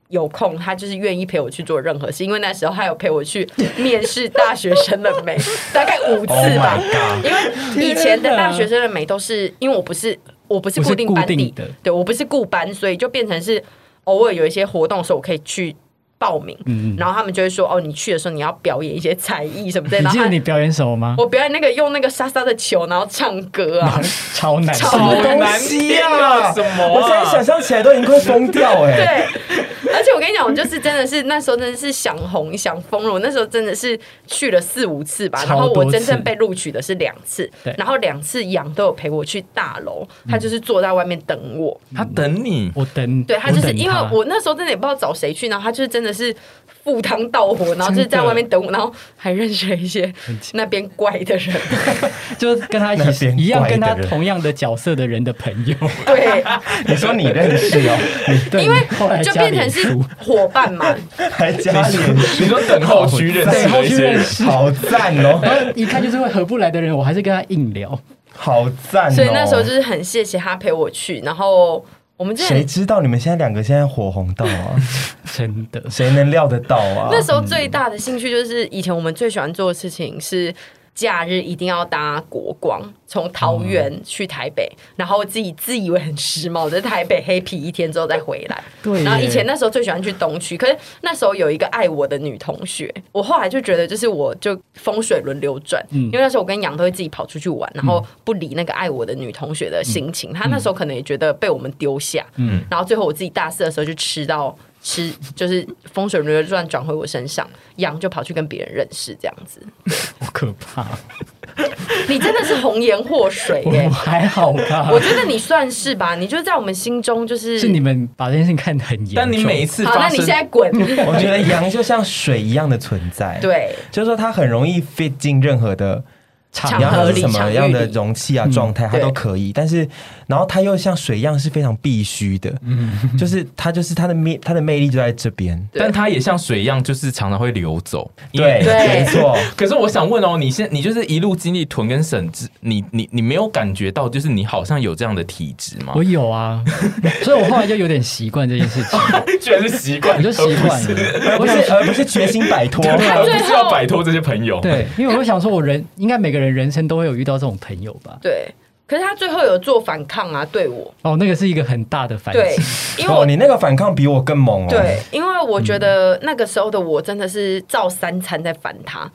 [SPEAKER 1] 有空，他就是愿意陪我去做任何事，因为那时候他有陪我去面试大学生的美，大概五次
[SPEAKER 3] Oh
[SPEAKER 1] 吧。
[SPEAKER 3] my god！
[SPEAKER 1] 因为以前的大学生的美都是因为我不是我不是固定班
[SPEAKER 4] 不是固
[SPEAKER 1] 底
[SPEAKER 4] 定的
[SPEAKER 1] 对我不是固班，所以就变成是偶尔有一些活动的时候我可以去报名，然后他们就会说哦，你去的时候你要表演一些才艺什么之类
[SPEAKER 4] 你
[SPEAKER 1] 的。
[SPEAKER 4] 记
[SPEAKER 1] 然
[SPEAKER 4] 得
[SPEAKER 1] 后
[SPEAKER 4] 你表演什么吗？
[SPEAKER 1] 我表演那个用那个沙沙的球，然后唱歌啊，
[SPEAKER 4] 超难，
[SPEAKER 1] 超
[SPEAKER 3] 什么东西啊？
[SPEAKER 5] 什么啊
[SPEAKER 3] 我现在想象起来都已经快疯掉哎、
[SPEAKER 1] 对，而且我跟你讲，我就是真的是那时候真的是想红想疯了，我那时候真的是去了四五次吧，然后
[SPEAKER 4] 超多
[SPEAKER 1] 我真正
[SPEAKER 4] 次
[SPEAKER 1] 被录取的是两次
[SPEAKER 4] 对，嗯
[SPEAKER 1] 然后两次杨都有陪我去大楼，他就是坐在外面等我，
[SPEAKER 5] 他等你，
[SPEAKER 4] 我等，
[SPEAKER 1] 对他就是
[SPEAKER 4] 等
[SPEAKER 1] 因为我那时候真的也不知道找谁去，然后他就是真的是。赴汤蹈火，然后就是在外面等我，然后还认识了一些那边怪的人，
[SPEAKER 4] 就是跟他
[SPEAKER 3] 那
[SPEAKER 4] 一起
[SPEAKER 3] 边
[SPEAKER 4] 一样
[SPEAKER 3] 怪的
[SPEAKER 4] 跟他
[SPEAKER 3] 人
[SPEAKER 4] 同样的角色的人的朋 友，
[SPEAKER 1] 对，
[SPEAKER 3] 你说你认识哦、
[SPEAKER 4] 对，
[SPEAKER 1] 因为
[SPEAKER 4] 后来
[SPEAKER 1] 就
[SPEAKER 4] 加
[SPEAKER 1] 变成
[SPEAKER 4] 脸
[SPEAKER 1] 是
[SPEAKER 4] 书
[SPEAKER 1] 伙伴 嘛，
[SPEAKER 4] 哦
[SPEAKER 3] 还加脸书，
[SPEAKER 5] 你说等后续认识
[SPEAKER 4] 对
[SPEAKER 5] 的
[SPEAKER 4] 后
[SPEAKER 5] 一
[SPEAKER 4] 续
[SPEAKER 5] 些
[SPEAKER 4] 认
[SPEAKER 5] 人，
[SPEAKER 4] 识，
[SPEAKER 3] 好赞哦、
[SPEAKER 4] 然后一看就是会合不来的人，我还是跟他硬聊。
[SPEAKER 3] 好赞哦、
[SPEAKER 1] 所以那时候就是很谢谢他陪我去，然后我们真的
[SPEAKER 3] 谁知道你们现在两个现在火红到啊？
[SPEAKER 4] 真的，
[SPEAKER 3] 谁能料得到啊？
[SPEAKER 1] 那时候最大的兴趣就是以前我们最喜欢做的事情是。假日一定要搭国光，从桃园去台北，然后自己自以为很时髦，在台北黑皮一天之后再回来。
[SPEAKER 4] 对耶
[SPEAKER 1] 然后以前那时候最喜欢去东区，可是那时候有一个爱我的女同学，我后来就觉得就是我就风水轮流转，因为那时候我跟杨都会自己跑出去玩，然后不理那个爱我的女同学的心情，她那时候可能也觉得被我们丢下，嗯，然后最后我自己大四的时候就吃到吃，就是风水轮流转转回我身上，羊就跑去跟别人认识这样子。
[SPEAKER 4] 好可怕。
[SPEAKER 1] 你真的是红颜祸水
[SPEAKER 4] 我
[SPEAKER 1] 耶
[SPEAKER 4] 我！还好吧
[SPEAKER 1] 我，觉得你算是吧，你就是在我们心中就是。
[SPEAKER 4] 是你们把这件事情看得很严重。
[SPEAKER 5] 但你每一次
[SPEAKER 1] 好，那
[SPEAKER 5] 发
[SPEAKER 1] 你
[SPEAKER 5] 生
[SPEAKER 1] 现，在滚。
[SPEAKER 3] 我觉得羊就像水一样的存在，，
[SPEAKER 1] 对，
[SPEAKER 3] 就是说它很容易 fit 进任何的。
[SPEAKER 1] 场
[SPEAKER 3] 你要
[SPEAKER 1] 合
[SPEAKER 3] 它
[SPEAKER 1] 里
[SPEAKER 3] 是什么样的
[SPEAKER 1] 场域里
[SPEAKER 3] 容器啊、状态，它
[SPEAKER 1] 对
[SPEAKER 3] 都可以。但是，然后它又像水一样是非常必须的，
[SPEAKER 5] 嗯
[SPEAKER 3] 就是它就是它的魅，它的魅力就在这边。
[SPEAKER 1] 对
[SPEAKER 5] 但他也像水一样，就是常常会流走。因为
[SPEAKER 3] 对，
[SPEAKER 1] 对
[SPEAKER 3] 没错，
[SPEAKER 5] 可是我想问哦，你现你就是一路经历臀跟沈之，你你你没有感觉到，就是你好像有这样的体质吗
[SPEAKER 4] 我？有啊，所以我后来就有点习惯这件事情，
[SPEAKER 5] 居然是习惯
[SPEAKER 4] 我就习惯
[SPEAKER 5] 哦而不是
[SPEAKER 4] 了。
[SPEAKER 3] 而不是而不是决心摆脱。
[SPEAKER 5] 而不
[SPEAKER 1] 最
[SPEAKER 5] 是
[SPEAKER 1] 后
[SPEAKER 5] 要摆脱这些朋友。，
[SPEAKER 4] 对，因为我会想说，我人应该每个人人生都会有遇到这种朋友吧？
[SPEAKER 1] 对。可是他最后有做反抗啊，对我，
[SPEAKER 4] 哦，那个是一个很大的反
[SPEAKER 1] 对
[SPEAKER 4] 击，，
[SPEAKER 1] 因为我
[SPEAKER 3] 哦，你那个反抗比我更猛哦。
[SPEAKER 1] 对，，因为我觉得那个时候的我真的是照三餐在烦他，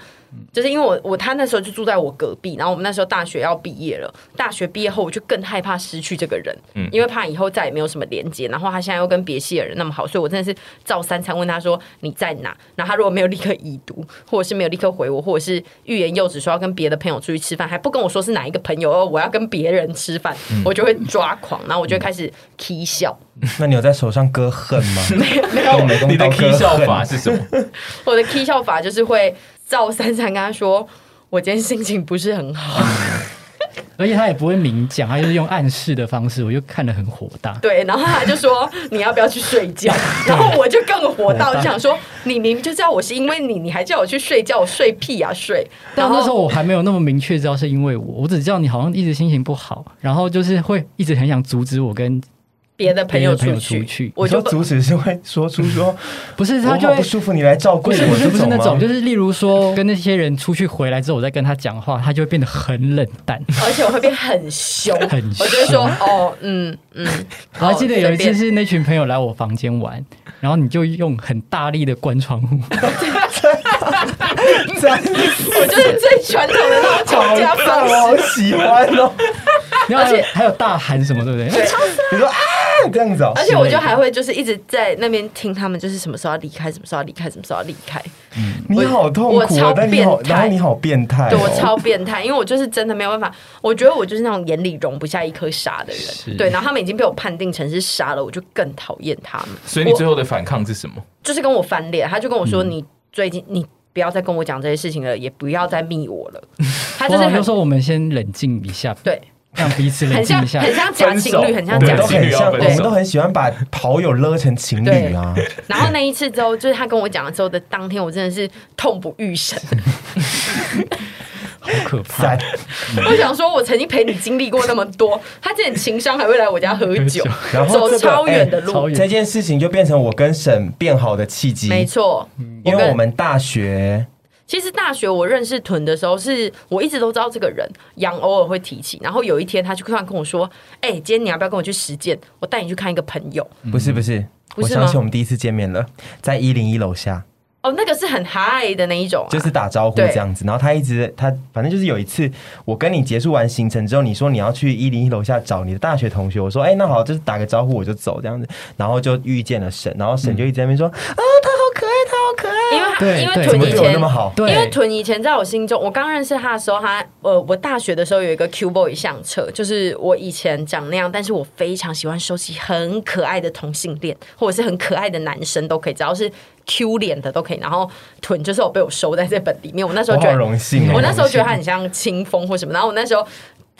[SPEAKER 1] 就是因为我我他那时候就住在我隔壁，然后我们那时候大学要毕业了，大学毕业后我就更害怕失去这个人，因为怕以后再也没有什么连接，然后他现在又跟别系的人那么好，所以我真的是照三餐问他说你在哪，然后他如果没有立刻已读，或者是没有立刻回我，或者是欲言又止说要跟别的朋友出去吃饭，还不跟我说是哪一个朋友，哦，我要跟别人吃饭，我就会抓狂，然后我就会开始 k 笑。
[SPEAKER 3] 那你有在手上割痕吗？没有
[SPEAKER 5] 你的 K 笑法是什么？
[SPEAKER 1] 我的 key 笑法就是会照珊珊跟她说，我今天心情不是很好，
[SPEAKER 4] 而且他也不会明讲，他就是用暗示的方式，我就看得很火大。
[SPEAKER 1] 对，然后她就说你要不要去睡 觉，然后我就更火
[SPEAKER 4] 火
[SPEAKER 1] 到，
[SPEAKER 4] 大
[SPEAKER 1] 就想说你明明就知道我是因为你，你还叫我去睡觉，我睡屁呀、睡。
[SPEAKER 4] 但
[SPEAKER 1] 然
[SPEAKER 4] 那时候
[SPEAKER 1] 后
[SPEAKER 4] 我还没有那么明确知道是因为我，我只知道你好像一直心情不好，然后就是会一直很想阻止我跟，
[SPEAKER 1] 别的朋友出
[SPEAKER 4] 别的朋
[SPEAKER 1] 去，
[SPEAKER 4] 友出去
[SPEAKER 1] 我
[SPEAKER 3] 你说
[SPEAKER 1] 就不
[SPEAKER 3] 阻止是会说出说，
[SPEAKER 4] 不是
[SPEAKER 3] 我
[SPEAKER 4] 他就
[SPEAKER 3] 好
[SPEAKER 4] 会
[SPEAKER 3] 不舒服，你来照顾
[SPEAKER 4] 不
[SPEAKER 3] 我
[SPEAKER 4] 是不是不是那种，
[SPEAKER 3] 吗
[SPEAKER 4] 就？是例如说跟那些人出去回来之后，我再跟他讲话，他就会变得很冷淡。
[SPEAKER 1] 而且我会变很凶，
[SPEAKER 4] 很
[SPEAKER 1] 我就会说
[SPEAKER 4] 凶
[SPEAKER 1] 哦，嗯嗯。
[SPEAKER 4] 我还记得有一次
[SPEAKER 1] 哦随便
[SPEAKER 4] 是那群朋友来我房间玩，然后你就用很大力的关窗 户，
[SPEAKER 1] 哦我就是最传统的那种
[SPEAKER 3] 好
[SPEAKER 1] 吵架
[SPEAKER 3] 赞，
[SPEAKER 1] 方
[SPEAKER 3] 我好
[SPEAKER 1] 式，
[SPEAKER 3] 喜欢哦。
[SPEAKER 4] 然后还
[SPEAKER 1] 而
[SPEAKER 4] 有
[SPEAKER 1] 且
[SPEAKER 4] 还有大喊什么，对不对？
[SPEAKER 3] 你说啊，这样子哦。
[SPEAKER 1] 而且我就还会就是一直在那边听他们就是什么时候要离开，什么时候要离开，什么时候要离开。
[SPEAKER 3] 你好痛
[SPEAKER 1] 我
[SPEAKER 3] 苦
[SPEAKER 1] 超
[SPEAKER 3] 哦，但你好，
[SPEAKER 1] 变态
[SPEAKER 3] 然后你好变态哦，
[SPEAKER 1] 对我超变态，因为我就是真的没有办法，我觉得我就是那种眼里容不下一颗沙的
[SPEAKER 4] 是
[SPEAKER 1] 人。对，然后他们已经被我判定成是沙了，我就更讨厌他们。
[SPEAKER 5] 所以你最后的反抗是什么？
[SPEAKER 1] 就是跟我翻脸，他就跟我说：“你最近你不要再跟我讲这些事情了，也不要再密我了。”他就
[SPEAKER 4] 我好
[SPEAKER 1] 是
[SPEAKER 4] 像
[SPEAKER 1] 很
[SPEAKER 4] 说我们先冷静一下，
[SPEAKER 1] 对，
[SPEAKER 4] 让彼此冷
[SPEAKER 1] 很
[SPEAKER 4] 静一
[SPEAKER 1] 像
[SPEAKER 4] 下。
[SPEAKER 1] 很像假情侣，很像
[SPEAKER 3] 我
[SPEAKER 1] 假
[SPEAKER 3] 们
[SPEAKER 5] 对
[SPEAKER 3] 都
[SPEAKER 1] 情
[SPEAKER 5] 情
[SPEAKER 3] 很
[SPEAKER 5] 侣
[SPEAKER 1] 侣。啊
[SPEAKER 5] 要
[SPEAKER 3] 像，我
[SPEAKER 5] 分手
[SPEAKER 3] 们都很喜欢把跑友勒成情侣啊。
[SPEAKER 1] 然后那一次之后，就是他跟我讲了之后的当天，我真的是痛不欲生。
[SPEAKER 4] 好可怕
[SPEAKER 3] 三！
[SPEAKER 1] 我想说，我曾经陪你经历过那么多，他这点情商还会来我家喝酒，
[SPEAKER 3] 然后
[SPEAKER 1] 走
[SPEAKER 3] 这个
[SPEAKER 1] 超远的
[SPEAKER 4] 哎超
[SPEAKER 1] 路，
[SPEAKER 4] 远
[SPEAKER 3] 这件事情就变成我跟沈变好的契机，
[SPEAKER 1] 没，错。
[SPEAKER 3] 因为
[SPEAKER 1] 跟
[SPEAKER 3] 我们大学
[SPEAKER 1] 其实大学我认识屯的时候是，我一直都知道这个人，杨偶尔会提起。然后有一天，他就突然跟我说：“哎、今天你要不要跟我去实践？我带你去看一个朋友。
[SPEAKER 3] 不是不是，
[SPEAKER 1] 不
[SPEAKER 3] 我
[SPEAKER 1] 是
[SPEAKER 3] 想起
[SPEAKER 1] 吗
[SPEAKER 3] 我们第一次见面了，在一零一楼下，”
[SPEAKER 1] 哦，那个是很嗨的那一种、啊，
[SPEAKER 3] 就是打招呼
[SPEAKER 1] 对
[SPEAKER 3] 这样子。然后他一直他反正就是有一次，我跟你结束完行程之后，你说你要去一零一楼下找你的大学同学，我说哎、那好，就是打个招呼我就走这样子。然后就遇见了沈，然后沈就一直在那边说、啊他好可爱，他好可爱，
[SPEAKER 1] 因为他
[SPEAKER 4] 对
[SPEAKER 1] 因为
[SPEAKER 4] 对
[SPEAKER 3] 怎
[SPEAKER 1] 屯
[SPEAKER 3] 么
[SPEAKER 1] 以
[SPEAKER 3] 对我
[SPEAKER 1] 前
[SPEAKER 3] 那么好？
[SPEAKER 4] 对，
[SPEAKER 1] 因为屯以前在我心中，我刚认识他的时候，他呃，我大学的时候有一个 Q boy 相册，就是我以前长那样，但是我非常喜欢收集很可爱的同性恋，或者是很可爱的男生都可以，只要是 Q 脸的都可以。然后屯就是有被我收在这本里面，我那时 候
[SPEAKER 3] 我
[SPEAKER 1] 觉
[SPEAKER 3] 好
[SPEAKER 1] 得
[SPEAKER 3] 荣幸哦，
[SPEAKER 1] 我那时候觉得他很像清风或什么，然后我那时候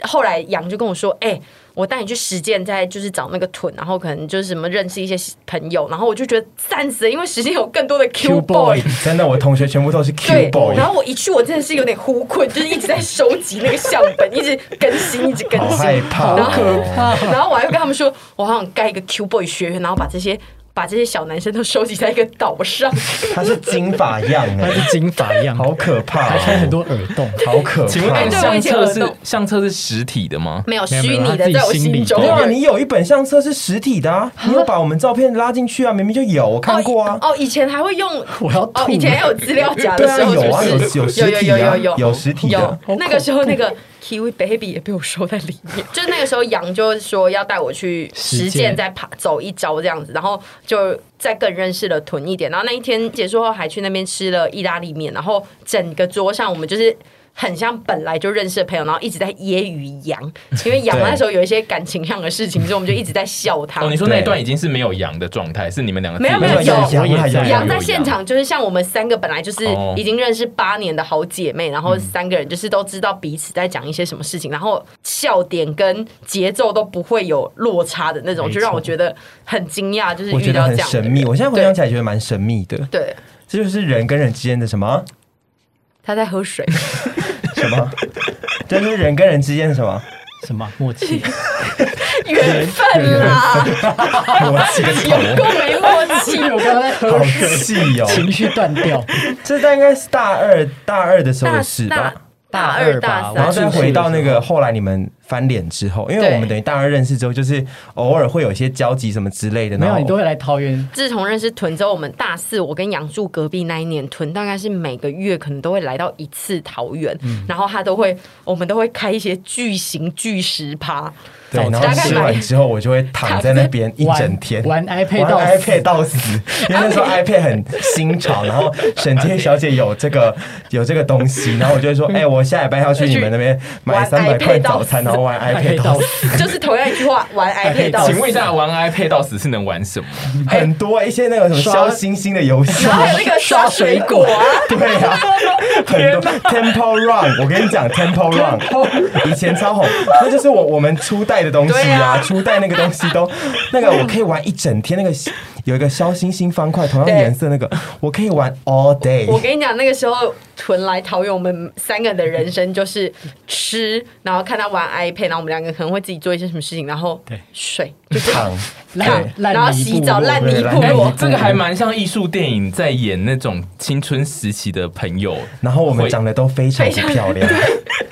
[SPEAKER 1] 后来杨就跟我说：“哎、我带你去实践，在就是找那个臀，然后可能就是什么认识一些朋友。”然后我就觉得赞死了，因为实践有更多的 Q
[SPEAKER 4] Q boy
[SPEAKER 1] boy。
[SPEAKER 3] 真的，我同学全部都是 Q，
[SPEAKER 1] 对
[SPEAKER 3] boy，
[SPEAKER 1] 然后我一去，我真的是有点呼困，就是一直在收集那个相本，一直更新，一直更
[SPEAKER 3] 好
[SPEAKER 1] 新。
[SPEAKER 3] 害怕，
[SPEAKER 1] 然后
[SPEAKER 4] 怕
[SPEAKER 1] 然后我还跟他们说，我好想盖一个 Q boy 学院，然后把这些把这些小男生都收集在一个岛上。
[SPEAKER 3] 他是金发样
[SPEAKER 4] 它
[SPEAKER 3] 哎，
[SPEAKER 4] 是金发一样，
[SPEAKER 3] 好可怕哦，
[SPEAKER 4] 还穿很多耳洞，
[SPEAKER 3] 好可怕。
[SPEAKER 5] 请问
[SPEAKER 1] 哎对我
[SPEAKER 5] 相
[SPEAKER 1] 以前
[SPEAKER 5] 册
[SPEAKER 1] 耳
[SPEAKER 5] 是
[SPEAKER 1] 洞
[SPEAKER 5] 相册是实体的吗？
[SPEAKER 1] 没有
[SPEAKER 4] 没有
[SPEAKER 1] 虚
[SPEAKER 4] 没有
[SPEAKER 1] 拟
[SPEAKER 4] 他
[SPEAKER 1] 的，
[SPEAKER 4] 自己
[SPEAKER 1] 在我
[SPEAKER 4] 心里
[SPEAKER 1] 心中
[SPEAKER 3] 没有啊，
[SPEAKER 1] 有
[SPEAKER 3] 你有一本相册是实体的啊，你有把我们照片拉进去啊，明明就有，我看过啊。
[SPEAKER 1] 哦，以前还会用，
[SPEAKER 4] 我要
[SPEAKER 1] 哦，
[SPEAKER 4] 吐
[SPEAKER 1] 以前还有资料夹
[SPEAKER 3] 对
[SPEAKER 1] 的
[SPEAKER 3] 啊，
[SPEAKER 1] 时候，
[SPEAKER 3] 有啊，
[SPEAKER 1] 是
[SPEAKER 3] 有
[SPEAKER 1] 不是
[SPEAKER 3] 有实体
[SPEAKER 1] 有有
[SPEAKER 3] 啊，
[SPEAKER 1] 有
[SPEAKER 3] 有实体的
[SPEAKER 1] 有。那个时候那个 Kiwi Baby 也被我收在里面，就是那个时候杨就说要带我去实
[SPEAKER 4] 实
[SPEAKER 1] 践，
[SPEAKER 4] 践
[SPEAKER 1] 再爬走一遭这样子，然后就再更认识了屯一点。然后那一天结束后，还去那边吃了意大利面，然后整个桌上我们就是。很像本来就认识的朋友，然后一直在揶揄杨，因为杨
[SPEAKER 3] 对
[SPEAKER 1] 那时候有一些感情上的事情，所以我们就一直在笑他。
[SPEAKER 5] 哦，你说那一
[SPEAKER 3] 对
[SPEAKER 5] 段已经是没有羊的状态，是你们两个
[SPEAKER 1] 没有
[SPEAKER 5] 自己
[SPEAKER 1] 没有
[SPEAKER 5] 在
[SPEAKER 1] 有
[SPEAKER 3] 有
[SPEAKER 4] 我也在
[SPEAKER 1] 杨
[SPEAKER 5] 羊
[SPEAKER 1] 在现场就是像我们三个本来就是
[SPEAKER 5] 哦
[SPEAKER 1] 已经认识八年的好姐妹，然后三个人就是都知道彼此在讲一些什么事情，然后笑点跟节奏都不会有落差的那种，
[SPEAKER 4] 没
[SPEAKER 1] 就
[SPEAKER 4] 错
[SPEAKER 1] 让我觉得很惊讶，就是
[SPEAKER 3] 我
[SPEAKER 1] 遇
[SPEAKER 3] 觉得
[SPEAKER 1] 到这
[SPEAKER 3] 很
[SPEAKER 1] 样的
[SPEAKER 3] 神
[SPEAKER 1] 人
[SPEAKER 3] 秘，我现在回想起来觉得蛮神秘的。
[SPEAKER 1] 对，
[SPEAKER 3] 这就是人跟人之间的什么
[SPEAKER 1] 他在 喝水，
[SPEAKER 3] 什么？ 这就是人跟人之间的什 么？
[SPEAKER 4] 什么默契？
[SPEAKER 1] 缘分啦，
[SPEAKER 3] 我起个
[SPEAKER 1] 有 够没默 契。
[SPEAKER 4] 我刚刚在喝
[SPEAKER 3] 好
[SPEAKER 4] 水，
[SPEAKER 3] 气哦！
[SPEAKER 4] 情绪断掉。
[SPEAKER 3] 这大概是大二大二的时候
[SPEAKER 1] 大
[SPEAKER 3] 的事吧
[SPEAKER 1] 大。大二
[SPEAKER 4] 大
[SPEAKER 1] 大
[SPEAKER 4] 二吧
[SPEAKER 3] 然后
[SPEAKER 1] 三，
[SPEAKER 3] 再回到那个后来你们翻脸之后，因为
[SPEAKER 1] 对
[SPEAKER 3] 我们等于大二认识之后，就是偶尔会有一些交集什么之类的。
[SPEAKER 4] 没
[SPEAKER 3] 然
[SPEAKER 4] 有，
[SPEAKER 3] 后
[SPEAKER 4] 你都会来桃园，
[SPEAKER 1] 自从认识屯之后，我们大四，我跟杨住隔壁那一年，屯大概是每个月可能都会来到一次桃园，然后他都会，我们都会开一些巨型巨石趴，
[SPEAKER 3] 对，然
[SPEAKER 1] 大概
[SPEAKER 3] 后吃完之后，我就会躺在那边一整天
[SPEAKER 4] 玩玩 iPad
[SPEAKER 3] 玩
[SPEAKER 4] 到死
[SPEAKER 3] iPad 到死，因为那时候 iPad 很新潮，然后沈杰小姐有这个有这个东西，然后我就会说，哎，我下礼拜要去你们那边买
[SPEAKER 1] 玩
[SPEAKER 3] 三百
[SPEAKER 1] iPad
[SPEAKER 3] 块
[SPEAKER 1] 到
[SPEAKER 3] 早餐，
[SPEAKER 1] 死
[SPEAKER 3] 然后玩 iPad
[SPEAKER 4] 配
[SPEAKER 3] 到
[SPEAKER 4] 到
[SPEAKER 3] 死，
[SPEAKER 1] 就是同样一句话，玩 iPad 到死
[SPEAKER 5] 哎请问一下，玩 iPad 到死是能玩什么？
[SPEAKER 3] 很多一些那个什么
[SPEAKER 4] 刷
[SPEAKER 3] 消星星的游戏
[SPEAKER 1] 然。后还有那个刷水果啊，
[SPEAKER 3] 对呀、很多 Temple Run，我 跟你讲 Temple Run，以前超红，那就是我我们初代的东西
[SPEAKER 1] 对
[SPEAKER 3] 啊，
[SPEAKER 1] 啊
[SPEAKER 3] 初代那个东西 都那个我可以玩一整天，那个有一个消星星方块，同样
[SPEAKER 1] 对
[SPEAKER 3] 颜色那个，我可以玩 all
[SPEAKER 1] 我
[SPEAKER 3] day。
[SPEAKER 1] 跟你讲，那个时候屯来桃园，我们三个的人生就是吃，然后看他玩 iPad，然后我们两个可能会自己做一些什么事情，然后
[SPEAKER 4] 对
[SPEAKER 1] 睡，
[SPEAKER 3] 躺，
[SPEAKER 1] 看
[SPEAKER 4] 烂，烂
[SPEAKER 1] 然后
[SPEAKER 4] 泥
[SPEAKER 1] 洗
[SPEAKER 4] 部
[SPEAKER 1] 澡，
[SPEAKER 4] 落
[SPEAKER 1] 烂泥哦
[SPEAKER 3] 对
[SPEAKER 1] 部
[SPEAKER 3] 烂泥部
[SPEAKER 1] 落
[SPEAKER 3] 落。
[SPEAKER 5] 这个还蛮像艺术电影在演那种青春时期的朋友，
[SPEAKER 3] 然后我们长得都非常不漂亮，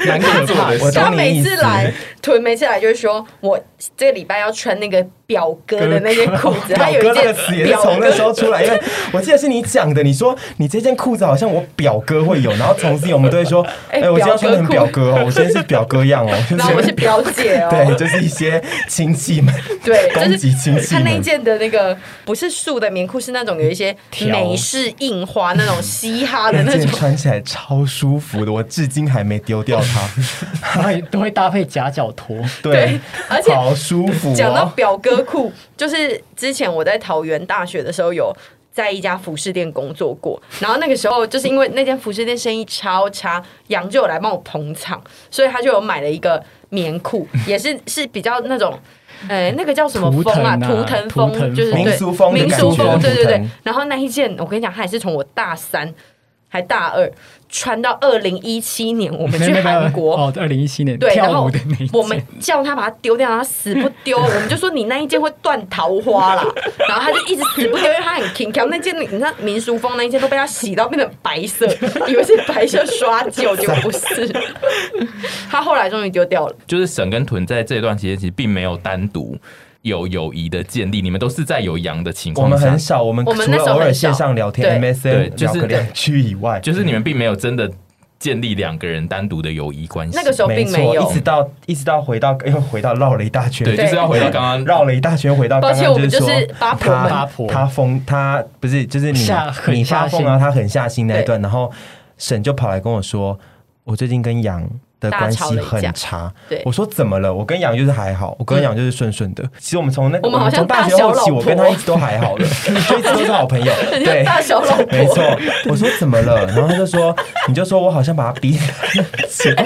[SPEAKER 5] 蛮可怕
[SPEAKER 3] 我懂
[SPEAKER 5] 的。
[SPEAKER 1] 他
[SPEAKER 3] 你
[SPEAKER 1] 每
[SPEAKER 3] 意
[SPEAKER 1] 次
[SPEAKER 3] 思
[SPEAKER 1] 来，屯每次来就是说我这个礼拜要穿那个表哥的那件裤子，他
[SPEAKER 3] 表
[SPEAKER 1] 有
[SPEAKER 3] 哥
[SPEAKER 1] 一
[SPEAKER 3] 这个
[SPEAKER 1] 件
[SPEAKER 3] 词也是
[SPEAKER 1] 表
[SPEAKER 3] 从
[SPEAKER 1] 哥
[SPEAKER 3] 那时候出来，因为我记得是你讲的，你说你这件裤子好像我表哥会有，然后从此我们都会说，
[SPEAKER 1] 哎
[SPEAKER 3] 哎、我今天要穿成
[SPEAKER 1] 表
[SPEAKER 3] 表
[SPEAKER 1] 哥
[SPEAKER 3] 哥哦，我今天是表哥样哦，就
[SPEAKER 1] 然后我是表姐哦，
[SPEAKER 3] 对，就是一些亲戚们，
[SPEAKER 1] 对，
[SPEAKER 3] 攻击亲
[SPEAKER 1] 就是
[SPEAKER 3] 戚
[SPEAKER 1] 他那一
[SPEAKER 3] 们。
[SPEAKER 1] 件的那个不是素的棉裤，是那种有一些
[SPEAKER 4] 条
[SPEAKER 1] 美式印花那种嘻哈的
[SPEAKER 3] 那
[SPEAKER 1] 那
[SPEAKER 3] 件
[SPEAKER 1] 种，
[SPEAKER 3] 穿起来超舒服的，我至今还没丢掉 它。
[SPEAKER 4] 然后也都会搭配夹脚拖，
[SPEAKER 3] 对，
[SPEAKER 1] 而且
[SPEAKER 3] 好舒服
[SPEAKER 1] 讲到
[SPEAKER 3] 哦。
[SPEAKER 1] 表哥裤， 就是之前我在桃园大学的时候有。在一家服饰店工作过，然后那个时候就是因为那间服饰店生意超差，杨就有来帮我捧场，所以他就有买了一个棉裤，也是 是比较那种，呃，那个叫什么
[SPEAKER 4] 图
[SPEAKER 1] 风
[SPEAKER 4] 腾
[SPEAKER 1] 啊？
[SPEAKER 4] 啊
[SPEAKER 1] 图腾风
[SPEAKER 4] 图腾
[SPEAKER 1] 就是
[SPEAKER 4] 风
[SPEAKER 1] 对
[SPEAKER 3] 民俗风的
[SPEAKER 1] 民
[SPEAKER 3] 感
[SPEAKER 1] 俗
[SPEAKER 3] 觉
[SPEAKER 1] 风，对对
[SPEAKER 3] 图
[SPEAKER 1] 对
[SPEAKER 3] 腾。
[SPEAKER 1] 然后那一件，我跟你讲，它也是从我大三还大二，传到二零一七年我们去
[SPEAKER 4] 没有没有
[SPEAKER 1] 韩国。
[SPEAKER 4] 哦，二零一七年
[SPEAKER 1] 对，然
[SPEAKER 4] 跳舞
[SPEAKER 1] 后
[SPEAKER 4] 的那一
[SPEAKER 1] 我
[SPEAKER 4] 届
[SPEAKER 1] 们叫他把它丢掉，然后他死不 丢。我们就说你那一件会断桃花啦，然后他就一直死不丢，因为他很 king。那件你知道民俗风那一件都被他洗到变成白 色，以为是白色刷旧，结果不是。他后来终于丢掉了。
[SPEAKER 5] 就是沈跟屯在这段期间其实并没有单独有友谊的建立，你们都是在有羊的情
[SPEAKER 3] 我
[SPEAKER 5] 况
[SPEAKER 3] 们
[SPEAKER 5] 下
[SPEAKER 3] 很，少，我们
[SPEAKER 1] 我们
[SPEAKER 3] 除
[SPEAKER 1] 那
[SPEAKER 3] 了
[SPEAKER 1] 时候
[SPEAKER 3] 偶尔
[SPEAKER 1] 很少
[SPEAKER 3] 线上聊天
[SPEAKER 5] 对
[SPEAKER 1] 对
[SPEAKER 3] ，MSN
[SPEAKER 5] 就
[SPEAKER 3] 聊
[SPEAKER 5] 是
[SPEAKER 3] 个两句以外，
[SPEAKER 5] 就是你们并没有真的建立两个人单独的友谊关系。
[SPEAKER 1] 那个时候
[SPEAKER 3] 没
[SPEAKER 1] 并
[SPEAKER 3] 错
[SPEAKER 1] 没，有
[SPEAKER 3] 一 直，到一直到回到又回到绕了一大圈，
[SPEAKER 5] 对，就是要 回到刚刚。
[SPEAKER 3] 绕了一大圈回到刚
[SPEAKER 1] 抱
[SPEAKER 3] 刚，
[SPEAKER 1] 歉，我们就
[SPEAKER 3] 说
[SPEAKER 1] 是八婆
[SPEAKER 3] 他
[SPEAKER 1] 们。
[SPEAKER 4] 八婆
[SPEAKER 3] 他疯，他不是就是你
[SPEAKER 4] 下很
[SPEAKER 3] 你
[SPEAKER 4] 下
[SPEAKER 3] 发疯
[SPEAKER 4] 心
[SPEAKER 3] 啊，他很下心那一段，然后沈就跑来跟我说，我最近跟杨。的
[SPEAKER 1] 大
[SPEAKER 3] 关
[SPEAKER 1] 吵
[SPEAKER 3] 系
[SPEAKER 1] 了一
[SPEAKER 3] 很
[SPEAKER 1] 架
[SPEAKER 3] 差，
[SPEAKER 1] 对嗯
[SPEAKER 3] 我说怎么了？我跟杨就是还好，我跟杨就是顺顺的。其实我们从那个
[SPEAKER 1] 我们好像
[SPEAKER 3] 从大学
[SPEAKER 1] 大小
[SPEAKER 3] 后期，
[SPEAKER 1] 老
[SPEAKER 3] 我跟
[SPEAKER 1] 婆
[SPEAKER 3] 他一直都还 好了，就一直都是好朋友。
[SPEAKER 1] 很像
[SPEAKER 3] 对，
[SPEAKER 1] 大小老婆
[SPEAKER 3] 没 错。我说怎么了？然后他就说，你就说我好像把他逼， 烦死了。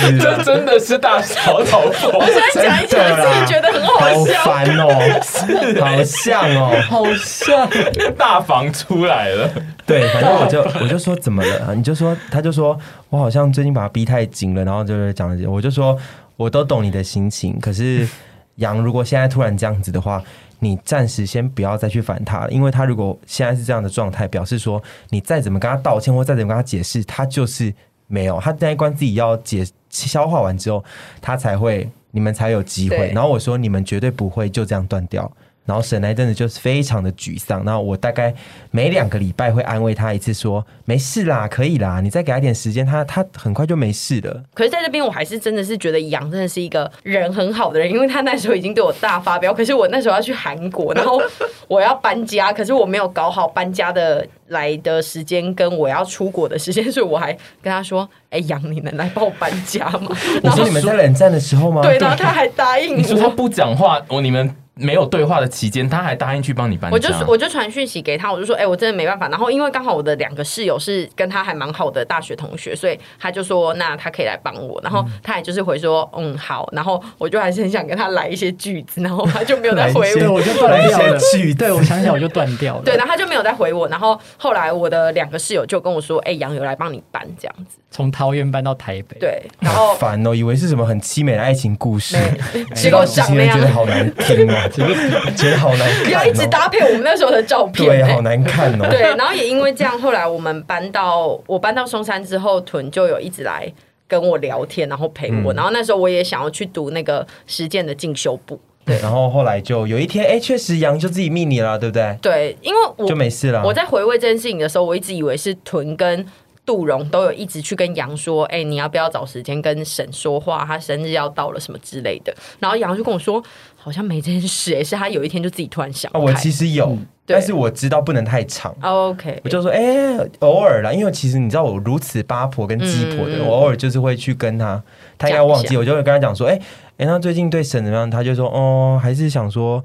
[SPEAKER 5] 这 真的是大小老婆，
[SPEAKER 1] 我现在讲一
[SPEAKER 3] 真的
[SPEAKER 1] 讲，
[SPEAKER 3] 啦
[SPEAKER 1] 自己觉得很好
[SPEAKER 3] 好
[SPEAKER 1] 笑。
[SPEAKER 3] 烦哦、好像哦、
[SPEAKER 4] 好像
[SPEAKER 5] 大房出来了。
[SPEAKER 3] 对，反正我就我就说怎么了、你就说，他就说我好像最近把他逼太紧了，然后就是讲了，我就说我都懂你的心情，可是杨如果现在突然这样子的话，你暂时先不要再去烦他了，因为他如果现在是这样的状态，表示说你再怎么跟他道歉或再怎么跟他解释，他就是没有，他那一关自己要解消化完之后，他才会你们才有机会
[SPEAKER 1] 对。
[SPEAKER 3] 然后我说你们绝对不会就这样断掉。然后沈来真的就是非常的沮丧，然后我大概每两个礼拜会安慰他一次说，没事啦，可以啦，你再给他一点时间，他他很快就没事 了。
[SPEAKER 1] 可是在这边，我还是真的是觉得杨真的是一个人很好的人，因为他那时候已经对我大发飙。可是我那时候要去韩国，然后我要搬家，可是我没有搞好搬家的来的时间跟我要出国的时间，所以我还跟他说：“哎、杨，你能来帮我搬家吗？”
[SPEAKER 3] 我
[SPEAKER 1] 然
[SPEAKER 3] 说
[SPEAKER 1] 后
[SPEAKER 3] 你们在冷战的时候吗？
[SPEAKER 1] 对，然后他还答应
[SPEAKER 5] 你说他
[SPEAKER 1] 我。
[SPEAKER 5] 不讲话，我你们没有对话的期间，他还答应去帮你搬家。
[SPEAKER 1] 我就我就传讯息给他，我就说，哎、我真的没办法。然后因为刚好我的两个室友是跟他还蛮好的大学同学，所以他就说，那他可以来帮我。然后他也就是回说，嗯，好。然后我就还是很想跟他来一些句子，然后他就没有再
[SPEAKER 3] 来一
[SPEAKER 1] 回
[SPEAKER 3] 些
[SPEAKER 4] 对
[SPEAKER 1] 我。
[SPEAKER 4] 我就断掉
[SPEAKER 3] 来
[SPEAKER 4] 了
[SPEAKER 3] 一些句，子
[SPEAKER 4] 对我想想我就断掉了，
[SPEAKER 1] 对，然后他就没有再回我。然后后来我的两个室友就跟我说，哎、杨有来帮你搬这样子。
[SPEAKER 4] 从桃园搬到台北，，
[SPEAKER 1] 对，然后
[SPEAKER 3] 好烦哦，以为是什么很凄美的爱情故事，哎
[SPEAKER 1] 结果
[SPEAKER 3] 知道
[SPEAKER 1] 长那
[SPEAKER 3] 知道
[SPEAKER 1] 样
[SPEAKER 3] 觉得，好难听哦，觉得觉得好难看、哦，
[SPEAKER 1] 要一直搭配我们那时候的照片、
[SPEAKER 3] 对，
[SPEAKER 1] 哎
[SPEAKER 3] 好难看 哦。
[SPEAKER 1] 对，然后也因为这样，后来我们搬到我搬到松山之后，屯就有一直来跟我聊天，然后陪我。
[SPEAKER 3] 嗯
[SPEAKER 1] 然后那时候我也想要去读那个实践的进修部，对
[SPEAKER 3] 然后后来就有一天，哎，确实杨就自己密你了，对不对？
[SPEAKER 1] 对，因为我
[SPEAKER 3] 就没事啊了。
[SPEAKER 1] 我在回味这件事情的时候，我一直以为是屯跟。杜荣都有一直去跟杨说，哎、你要不要找时间跟沈说话？他生日要到了什么之类的。然后杨就跟我说，好像没这件事、哎，是他有一天就自己突然想开。
[SPEAKER 3] 啊，我其实有，
[SPEAKER 1] 嗯对
[SPEAKER 3] 但是我知道不能太长。
[SPEAKER 1] OK，
[SPEAKER 3] 我就说，哎、偶尔啦，因为其实你知道我如此八婆跟鸡婆的，
[SPEAKER 1] 嗯
[SPEAKER 3] 我偶尔就是会去跟他，他应该
[SPEAKER 1] 讲一
[SPEAKER 3] 忘记，
[SPEAKER 1] 下
[SPEAKER 3] 我就会跟他讲说，哎、哎、那最近对沈怎么样？他就说，哦，还是想说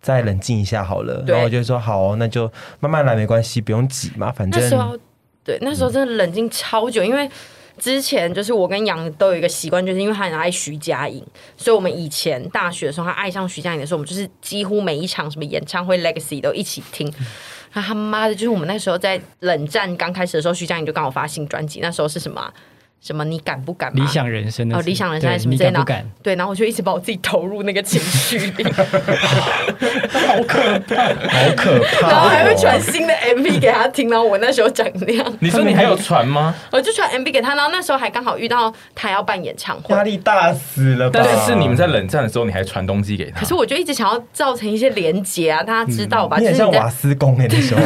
[SPEAKER 3] 再冷静一下好了。
[SPEAKER 1] 对
[SPEAKER 3] 然后我就说，好哦、那就慢慢来，没关系，不用急嘛，反
[SPEAKER 1] 那时
[SPEAKER 3] 正
[SPEAKER 1] 候，对，那
[SPEAKER 4] 嗯
[SPEAKER 1] 时候真的冷静超久，因为之前就是我跟杨都有一个习惯，就是因为他很爱徐佳莹，所以我们以前大学的时候，他爱上徐佳莹的时候，我们就是几乎每一场什么演唱会 Legacy 都一起听。
[SPEAKER 4] 嗯
[SPEAKER 1] 他他妈的，就是我们那时候在冷战刚开始的时候，徐佳莹就刚好发新专辑，那时候是什么啊、什么？你敢不敢吗？
[SPEAKER 4] 理想人生的
[SPEAKER 1] 哦，
[SPEAKER 4] 事
[SPEAKER 1] 理想人生还
[SPEAKER 4] 对
[SPEAKER 1] 是什么
[SPEAKER 4] 你
[SPEAKER 1] 之类
[SPEAKER 4] 敢
[SPEAKER 1] 的
[SPEAKER 4] 不敢？，
[SPEAKER 1] 对，然后我就一直把我自己投入那个情绪 里，
[SPEAKER 4] 好可怕，
[SPEAKER 3] 好可怕、哦。
[SPEAKER 1] 然后还会传新的 MV 给他听，然后我那时候长那样。
[SPEAKER 5] 你说你还有传吗？
[SPEAKER 1] 我就传 MV 给他，然后那时候还刚好遇到他要办演唱会
[SPEAKER 3] 压，力大死了吧？
[SPEAKER 5] 但是是你们在冷战的时候，你还传东西给他
[SPEAKER 1] 可。是我就一直想要造成一些连结啊，大家知道吧？
[SPEAKER 3] 嗯你
[SPEAKER 1] 就
[SPEAKER 3] 很
[SPEAKER 1] 是
[SPEAKER 3] 像
[SPEAKER 1] 你
[SPEAKER 3] 瓦
[SPEAKER 1] 在
[SPEAKER 3] 斯工哎、那 时候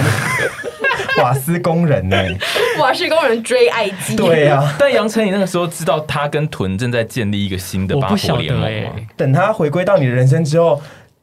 [SPEAKER 3] 瓦斯工人呢、欸
[SPEAKER 1] 瓦式工人追爱机，
[SPEAKER 3] 对啊，
[SPEAKER 5] 但杨丞琳那个时候知道他跟屯正在建立一个新的
[SPEAKER 4] 我
[SPEAKER 5] 八
[SPEAKER 4] 不晓
[SPEAKER 5] 婆
[SPEAKER 4] 得
[SPEAKER 5] 联盟啊
[SPEAKER 4] 哎
[SPEAKER 5] 吗？
[SPEAKER 3] 等他回归到你的人生之后，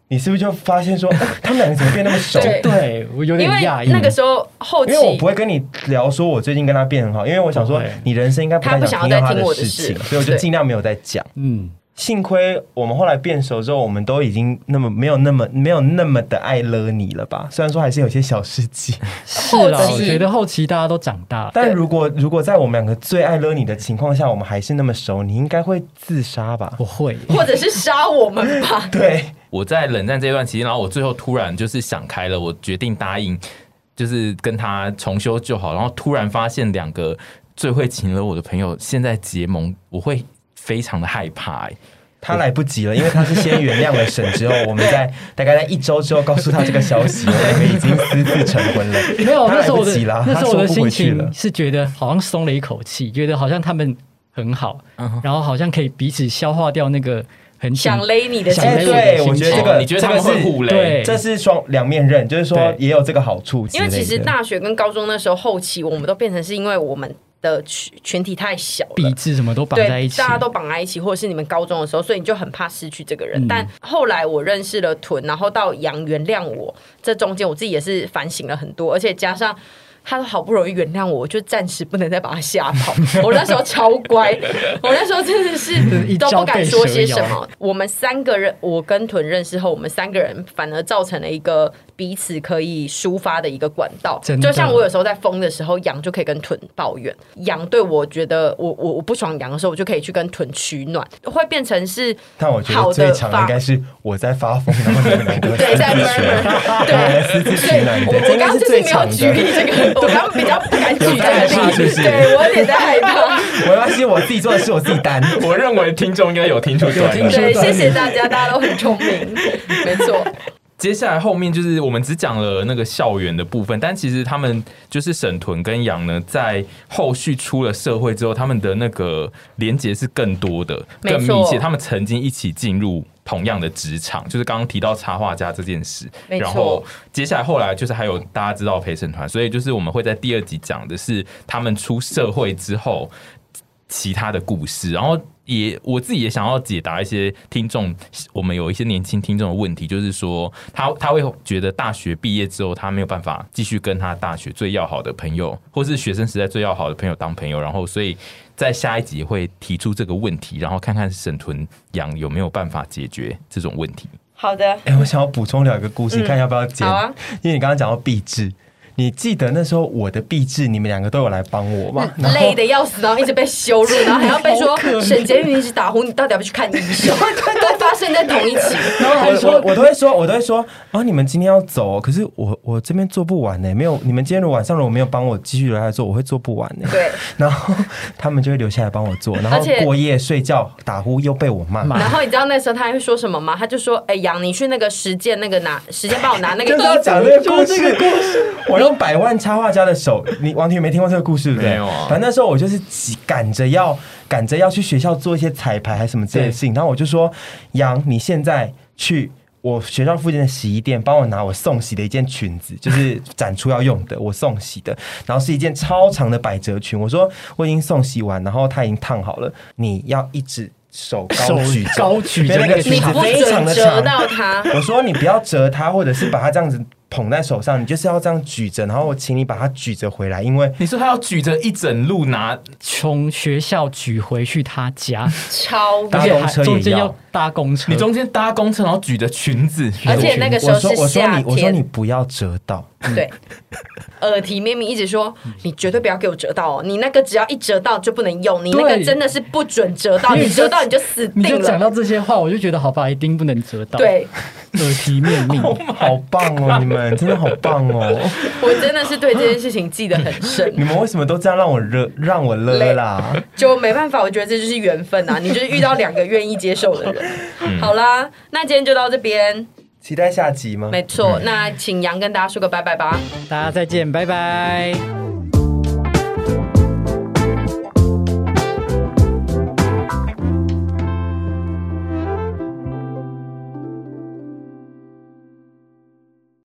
[SPEAKER 3] 你是不是就发现说，呃他们两个怎么变那么熟？
[SPEAKER 1] 对
[SPEAKER 4] 欸对我有
[SPEAKER 1] 因
[SPEAKER 4] 点
[SPEAKER 1] 为
[SPEAKER 4] 讶异，
[SPEAKER 1] 那个时候后期
[SPEAKER 3] 因为我不会跟你聊说我最近跟他变很好，因为我想说
[SPEAKER 4] 不会
[SPEAKER 3] 你人生应该不太想听到他的事情，
[SPEAKER 1] 他不想要再听我的事
[SPEAKER 3] 所以我就
[SPEAKER 1] 对
[SPEAKER 3] 尽量没有再讲。
[SPEAKER 4] 嗯，
[SPEAKER 3] 幸亏我们后来变熟之后，我们都已经那么没有那么没有那么的爱勒你了吧？虽然说还是有些小事 情，
[SPEAKER 4] 是啦，
[SPEAKER 1] 后期
[SPEAKER 4] 我觉得后期大家都长大了，
[SPEAKER 3] 但如果如果在我们两个最爱勒你的情况下，我们还是那么熟，你应该会自杀吧？
[SPEAKER 4] 我会
[SPEAKER 1] 或者是杀我们吧
[SPEAKER 3] 。对，
[SPEAKER 5] 我在冷战这段期间，然后我最后突然就是想开了，我决定答应就是跟他重修就好，然后突然发现两个最会请了我的朋友现在结盟，我会非常的害怕、欸。
[SPEAKER 3] 他来不及了，因为他是先原谅了沈之后，我们在大概在一周之后告诉他这个消息，我们已经私自成婚了。
[SPEAKER 4] 没有，
[SPEAKER 3] 他
[SPEAKER 4] 那
[SPEAKER 3] 来
[SPEAKER 4] 时候
[SPEAKER 3] 不
[SPEAKER 4] 我的
[SPEAKER 3] 及了，
[SPEAKER 4] 那
[SPEAKER 3] 他
[SPEAKER 4] 时候
[SPEAKER 3] 说
[SPEAKER 4] 我的
[SPEAKER 3] 不
[SPEAKER 4] 心
[SPEAKER 3] 回去了
[SPEAKER 4] 情。是觉得好像松了一口气，觉得好像他们很好，
[SPEAKER 3] 嗯
[SPEAKER 4] 然后好像可以彼此消化掉那个很紧
[SPEAKER 1] 想勒你的
[SPEAKER 4] 想
[SPEAKER 1] 心
[SPEAKER 4] 勒
[SPEAKER 3] 哎，
[SPEAKER 4] 我
[SPEAKER 1] 情，
[SPEAKER 3] 对，我觉得这
[SPEAKER 5] 哦
[SPEAKER 3] 个
[SPEAKER 5] 你觉得
[SPEAKER 3] 这
[SPEAKER 5] 他
[SPEAKER 3] 个
[SPEAKER 5] 们会
[SPEAKER 3] 是
[SPEAKER 5] 互雷？
[SPEAKER 4] 对
[SPEAKER 3] 这是双两面刃，就是说
[SPEAKER 4] 对
[SPEAKER 3] 也有这个好处之
[SPEAKER 1] 因
[SPEAKER 3] 类
[SPEAKER 1] 为
[SPEAKER 3] 的。
[SPEAKER 1] 其实大学跟高中那时候后期，我们都变成是因为我们的群群体太小
[SPEAKER 4] 币
[SPEAKER 1] 了。
[SPEAKER 4] 制什么都绑
[SPEAKER 1] 对
[SPEAKER 4] 在一，起，
[SPEAKER 1] 大家都绑在一起，或者是你们高中的时候，所以你就很怕失去这个
[SPEAKER 4] 嗯
[SPEAKER 1] 人。但后来我认识了屯，然后到杨原谅我，这中间我自己也是反省了很多，而且加上。他好不容易原谅我，我就暂时不能再把他吓 跑。我那时候超乖，我那时候真的
[SPEAKER 4] 一
[SPEAKER 1] 是
[SPEAKER 4] 朝
[SPEAKER 1] 都不敢
[SPEAKER 4] 被
[SPEAKER 1] 说
[SPEAKER 4] 蛇
[SPEAKER 1] 些什
[SPEAKER 4] 咬
[SPEAKER 1] 么。我们三个人，我跟屯认识后，我们三个人反而造成了一个彼此可以抒发的一个管道。
[SPEAKER 4] 真的
[SPEAKER 1] 就像我有时候在疯的时候，羊就可以跟豚抱怨，羊对我觉得我我我不爽羊的时候，我就可以去跟豚取暖，会变成是
[SPEAKER 3] 但我觉
[SPEAKER 1] 好
[SPEAKER 3] 得最
[SPEAKER 1] 的
[SPEAKER 3] 长的
[SPEAKER 1] 法
[SPEAKER 3] 应该是我在发疯，然后你们两个
[SPEAKER 1] 对在 murmur，对
[SPEAKER 3] 私自取
[SPEAKER 1] 对
[SPEAKER 3] 暖，
[SPEAKER 1] 我
[SPEAKER 3] 对，这
[SPEAKER 1] 我
[SPEAKER 3] 应该
[SPEAKER 1] 刚刚
[SPEAKER 3] 是
[SPEAKER 1] 就是
[SPEAKER 3] 最
[SPEAKER 1] 没有
[SPEAKER 3] 长
[SPEAKER 1] 举
[SPEAKER 3] 的。
[SPEAKER 1] 例这个，我刚刚比较不敢举这
[SPEAKER 3] 在
[SPEAKER 1] 个
[SPEAKER 3] 怕是
[SPEAKER 1] 例
[SPEAKER 3] 不
[SPEAKER 1] 子，
[SPEAKER 3] 是
[SPEAKER 1] 对我有点在害怕。
[SPEAKER 3] 没关系，我自己做的事我自己担。
[SPEAKER 5] 我认为听众应该有听出
[SPEAKER 4] 有
[SPEAKER 5] 来
[SPEAKER 4] 听
[SPEAKER 5] 了
[SPEAKER 4] 出。
[SPEAKER 1] 对，谢谢大家，大家都很聪明，没错。
[SPEAKER 5] 接下来后面就是我们只讲了那个校园的部分，但其实他们就是沈屯跟杨呢，在后续出了社会之后，他们的那个连接是更多的、
[SPEAKER 1] 没
[SPEAKER 5] 更
[SPEAKER 1] 错
[SPEAKER 5] 密切。他们曾经一起进入同样的职场，就是刚刚提到插画家这件事。
[SPEAKER 1] 没错
[SPEAKER 5] 然后接下来后来就是还有大家知道陪审团，所以就是我们会在第二集讲的是他们出社会之后其他的故事，然后也我自己也想要解答一些听众，我们有一些年轻听众的问题，就是说他他会觉得大学毕业之后，他没有办法继续跟他大学最要好的朋友，或是学生时代最要好的朋友当朋友，然后所以在下一集会提出这个问题，然后看看沈屯阳有没有办法解决这种问题。
[SPEAKER 1] 好的，
[SPEAKER 3] 哎、我想要补充两个故事，看要不要剪。
[SPEAKER 1] 好啊
[SPEAKER 3] 因为你刚刚讲到壁纸，你记得那时候我的壁纸，你们两个都有来帮我嘛？然后
[SPEAKER 1] 嗯累的要死，然后一直被羞辱，然后还要被说沈洁玉一直打呼，你到底要不要去看医生？都发生在同一起。
[SPEAKER 4] 然后还
[SPEAKER 3] 我我
[SPEAKER 4] 说
[SPEAKER 3] 我都会说，我都会说啊，你们今天要走哦，可是我我这边做不完呢、没有你们今天如果晚上如果没有帮我继续留下来做，我会做不完呢、
[SPEAKER 1] 对，
[SPEAKER 3] 然后他们就会留下来帮我做，然后
[SPEAKER 1] 而且
[SPEAKER 3] 过夜睡觉打呼又被我骂，
[SPEAKER 4] 骂
[SPEAKER 1] 然后你知道那时候他还会说什么吗？他就说：“哎、杨，你去那个实践那个拿实践帮我拿那个
[SPEAKER 3] 就
[SPEAKER 1] 衣
[SPEAKER 3] 是要
[SPEAKER 1] 服。
[SPEAKER 3] 讲这个故事。我用百万插画家的手，你王庭没听过这个故事对不对？
[SPEAKER 5] 没有啊
[SPEAKER 3] 反正那时候我就是急赶着要赶着要去学校做一些彩排还是什么之类的事情，然后我就说杨，你现在去。我学校附近的洗衣店帮我拿我送洗的一件裙子，就是展出要用的，我送洗的，然后是一件超长的百褶裙。我说我已经送洗完，然后它已经烫好了，你要一直手高
[SPEAKER 4] 手
[SPEAKER 3] 举着，
[SPEAKER 4] 高举着
[SPEAKER 3] 因为
[SPEAKER 4] 那
[SPEAKER 3] 那
[SPEAKER 4] 个
[SPEAKER 3] 个
[SPEAKER 1] 你
[SPEAKER 3] 裙子
[SPEAKER 1] 不
[SPEAKER 3] 非常
[SPEAKER 1] 准
[SPEAKER 3] 的
[SPEAKER 1] 折
[SPEAKER 3] 长，
[SPEAKER 1] 到他，
[SPEAKER 3] 我说你不要折它，或者是把它这样子捧在手上，你就是要这样举着，然后我请你把它举着回来，因为
[SPEAKER 5] 你说他要举着一整路拿，
[SPEAKER 4] 从学校举回去他 家，
[SPEAKER 1] 超
[SPEAKER 3] 搭
[SPEAKER 4] 而且
[SPEAKER 1] 远。
[SPEAKER 3] 公
[SPEAKER 4] 还
[SPEAKER 3] 车也
[SPEAKER 4] 中间
[SPEAKER 3] 要
[SPEAKER 4] 要搭公车，
[SPEAKER 5] 你中间搭公车然后举着裙子，
[SPEAKER 1] 而且那个时
[SPEAKER 3] 我
[SPEAKER 1] 候
[SPEAKER 3] 说
[SPEAKER 1] 是
[SPEAKER 3] 我说
[SPEAKER 1] 夏
[SPEAKER 3] 你我说你
[SPEAKER 1] 天，
[SPEAKER 3] 不要折到，
[SPEAKER 1] 对。耳提面命一直说，你绝对不要给我折到哦！你那个只要一折到就不能用，你那个
[SPEAKER 4] 对
[SPEAKER 1] 真的是不准折到，
[SPEAKER 4] 因为
[SPEAKER 1] 你
[SPEAKER 4] 你就
[SPEAKER 1] 折到你就死
[SPEAKER 4] 你就
[SPEAKER 1] 定
[SPEAKER 4] 讲
[SPEAKER 1] 了。
[SPEAKER 4] 到这些话，我就觉得好吧，一定不能折到，，
[SPEAKER 1] 对，
[SPEAKER 4] 耳提面命。
[SPEAKER 3] 好棒哦，你们真的好棒哦，
[SPEAKER 1] 我真的是对这件事情记得很深。
[SPEAKER 3] 你们为什么都这样让我热啊让我乐啦？
[SPEAKER 1] 就没办法，我觉得这就是缘分啊！你就是遇到两个愿意接受的人。好啦，那今天就到这边，
[SPEAKER 3] 期待下集吗？
[SPEAKER 1] 没错。那请杨跟大家说个拜拜吧。
[SPEAKER 4] 大家再见，拜拜。